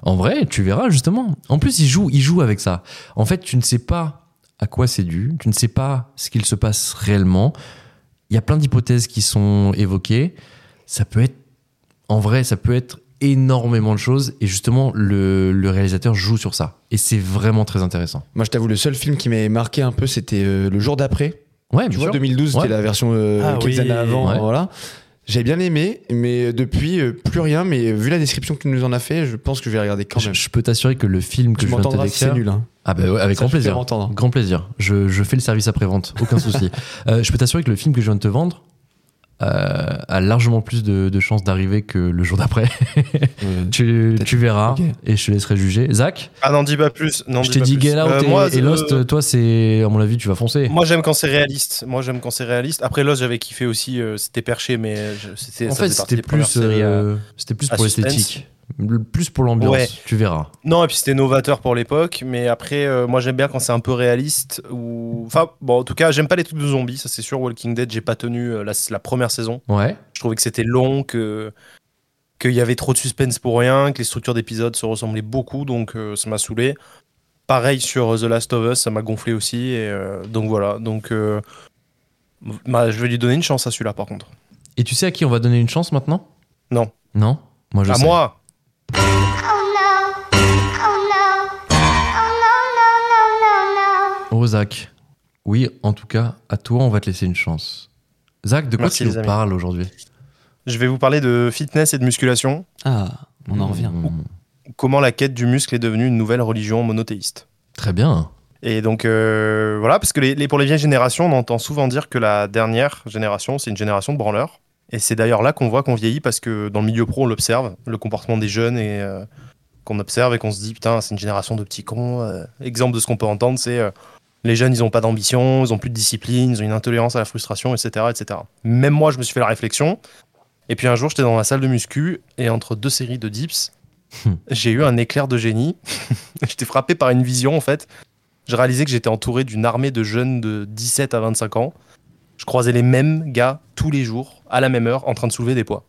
A: En vrai, tu verras justement. En plus, il joue, il joue avec ça. En fait, tu ne sais pas à quoi c'est dû, tu ne sais pas ce qu'il se passe réellement. Il y a plein d'hypothèses qui sont évoquées. Ça peut être. En vrai, ça peut être énormément de choses. Et justement, le, le réalisateur joue sur ça. Et c'est vraiment très intéressant.
C: Moi, je t'avoue, le seul film qui m'avait marqué un peu, c'était euh, Le jour d'après.
A: Ouais,
C: Tu
A: bien
C: vois,
A: sûr.
C: 2012,
A: Ouais.
C: c'était la version euh,
B: Ah
C: quelques
B: oui.
C: années avant.
A: Ouais.
C: Voilà. J'ai bien aimé, mais depuis, euh, plus rien. Mais vu la description que tu nous en as fait, je pense que je vais regarder quand
A: Je,
C: même.
A: je peux t'assurer que le film que
C: tu
A: je viens de te
C: m'entendras si c'est
A: décrire-
C: nul. hein.
A: Ah bah ouais, avec
C: Ça,
A: grand
C: je peux
A: plaisir.
C: m'entendre.
A: Grand plaisir. Je, je fais le service après-vente, aucun souci. Euh, je peux t'assurer que le film que je viens de te vendre euh, a largement plus de, de chances d'arriver que le jour d'après.
C: Euh,
A: tu, tu verras
C: Ok.
A: et je te laisserai juger. Zach,
D: Ah non, dis pas plus. Non,
A: je
D: dis
A: t'ai
D: pas
A: dit
D: plus.
A: Get
D: Euh,
A: Out et-
D: moi,
A: et,
D: euh,
A: Lost, toi c'est, à mon avis, tu vas foncer.
D: Moi j'aime quand c'est réaliste. Moi j'aime quand c'est réaliste. Après Lost j'avais kiffé aussi, euh, c'était perché mais euh, je- c'était
A: en
D: ça
A: fait,
D: faisait partie
A: c'était
D: des premières
A: plus,
D: séries à-
A: euh, c'était plus
D: à
A: pour
D: suspense.
A: l'esthétique, le- plus pour l'ambiance.
D: Ouais.
A: Tu verras.
D: Non, et puis c'était novateur pour l'époque, mais après, euh, moi j'aime bien quand c'est un peu réaliste. Ou... Enfin, bon, en tout cas, j'aime pas les trucs de zombies, ça c'est sûr. Walking Dead, j'ai pas tenu euh, la, la première saison.
A: Ouais.
D: Je trouvais que c'était long, que qu'il y avait trop de suspense pour rien, que les structures d'épisodes se ressemblaient beaucoup, donc euh, ça m'a saoulé. Pareil sur euh, The Last of Us, ça m'a gonflé aussi. Et, euh, donc voilà, donc euh, bah, je vais lui donner une chance à celui-là par contre.
A: Et tu sais à qui on va donner une chance maintenant
D: Non.
A: Non. Moi je
D: à
A: sais.
D: moi
A: Oh Zach, oui, en tout cas, à toi, on va te laisser une chance. Zach, de quoi
D: Merci,
A: tu
D: les
A: nous
D: amis.
A: parles aujourd'hui
D: Je vais vous parler de fitness et de musculation.
C: Ah, on en revient.
A: Mmh.
D: Comment la quête du muscle est devenue une nouvelle religion monothéiste.
A: Très bien.
D: Et donc euh, voilà, parce que les, les- pour les vieilles générations, on entend souvent dire que la dernière génération, c'est une génération de branleurs. Et c'est d'ailleurs là qu'on voit qu'on vieillit parce que dans le milieu pro, on l'observe, le comportement des jeunes et euh, qu'on observe et qu'on se dit putain, c'est une génération de petits cons. euh. Exemple de ce qu'on peut entendre, c'est euh, les jeunes, ils n'ont pas d'ambition, ils n'ont plus de discipline, ils ont une intolérance à la frustration, etc., etc. Même moi, je me suis fait la réflexion. Et puis un jour, j'étais dans ma salle de muscu et entre deux séries de dips, j'ai eu un éclair de génie. [laughs] j'étais frappé par une vision en fait. Je réalisais que j'étais entouré d'une armée de jeunes de 17 à 25 ans. Je croisais les mêmes gars tous les jours, à la même heure, en train de soulever des poids.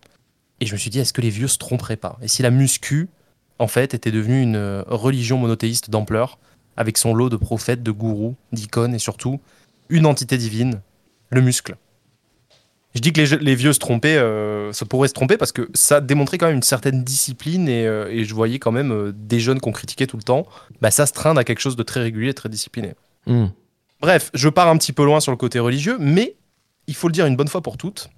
D: Et je me suis dit, est-ce que les vieux se tromperaient pas Et si la muscu, en fait, était devenue une euh, religion monothéiste d'ampleur, avec son lot de prophètes, de gourous, d'icônes et surtout une entité divine, le muscle Je dis que les, je- les vieux se trompaient, euh, ça pourrait se tromper parce que ça démontrait quand même une certaine discipline et, euh, et je voyais quand même euh, des jeunes qu'on critiquait tout le temps bah, ça se traîne à quelque chose de très régulier, très discipliné.
C: Mmh.
D: Bref, je pars un petit peu loin sur le côté religieux, mais il faut le dire une bonne fois pour toutes,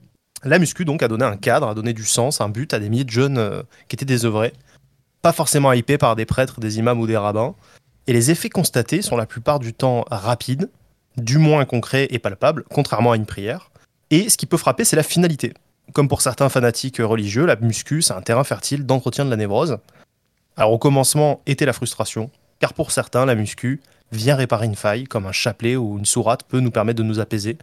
D: la muscu donc a donné un cadre, a donné du sens, un but à des milliers de jeunes euh, qui étaient désœuvrés, pas forcément hypés par des prêtres, des imams ou des rabbins, et les effets constatés sont la plupart du temps rapides, du moins concrets et palpables, contrairement à une prière, et ce qui peut frapper c'est la finalité. Comme pour certains fanatiques religieux, la muscu c'est un terrain fertile d'entretien de la névrose. Alors au commencement était la frustration, car pour certains, la muscu vient réparer une faille, comme un chapelet ou une sourate peut nous permettre de nous apaiser,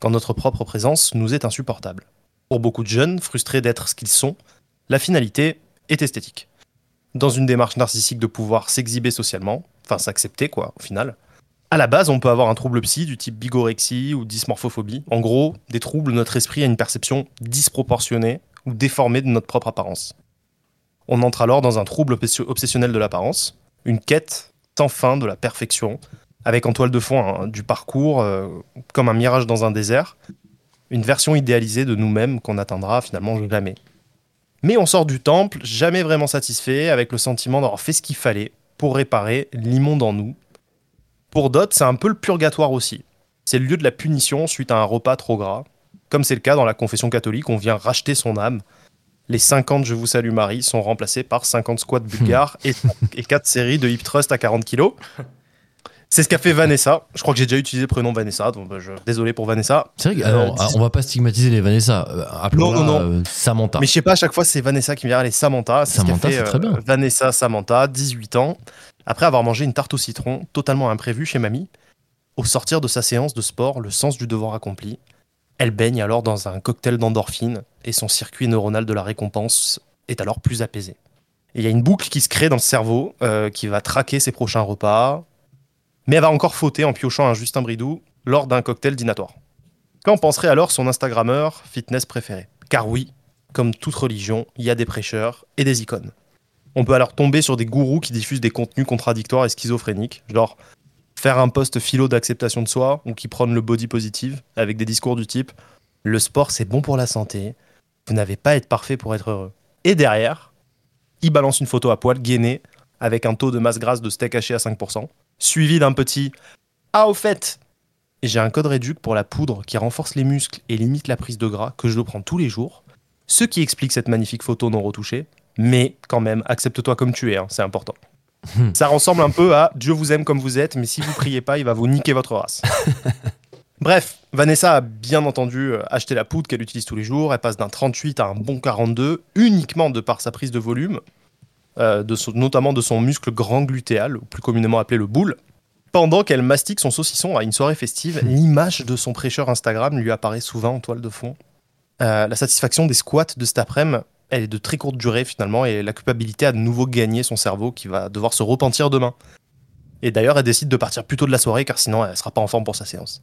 D: quand notre propre présence nous est insupportable. Pour beaucoup de jeunes, frustrés d'être ce qu'ils sont, la finalité est esthétique. Dans une démarche narcissique de pouvoir s'exhiber socialement, enfin s'accepter quoi, au final. À la base, on peut avoir un trouble psy du type bigorexie ou dysmorphophobie. En gros, des troubles où notre esprit a une perception disproportionnée ou déformée de notre propre apparence. On entre alors dans un trouble obsessio- obsessionnel de l'apparence, une quête sans fin de la perfection, avec en toile de fond un- du parcours euh, comme un mirage dans un désert, une version idéalisée de nous-mêmes qu'on n'atteindra finalement jamais. Mais on sort du temple, jamais vraiment satisfait, avec le sentiment d'avoir fait ce qu'il fallait pour réparer l'immonde en nous. Pour d'autres, c'est un peu le purgatoire aussi. C'est le lieu de la punition suite à un repas trop gras. Comme c'est le cas dans la confession catholique, on vient racheter son âme. Les 50 Je vous salue Marie sont remplacés par 50 squats bulgares et, et 4 séries de hip thrust à 40 kilos. C'est ce qu'a fait Vanessa. Je crois que j'ai déjà utilisé le prénom Vanessa, donc euh, je- désolé pour Vanessa.
A: C'est vrai que,
D: Euh,
A: alors,
D: dis-
A: on va pas stigmatiser les Vanessa. Euh, Appelons-la
D: Non, non,
A: euh, Samantha.
D: Mais je sais pas, à chaque fois, c'est Vanessa qui me vient. Allez, Samantha. ce
A: Samantha,
D: qu'a fait, euh,
A: c'est très bien.
D: Vanessa, Samantha, 18 ans. Après avoir mangé une tarte au citron totalement imprévue chez mamie, au sortir de sa séance de sport, le sens du devoir accompli, elle baigne alors dans un cocktail d'endorphines et son circuit neuronal de la récompense est alors plus apaisé. Et Il y a une boucle qui se crée dans le cerveau euh, qui va traquer ses prochains repas, mais elle va encore fauter en piochant un Justin Bridou lors d'un cocktail dînatoire. Qu'en penserait alors son Instagrammeur fitness préféré Car oui, comme toute religion, il y a des prêcheurs et des icônes. On peut alors tomber sur des gourous qui diffusent des contenus contradictoires et schizophréniques, genre faire un post philo d'acceptation de soi ou qui prônent le body positive avec des discours du type le sport c'est bon pour la santé, vous n'avez pas à être parfait pour être heureux. Et derrière, il balance une photo à poil gainée avec un taux de masse grasse de steak haché à 5%, suivi d'un petit ah au fait j'ai un code réduc pour la poudre qui renforce les muscles et limite la prise de gras que je le prends tous les jours. Ce qui explique cette magnifique photo non retouchée. Mais quand même, accepte-toi comme tu es, hein, c'est important. Ça ressemble un peu à Dieu vous aime comme vous êtes, mais si vous priez pas, il va vous niquer votre race. Bref, Vanessa a bien entendu euh, acheté la poudre qu'elle utilise tous les jours. Elle passe d'un 38 à un bon 42 uniquement de par sa prise de volume, euh, de son- notamment de son muscle grand glutéal, ou plus communément appelé le boule. Pendant qu'elle mastique son saucisson à une soirée festive, l'image de son prêcheur Instagram lui apparaît souvent en toile de fond. Euh, la satisfaction des squats de cet après-midi, elle est de très courte durée finalement, et la culpabilité a de nouveau gagné son cerveau qui va devoir se repentir demain. Et d'ailleurs, elle décide de partir plus tôt de la soirée car sinon elle sera pas en forme pour sa séance.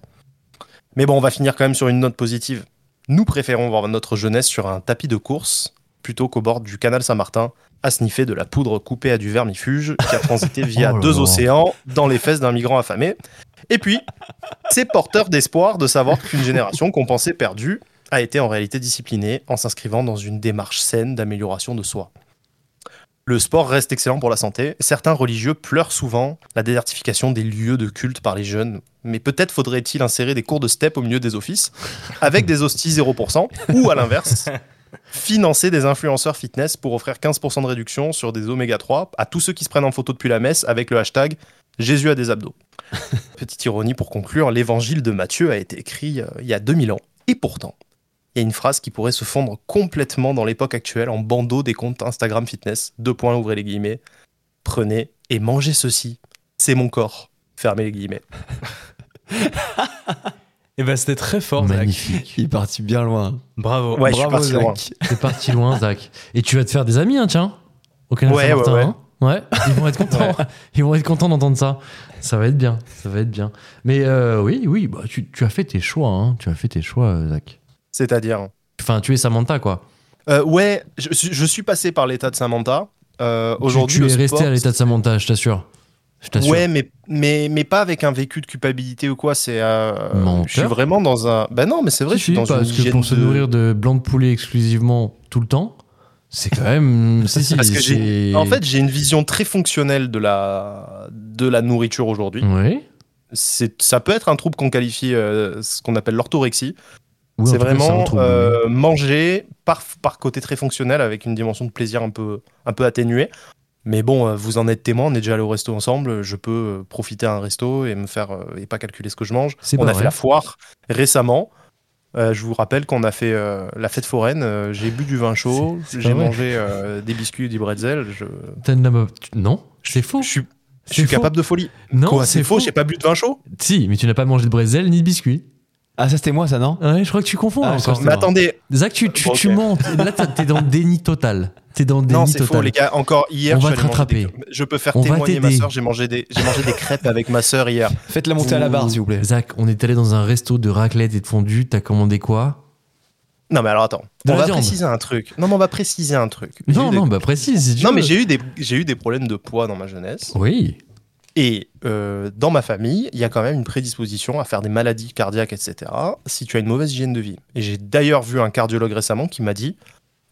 D: Mais bon, on va finir quand même sur une note positive. Nous préférons voir notre jeunesse sur un tapis de course plutôt qu'au bord du canal Saint-Martin à sniffer de la poudre coupée à du vermifuge qui
A: [laughs]
D: a transité via
A: Oh là
D: deux
A: là.
D: océans dans les fesses d'un migrant affamé. Et puis, c'est porteur d'espoir de savoir qu'une génération qu'on pensait perdue a été en réalité disciplinée en s'inscrivant dans une démarche saine d'amélioration de soi. Le sport reste excellent pour la santé. Certains religieux pleurent souvent la désertification des lieux de culte par les jeunes. Mais peut-être faudrait-il insérer des cours de step au milieu des offices, avec des hosties 0%, ou à l'inverse, financer des influenceurs fitness pour offrir 15% de réduction sur des oméga 3 à tous ceux qui se prennent en photo depuis la messe avec le hashtag Jésus a des abdos. Petite ironie pour conclure, l'évangile de Matthieu a été écrit euh, il y a 2000 ans. Et pourtant, il y a une phrase qui pourrait se fondre complètement dans l'époque actuelle en bandeau des comptes Instagram fitness. Deux points, ouvrez les guillemets. Prenez et mangez ceci. C'est mon corps. Fermez les guillemets.
B: Et ben c'était très fort, Zach.
A: Magnifique.
C: Il est parti bien loin.
B: Bravo.
D: Ouais, je suis
C: Bravo,
D: parti loin.
C: Zach.
A: T'es parti loin, [laughs] Zach. Et tu vas te faire des amis, hein, tiens. Au Canada
D: Ouais,
A: Saint-Martin,
D: ouais, ouais.
A: hein. Ouais, ils vont être
D: [laughs]
A: contents. Ils vont être contents d'entendre ça. Ça va être bien. Ça va être bien. Mais euh, oui, oui, bah, tu, tu as fait tes choix, hein. Tu as fait tes choix, euh, Zach.
D: C'est-à-dire.
A: Enfin, tu es Samantha, quoi.
D: Euh, ouais, je, suis- je suis passé par l'état de Samantha. Euh,
A: Tu-
D: Aujourd'hui,
A: tu,
D: le
A: es resté
D: sport,
A: à l'état de Samantha, je t'assure. Je t'assure.
D: Ouais, mais, mais, mais pas avec un vécu de culpabilité ou quoi. C'est. euh,
A: Menteur.
D: je suis vraiment dans un. Ben non, mais c'est vrai,
A: Si,
D: je suis
A: si,
D: dans
A: parce
D: une
A: que
D: hygiène
A: pour se
D: de-
A: nourrir de blanc de poulet exclusivement tout le temps, c'est quand
D: [laughs]
A: même. si, si,
D: Parce que j'ai.
A: c'est-
D: En fait, j'ai une vision très fonctionnelle de la, de la nourriture aujourd'hui.
A: Ouais.
D: c'est ça peut être un trouble qu'on qualifie euh, ce qu'on appelle l'orthorexie.
A: Oui, en
D: c'est
A: tout cas, un
D: vraiment
A: trouble,
D: euh, manger par par côté très fonctionnel avec une dimension de plaisir un peu un peu atténuée. Mais bon, euh, vous en êtes témoin, on est déjà allé au resto ensemble, je peux euh, profiter à un resto et me faire euh, et pas calculer ce que je mange.
A: C'est
D: on
A: pas
D: a
A: vrai.
D: fait la foire récemment. Euh, je vous rappelle qu'on a fait euh, la fête foraine, euh, j'ai bu du vin chaud,
A: C'est- c'est pas
D: j'ai
A: vrai.
D: mangé euh, des biscuits et du bretzel, je,
A: T'as de la meuf- tu- Non, c'est faux.
D: je suis, je
A: C'est
D: suis
A: faux.
D: capable de folie.
A: Non,
D: Quoi,
A: c'est
D: c'est faux, j'ai pas bu de vin chaud
A: Si, mais tu n'as pas mangé de brésil ni de biscuit.
C: Ah, ça, c'était moi, ça, non
A: Ouais, je crois que tu confonds.
C: Ah,
A: là,
C: je
A: encore.
C: crois que
D: Mais attendez,
A: Zach, tu, tu,
D: Bon,
A: tu
D: Ah, ok.
A: mens. T'es- Là, t'as- t'es dans le déni total. T'es dans le déni
D: Non, c'est
A: total.
D: faux, les gars. Encore hier,
A: On
D: je
A: va
D: suis
A: te
D: allé manger des-
A: rattraper.
D: Je peux faire
A: On va
D: témoigner ma
A: t'aider.
D: soeur. J'ai mangé des, j'ai
A: [laughs]
D: mangé des crêpes avec ma soeur hier.
C: Faites-la monter à la barre, s'il vous plaît.
A: Zach, on est allé dans un resto de raclette et de fondue. T'as commandé quoi
D: Non, mais alors attends.
A: De
D: on
A: la
D: va
A: viande.
D: préciser un truc. Non, mais on va préciser un truc. J'ai
A: Non,
D: eu des-
A: non, bah précise. si tu
D: Non, mais
A: veux.
D: j'ai eu, des... j'ai eu des problèmes de poids dans ma jeunesse.
A: Oui.
D: Et euh, dans ma famille, il y a quand même une prédisposition à faire des maladies cardiaques, etc. si tu as une mauvaise hygiène de vie. Et j'ai d'ailleurs vu un cardiologue récemment qui m'a dit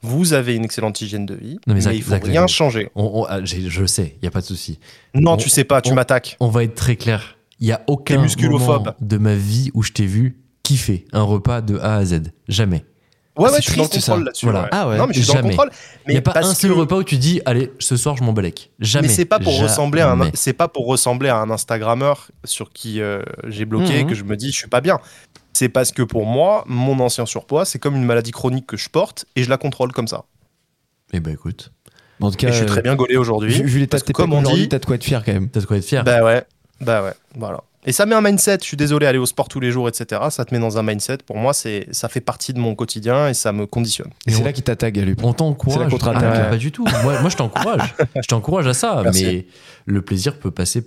D: Vous avez une excellente hygiène de vie,
A: Non, mais
D: mais,
A: Zach-
D: il faut
A: Zach,
D: rien
A: Zach.
D: changer.
A: On- on- ah, j'ai- je sais, il n'y a pas de souci.
D: Non,
A: On-
D: tu sais pas, tu
A: on-
D: m'attaques.
A: On va être très clair. Il n'y a aucun
D: T'es musculophobe.
A: moment de ma vie où je t'ai vu kiffer un repas de A à Z. Jamais.
D: Ouais,
C: c'est
D: ouais, je suis dans le
C: triste,
D: contrôle
C: ça.
D: là-dessus.
A: Voilà.
D: ouais.
A: Ah ouais,
D: non, mais je suis dans le
A: jamais.
D: contrôle.
A: Il n'y a pas
D: parce
A: un seul
D: que-
A: repas où tu dis, allez, ce soir, je m'en balèque. Jamais.
D: Mais c'est pas pour
A: Jamais.
D: ressembler à un, c'est pas pour ressembler à un Instagrammeur sur qui euh, j'ai bloqué
A: Mhm.
D: que je me dis je suis pas bien. C'est parce que pour moi, mon ancien surpoids, c'est comme une maladie chronique que je porte et je la contrôle comme ça.
A: Eh ben écoute,
C: En tout cas,
D: Et je suis très bien gaulé
C: euh, vu,
D: aujourd'hui.
C: vu l'état de
D: parce que
C: tes
D: comme
C: comme
D: on
C: aujourd'hui,
D: dit-
C: t'as de quoi être fier quand même.
A: t'as de quoi être fier.
D: Bah ouais, bah ouais, voilà. Et ça met un mindset. Je suis désolé, aller au sport tous les jours, etc. Ça te met dans un mindset. Pour moi, c'est ça fait partie de mon quotidien et ça me conditionne.
C: Et
A: Et
C: c'est
A: on-
C: là qu'il t'attaque,
A: [laughs]
C: Galup.
A: on
C: C'est la
A: t'encourage.
C: contre-attaque.
A: Ah, mais
D: Ouais.
A: Pas du tout. Moi, moi, je t'encourage.
D: [laughs]
A: je t'encourage à ça.
D: Merci.
A: Mais le plaisir peut passer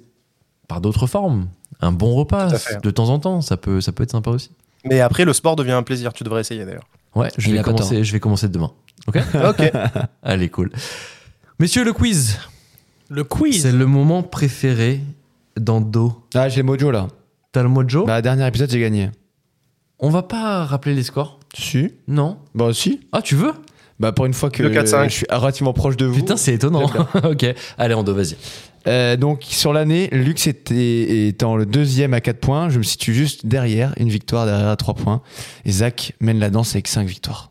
A: par d'autres formes. Un bon repas,
D: Tout à fait.
A: de temps en temps, ça peut, ça peut être sympa aussi.
D: Mais après, le sport devient un plaisir. Tu devrais essayer d'ailleurs.
A: Ouais, je
C: Il
A: vais,
C: a pas
A: commencer, je vais commencer demain.
C: [laughs]
D: Ok.
A: Allez, cool. Messieurs, le quiz.
B: Le quiz
A: C'est le moment préféré d'Ando.
C: Ah, j'ai le mojo là.
A: T'as le mojo
C: Bah, dernier épisode, j'ai gagné.
A: On va pas rappeler les scores
C: Si.
A: Non.
C: Bah, si.
A: Ah, tu veux
C: Bah, pour une fois que
D: Le 4-5.
C: je suis relativement proche de vous.
A: Putain, c'est étonnant. [laughs] ok, allez, Ando, vas-y.
C: Euh, donc sur l'année, Lux était étant le deuxième à 4 points. Je me situe juste derrière, une victoire derrière à 3 points. Et Zach mène la danse avec 5 victoires.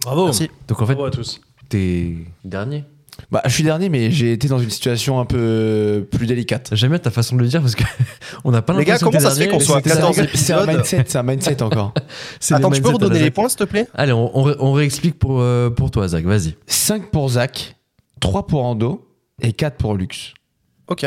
B: Bravo.
D: Merci.
A: Donc en fait,
B: Bravo à tous.
A: t'es dernier.
C: Bah, je suis dernier, mais j'ai été dans une situation un peu plus délicate.
A: J'aime bien ta façon de le dire parce que [laughs] on n'a pas
D: Les gars,
A: l'impression
D: comment
A: que t'es
D: ça se fait
A: dernier,
D: qu'on soit à
A: mais
C: C'est
D: 14
C: un-
A: c'est-
C: c'est un
D: épisodes.
C: mindset, c'est un mindset encore.
A: c'est
D: Attends,
A: les
D: tu
A: mindset
D: peux
A: à
D: redonner
A: la
D: les
A: Zach.
D: points, s'il te plaît
A: Allez, on, on ré- on réexplique pour, euh, pour toi, Zach, vas-y.
C: 5 pour Zach, 3 pour Ando et 4 pour Lux.
D: Ok.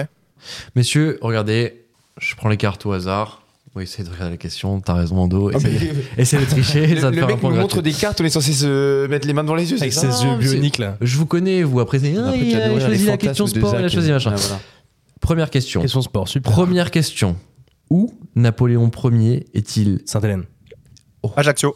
A: Messieurs, regardez, je prends les cartes au hasard. On va essayer de regarder la question, t'as raison,
D: Ah,
A: Ando. Essayez, essayez de tricher, ça
C: Ah,
A: te
C: le le
A: fait un
C: mec
A: point
C: nous montre
A: gratuit.
C: des cartes, on est censé se mettre les mains devant les yeux.
B: Avec ses
C: c'est ça
B: yeux
A: c'est-
B: bioniques là.
A: Je vous connais, vous, après, c'est, ah,
C: Après, tu
A: il
C: vas
A: a
C: nourrir les
A: choisi la
C: fantasmes
A: question
C: de
A: sport, il a
C: Zach.
A: choisi machin.
C: Ah, voilà.
A: Première question.
B: Question sport, super.
A: Première question. Où Napoléon Ier est-il
B: Sainte-Hélène.
D: Ajaccio.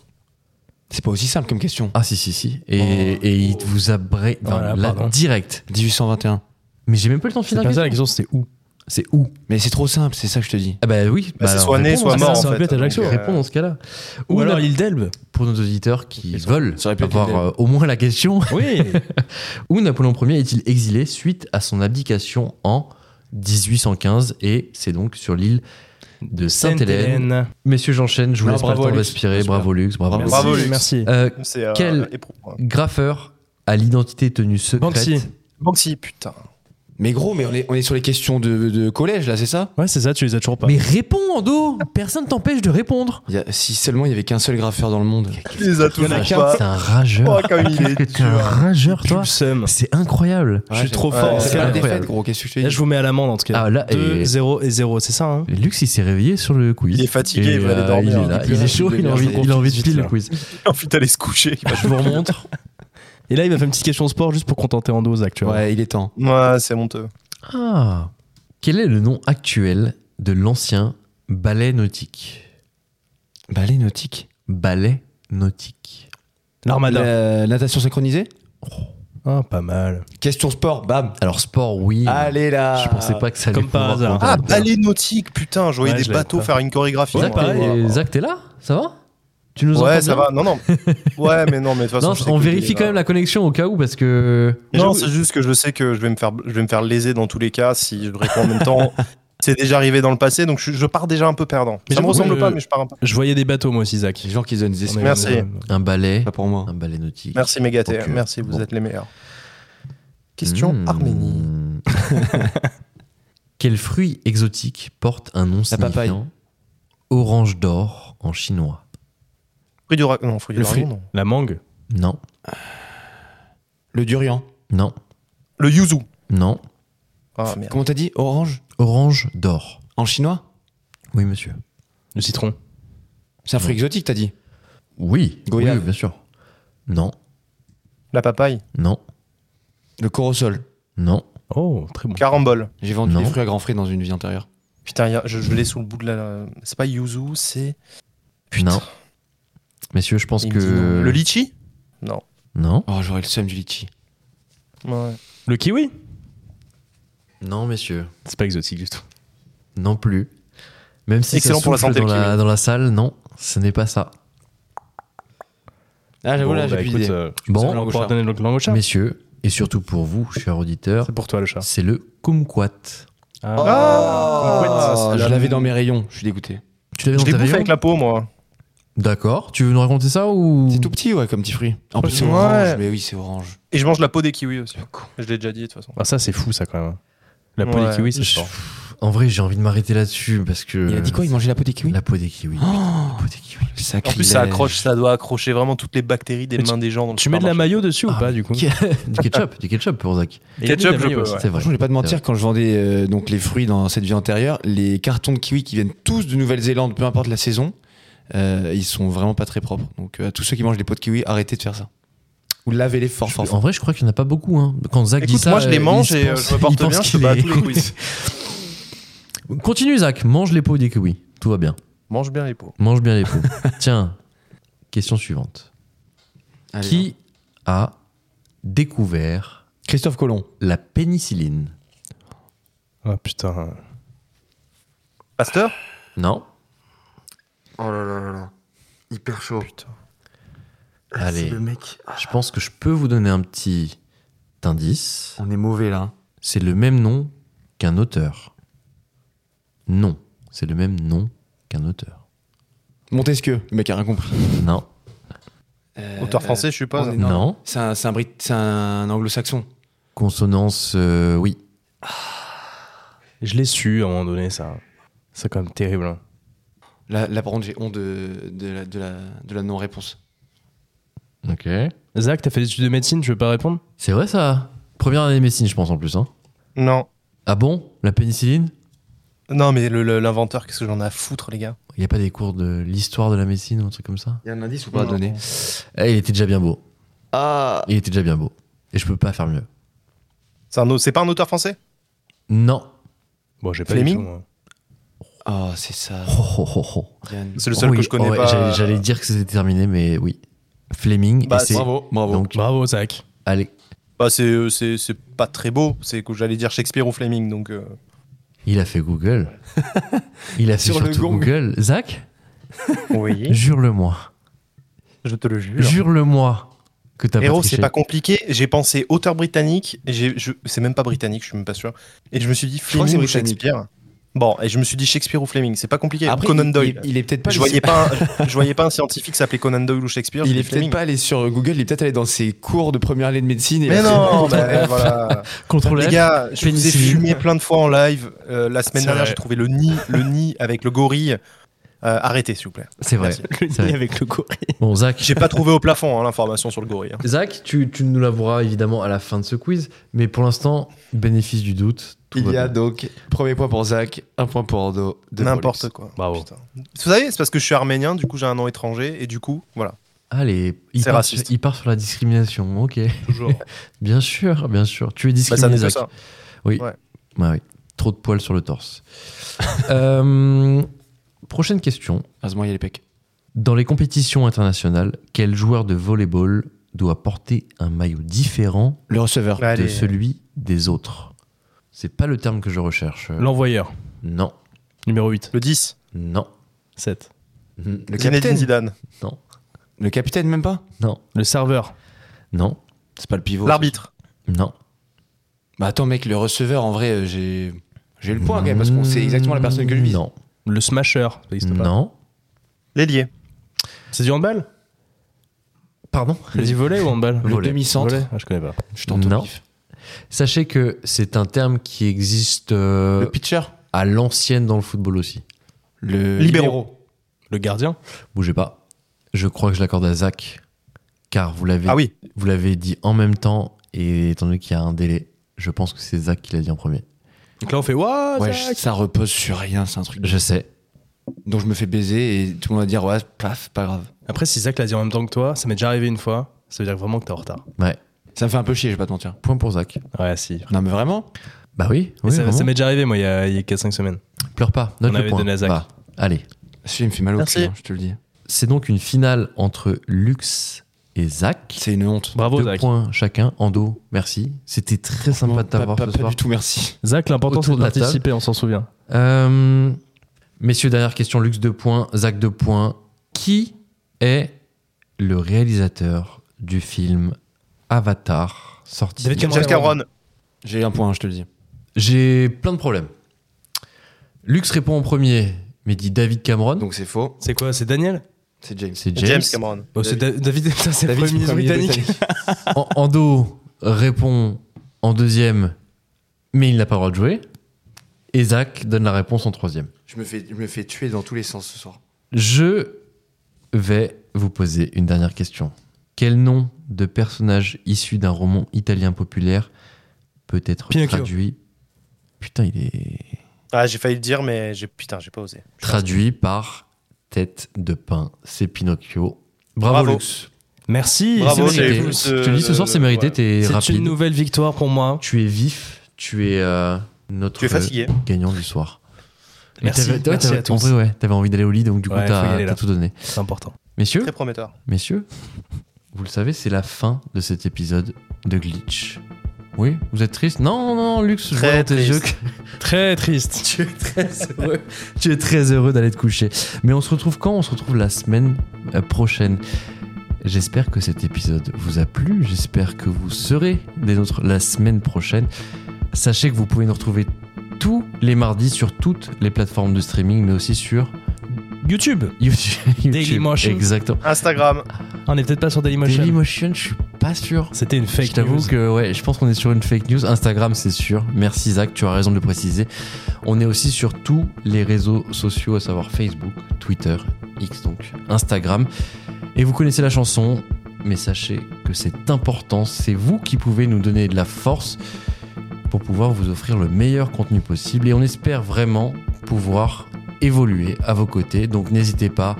C: C'est pas aussi simple comme question.
A: Ah si si si. Et, et il vous a bré... enfin,
B: Voilà,
A: là,
B: pardon.
A: direct.
C: 1821.
A: Mais j'ai même pas eu le temps de finir.
B: C'est
A: la
B: pas ça la
A: question.
B: question, c'était où
A: C'est où
C: Mais c'est trop simple, c'est ça que je te dis.
A: Ah bah oui.
D: Bah, c'est
A: alors,
D: soit né,
A: réponds
D: soit
A: dans
D: mort.
A: ce
D: en
B: ça aurait pu
D: fait.
B: être Ajaccio.
A: cas-là.
D: Donc, euh,
A: Réponds dans ce cas-là.
B: Ou
A: Ou
B: alors
A: Nap-
B: l'île d'Elbe
A: pour nos auditeurs qui
C: Ils ont-
A: veulent
C: ça aurait pu être
A: avoir
C: l'idée.
A: euh, au moins la question,
B: Oui.
A: où Napoléon Ier est-il exilé suite à son abdication en 1815 et c'est donc sur l'île de Sainte-Hélène. Messieurs, j'enchaîne, je vous
C: Non,
A: laisse pas le
C: bravo,
A: temps de
C: Lux.
A: respirer.
C: Super.
A: Bravo Lux, bravo.
C: Merci.
D: Bravo, Lux.
B: Merci.
A: Euh,
D: C'est euh,
A: Quel-
D: éprouvant.
A: graffeur à l'identité tenue secrète.
B: Banksy.
D: Banksy, putain.
C: Mais gros, mais on est, on est sur les questions de, de collège là, c'est ça
B: Ouais, c'est ça, tu les as toujours pas.
A: Mais réponds, Ando Personne t'empêche de répondre
C: Il y a- Si seulement il y avait qu'un seul graffeur dans le monde.
D: Il les a tous
A: T'es
D: les pas.
A: un rageur.
D: Oh, comme il
A: Qu'est-ce
D: est
A: que t'es un
D: dur. hein.
A: rageur,
B: Plus
A: toi
B: le seum.
A: C'est incroyable.
D: Ah.
B: Je suis
C: j'ai-
B: trop
D: ouais,
B: fort.
D: ouais,
C: C'est
B: c'est
C: pas la
A: incroyable.
C: défaite, gros, qu'est-ce que je te
B: Là,
C: dis
B: je vous mets à l'amende en tout cas.
A: Ah, là, et-
B: 2, 0 et 0, c'est ça hein
A: Lux, il s'est réveillé sur le quiz.
D: Il est fatigué,
A: Et,
D: il va aller
A: euh,
D: dormir.
A: Il est, là,
C: Il est
A: il est
C: là,
A: chaud,
C: il est
A: il a envie,
C: là,
A: il a envie de
B: il est
A: filer le
B: là.
A: quiz.
D: envie d'aller se coucher.
A: Je vous remontre.
B: [laughs] Et là, il va faire une petite question sport juste pour contenter en dose actuellement.
C: Ouais, il est temps.
D: Ouais, c'est honteux.
A: Ah Quel est le nom actuel de l'ancien ballet nautique
C: Ballet nautique.
A: Ballet nautique.
B: L'armada.
C: La- natation synchronisée
B: Ah, pas mal. hein.
C: Question sport, bam
A: Alors, sport, oui.
C: Allez là
A: Je pensais pas que ça allait
B: Comme par
A: pouvoir
B: hasard.
A: prendre un
D: Ah,
A: peu.
D: ballet nautique, putain, je voyais
B: Ouais,
D: des
B: je l'avais
D: bateaux
B: pas.
D: faire une chorégraphie.
B: Ouais,
A: Zach,
D: moi.
A: t'es- Zach, t'es là Ça va Tu nous entends
D: Ah, Ouais, ça
A: bien
D: va. Non, non. Ouais, mais non, mais de toute façon.
A: Non,
D: je sais
A: on
D: que-
A: vérifie quand même la connexion au cas où parce que.
D: Mais
B: Non,
D: Non, c'est juste que je sais que je vais me faire, je vais me faire léser dans tous les cas si je réponds en même temps. C'est déjà arrivé dans le passé, donc je, je pars déjà un peu perdant.
B: Mais
D: ça me
B: j'avoue
D: ressemble
B: que-
D: pas, mais je pars un peu.
B: Je voyais des bateaux, moi aussi, Zach.
C: Les gens qui se donnent des
B: On est-
C: esprits,
D: Merci.
B: on est-
A: Un ballet,
C: pas pour moi.
A: un ballet nautique.
D: Merci, Mégaté.
A: Ok.
D: Merci, vous
A: Bon.
D: êtes les meilleurs. Question
B: Hmm.
A: Mmh.
D: Arménie.
A: [laughs] Quel fruit exotique porte un nom
C: La papaye.
A: signifiant orange d'or en chinois
D: Fruit du ra- Non, fruit du
C: Le fruit.
D: dragon, non.
B: La mangue.
A: Non,
C: Le durian.
A: non,
D: Le yuzu.
A: non.
D: Ah, merde.
C: Comment t'as dit Orange
A: Orange d'or.
C: En chinois
A: Oui, monsieur.
B: Le citron.
C: C'est un fruit
A: Non.
C: exotique, t'as dit
A: Oui,
C: Goyave.
A: oui, bien sûr. Non,
D: La papaye.
A: non,
C: Le corosol.
A: non.
B: Oh, très bon.
D: Carambole.
C: J'ai vendu
A: Non.
C: des fruits à grands frais dans une vie antérieure.
D: Putain, y a- je, je l'ai sous le bout de la. C'est pas yuzu, c'est.
A: Non. Messieurs, je pense
D: Il
A: que.
D: me dit non. Le litchi Non.
A: Non.
C: Oh, j'aurais le seum du litchi.
B: Le kiwi
A: Non, messieurs.
B: C'est pas exotique du tout.
A: Non plus. Même si
D: Excellent
A: ça
D: pour la
A: souffle
D: santé,
A: dans
D: le
A: la,
D: kiwi.
A: dans la salle, non, ce n'est pas ça.
C: Ah, j'avoue,
B: Bon,
C: là, j'ai
B: bah,
C: plus
B: écoute,
C: d'idée.
B: euh,
A: Bon.
B: on va pouvoir donner le langue au chat.
A: Messieurs, et surtout pour vous, chers auditeurs,
B: C'est pour toi le chat. Ah.
A: c'est le kumquat.
D: Ah
C: Oh, je l'avais dans mes rayons, je suis dégoûté.
A: Tu l'avais
D: Je
A: dans
D: l'ai
A: ta
D: bouffé
A: rayon
D: avec la peau, moi.
A: D'accord. Tu veux nous raconter ça
B: Hmm.
A: ou
C: C'est tout petit, ouais, comme petit fruit. En plus, c'est
D: Ouais.
C: orange. Mais oui, c'est orange.
D: Et je mange la peau des kiwis aussi. Je l'ai déjà dit, de toute façon.
B: Ah, ça, c'est fou, ça, quand même. La peau des
D: Ouais.
B: kiwis, c'est
A: Je-
B: fort.
A: En vrai, j'ai envie de m'arrêter là-dessus parce
B: Euh,
A: que.
C: Il a dit quoi Il mangeait la Oh, peau des kiwis
A: La peau des kiwis.
C: [laughs]
A: putain, la peau des kiwis.
D: En plus, ça accroche, ça doit accrocher vraiment toutes les bactéries des
B: Et tu-
D: mains des gens. Dans le
B: Tu mets de la
D: supermarché.
B: mayo dessus ou
A: Ah,
B: pas, du coup
A: qui- du ketchup, du ketchup pour Zach.
B: Il y a de
D: Ketchup,
B: la
D: je
B: mayo
D: peux,
B: aussi.
D: ouais.
A: C'est vrai.
C: Franchement, je vais pas te
A: C'est
C: mentir,
A: vrai.
C: quand je vendais euh, donc les fruits dans cette vie antérieure, les cartons de kiwi qui viennent tous de Nouvelle-Zélande, peu importe la saison, euh, ils sont vraiment pas très propres. Donc euh, à tous ceux qui mangent des pots de kiwi, arrêtez de faire ça. Ou lavez-les fort, fort,
A: En
C: fort.
A: vrai, je crois qu'il n'y en a pas beaucoup. hein. Quand Zach dit
D: Écoute,
A: ça,
D: moi, je les
A: euh,
D: mange
A: il
D: et euh,
A: pense-
D: je me
A: il
D: porte
A: pense
D: bien, je
A: qu'il
D: peux pas à
A: est-
D: tous
A: [laughs]
D: les quiz.
A: Continue, Zach. Mange les peaux des kiwis. Tout va bien.
D: Mange bien les peaux.
A: Mange bien les
D: [laughs]
A: peaux. Tiens, question suivante.
C: Allez, hein.
A: Qui a découvert
C: Christophe Colomb.
A: la pénicilline
B: Ah, putain.
D: Pasteur
A: Non
C: Oh là là là Hyper chaud.
A: Allez,
C: mec, ah.
A: je pense que je peux vous donner un petit indice.
C: on est mauvais là. hein.
A: C'est le même nom qu'un auteur. Non, c'est le même nom qu'un auteur.
C: Montesquieu, le mec a rien compris.
A: Non,
C: Euh,
A: Euh,
D: Auteur français, je suppose.
C: on est-
A: non.
C: Non. C'est un, c'est un Brit- c'est un anglo-saxon.
A: Consonance, euh, oui.
B: Je l'ai su à un moment donné, ça. C'est quand même terrible. hein.
C: Là, là, par contre, j'ai honte de, de la, de la, de la non-réponse.
A: Ok.
B: Zach, t'as fait des études de médecine, tu veux pas répondre
A: C'est vrai ça Première année de médecine, je pense en plus. hein.
D: Non.
A: Ah bon La pénicilline
D: Non, mais le- le- l'inventeur, qu'est-ce que j'en ai à foutre, les gars
A: Il n'y a pas des cours de l'histoire de la médecine ou un truc comme ça
C: Il y a un indice ou pas à
D: Non.
C: donner
A: Eh, Il était déjà bien beau.
C: Ah
A: Il était déjà bien beau. Et je peux pas faire mieux.
D: C'est un au- c'est pas un auteur français
A: Non.
B: Bon, j'ai pas
D: Fleming
B: du tout, hein. moi.
C: Ah, c'est ça.
A: Oh, oh, oh, oh.
C: Yann.
D: C'est le seul
A: Oh,
D: que
A: oui.
D: je connais
A: Oh, ouais,
D: pas. euh,
A: J'allais, j'allais dire que c'était terminé, mais oui. Fleming.
D: Bah,
A: et c'est-
C: Bravo, bravo.
A: Donc,
B: Bravo, Zach.
A: allez.
D: Bah, c'est, euh, c'est, c'est pas très beau. C'est que j'allais dire Shakespeare ou Fleming, donc. euh,
A: Il a fait Google.
D: [laughs]
A: Il a fait
C: Sur le
A: surtout
C: gong.
A: Google. Zach,
D: Oui.
A: jure-le-moi.
D: je te le jure.
A: Jure-le-moi que t'as pas
D: Héros,
A: triché.
D: c'est pas compliqué. J'ai pensé auteur britannique. et j'ai- je- C'est même pas britannique, je suis même pas sûr. Et je me suis dit
C: crois
D: Fleming
C: que
D: ou
C: c'est britannique.
D: Shakespeare. Bon, et je me suis dit Shakespeare ou Fleming. C'est pas compliqué.
C: Après,
D: Conan
C: il-
D: Doyle.
C: Il, il est peut-être pas.
D: je
C: allé-
D: voyais pas, un, je voyais pas un scientifique s'appeler Conan Doyle ou Shakespeare.
C: Il
D: j'ai
C: est
D: dit
C: peut-être
D: Fleming.
C: pas allé sur Google. Il est peut-être allé dans ses cours de première année de médecine. Et
D: Mais
C: il a fait- [laughs]
D: non, bah, voilà.
A: Contrôle
D: les
A: F.
D: gars, je vous ai
A: Pénicilline.
D: fumé plein de fois en live. Euh, la semaine
B: C'est
D: dernière,
B: vrai.
D: j'ai trouvé le nid, le nid avec le gorille. Euh, arrêtez, s'il vous plaît.
A: C'est vrai. C'est vrai.
D: avec le gorille.
A: Bon, Zach.
D: J'ai pas trouvé au plafond hein, l'information sur le gorille. hein.
A: Zach, tu, tu nous l'avoueras évidemment à la fin de ce quiz, mais pour l'instant, bénéfice du doute. tout
C: Il
A: va
C: y a
A: bien.
C: donc premier point pour Zach, un point pour Ordo. deux pour
D: N'importe
C: Lux.
D: quoi.
B: Bravo.
D: Putain. Vous savez, c'est parce que je suis arménien, du coup j'ai un nom étranger, et du coup, voilà.
A: Allez, il
D: C'est
A: part,
D: raciste.
A: il part sur la discrimination, ok.
B: Toujours.
A: [laughs] Bien sûr, bien sûr. Tu es
D: Bah, ça
A: discriminé,
D: n'est que
A: Zach.
D: ça.
A: Oui.
D: Ouais.
A: Ouais, oui. Trop de poils sur le torse. [laughs] Euh, prochaine question.
C: Heureusement, Ah, il y a les pecs.
A: Dans les compétitions internationales, quel joueur de volleyball doit porter un maillot différent
C: Le receveur.
A: de
D: Bah, Allez.
A: celui des autres C'est pas le terme que je recherche.
B: L'envoyeur,
A: Non,
B: numéro 8.
D: Le 10.
A: non,
B: 7.
A: n-
C: Le
D: Zinedine
C: capitaine.
D: Zidane.
A: non,
C: Le capitaine, même pas
A: non,
B: Le serveur.
A: non,
C: C'est pas le pivot.
D: L'arbitre.
A: non.
C: Bah attends, mec, le receveur, en vrai, euh, j'ai. J'ai le point quand même, parce qu'on sait exactement la personne que je vise.
A: Non,
B: Le smasher. Ça existe pas.
A: non.
D: L'ailier.
B: C'est du handball
A: Pardon
B: J'ai dit volet ou handball
A: Volet.
C: Le demi-centre.
B: Volet Ah, je connais pas.
C: Je tente au
A: Non.
C: pif.
A: Sachez que c'est un terme qui existe euh,
C: Le pitcher.
A: à l'ancienne dans le football aussi.
C: Le
D: Libéro.
B: Le gardien
A: Bougez pas. Je crois que je l'accorde à Zach, car vous l'avez
D: Ah oui.
A: vous l'avez dit en même temps, et étant donné qu'il y a un délai, je pense que c'est Zach qui l'a dit en premier.
B: Donc là, on fait Waouh
C: Ouais, je- ça repose sur rien, c'est un truc
A: Je sais.
C: dont je me fais baiser et tout le monde va dire ouais, paf, pas grave.
B: Après, si Zach l'a dit en même temps que toi, ça m'est déjà arrivé une fois. Ça veut dire vraiment que t'es en retard.
A: Ouais.
C: Ça me fait un peu chier, je vais pas te mentir.
A: Point pour Zach.
B: Ouais, si.
C: Non, mais vraiment
A: Bah oui, oui,
B: ça
A: vraiment.
B: ça m'est déjà arrivé, moi, il y a, il y a 4-5 semaines.
A: pleure pas. Note
B: On
A: le
B: avait
A: point.
B: donné à Zach.
A: Va. Allez.
C: Celui il me fait mal au
D: Merci.
C: cul, hein, je te le dis.
A: C'est donc une finale entre Lux et Zach.
C: C'est une honte.
B: Bravo,
A: Deux
B: Zach.
A: points chacun, Ando, merci. C'était très sympa de
C: Pas,
A: t'avoir
C: pas-
A: ce
C: pas
A: soir.
C: du tout, merci.
B: Zach, l'important
A: Autour
B: c'est de
A: de la table.
B: participer, on s'en souvient.
A: Euh, messieurs, dernière question, Lux 2 points, Zach 2 points. Qui est le réalisateur du film Avatar sorti
B: David
D: James Cameron.
C: J'ai un point, hein, je te le dis.
A: J'ai plein de problèmes. Lux répond en premier, mais dit David Cameron.
C: Donc c'est faux,
B: C'est quoi C'est Daniel
C: c'est James.
A: c'est
D: James,
A: James.
D: Cameron.
A: Bah,
B: Bon, C'est Da- David, [laughs] putain, c'est le Premier ministre britannique.
A: En- Ando répond en deuxième, mais il n'a pas le droit de jouer. Et Zach donne la réponse en troisième.
C: Je me, fais, je me fais tuer dans tous les sens ce soir.
A: Je vais vous poser une dernière question. Quel nom de personnage issu d'un roman italien populaire peut être
B: Pinocchio.
A: traduit Putain, il est
D: Ah, j'ai failli le dire, mais j'ai putain, j'ai pas osé.
A: traduit par tête de pain. C'est Pinocchio. Bravo,
D: Bravo.
A: Lux.
B: Merci.
D: Bravo,
B: c'est
A: mérité.
D: j'ai tous,
A: Je te le dis ce soir, c'est
D: euh,
A: mérité.
D: ouais.
A: T'es
B: c'est
A: rapide.
B: une nouvelle victoire pour moi.
A: Tu es vif. Tu es euh, notre
D: Tu es fatigué.
A: gagnant du soir. Et
B: Merci,
A: t'avais- ouais,
B: merci
A: t'avais-
B: à
A: En
B: tous.
A: vrai, ouais, t'avais envie d'aller au lit, donc du coup,
B: Ouais, faut y
A: t'as
B: aller, là.
A: t'as tout donné.
B: C'est important.
A: Messieurs,
D: Très prometteur.
A: Messieurs, vous le savez, c'est la fin de cet épisode de Glitch. Oui, vous êtes triste Non, non, non, Lux, je vois
D: Très
A: dans tes yeux que
D: triste.
B: Très triste.
A: [laughs] tu es très heureux. tu es très heureux d'aller te coucher. Mais on se retrouve quand On se retrouve la semaine euh, prochaine. J'espère que cet épisode vous a plu. J'espère que vous serez des nôtres la semaine prochaine. Sachez que vous pouvez nous retrouver tous les mardis sur toutes les plateformes de streaming, mais aussi sur
B: YouTube.
A: YouTube.
B: Dailymotion.
A: Exactement.
D: Instagram.
B: On n'est peut-être pas sur Dailymotion.
A: Dailymotion, je suis pas sûr.
B: C'était une fake
A: Je t'avoue
B: news.
A: que ouais, je pense qu'on est sur une fake news. Instagram, c'est sûr. Merci Zach, tu as raison de le préciser. On est aussi sur tous les réseaux sociaux, à savoir Facebook, Twitter, X donc, Instagram. Et vous connaissez la chanson, mais sachez que c'est important. C'est vous qui pouvez nous donner de la force pour pouvoir vous offrir le meilleur contenu possible. Et on espère vraiment pouvoir évoluer à vos côtés. Donc n'hésitez pas.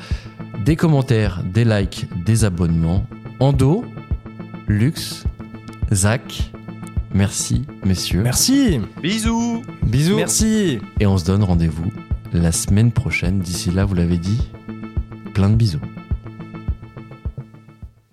A: Des commentaires, des likes, des abonnements. Ando, Lux, Zach, merci messieurs.
B: Merci.
D: Bisous.
A: Bisous.
B: Merci.
A: Et on se donne rendez-vous la semaine prochaine. D'ici là, vous l'avez dit, plein de bisous.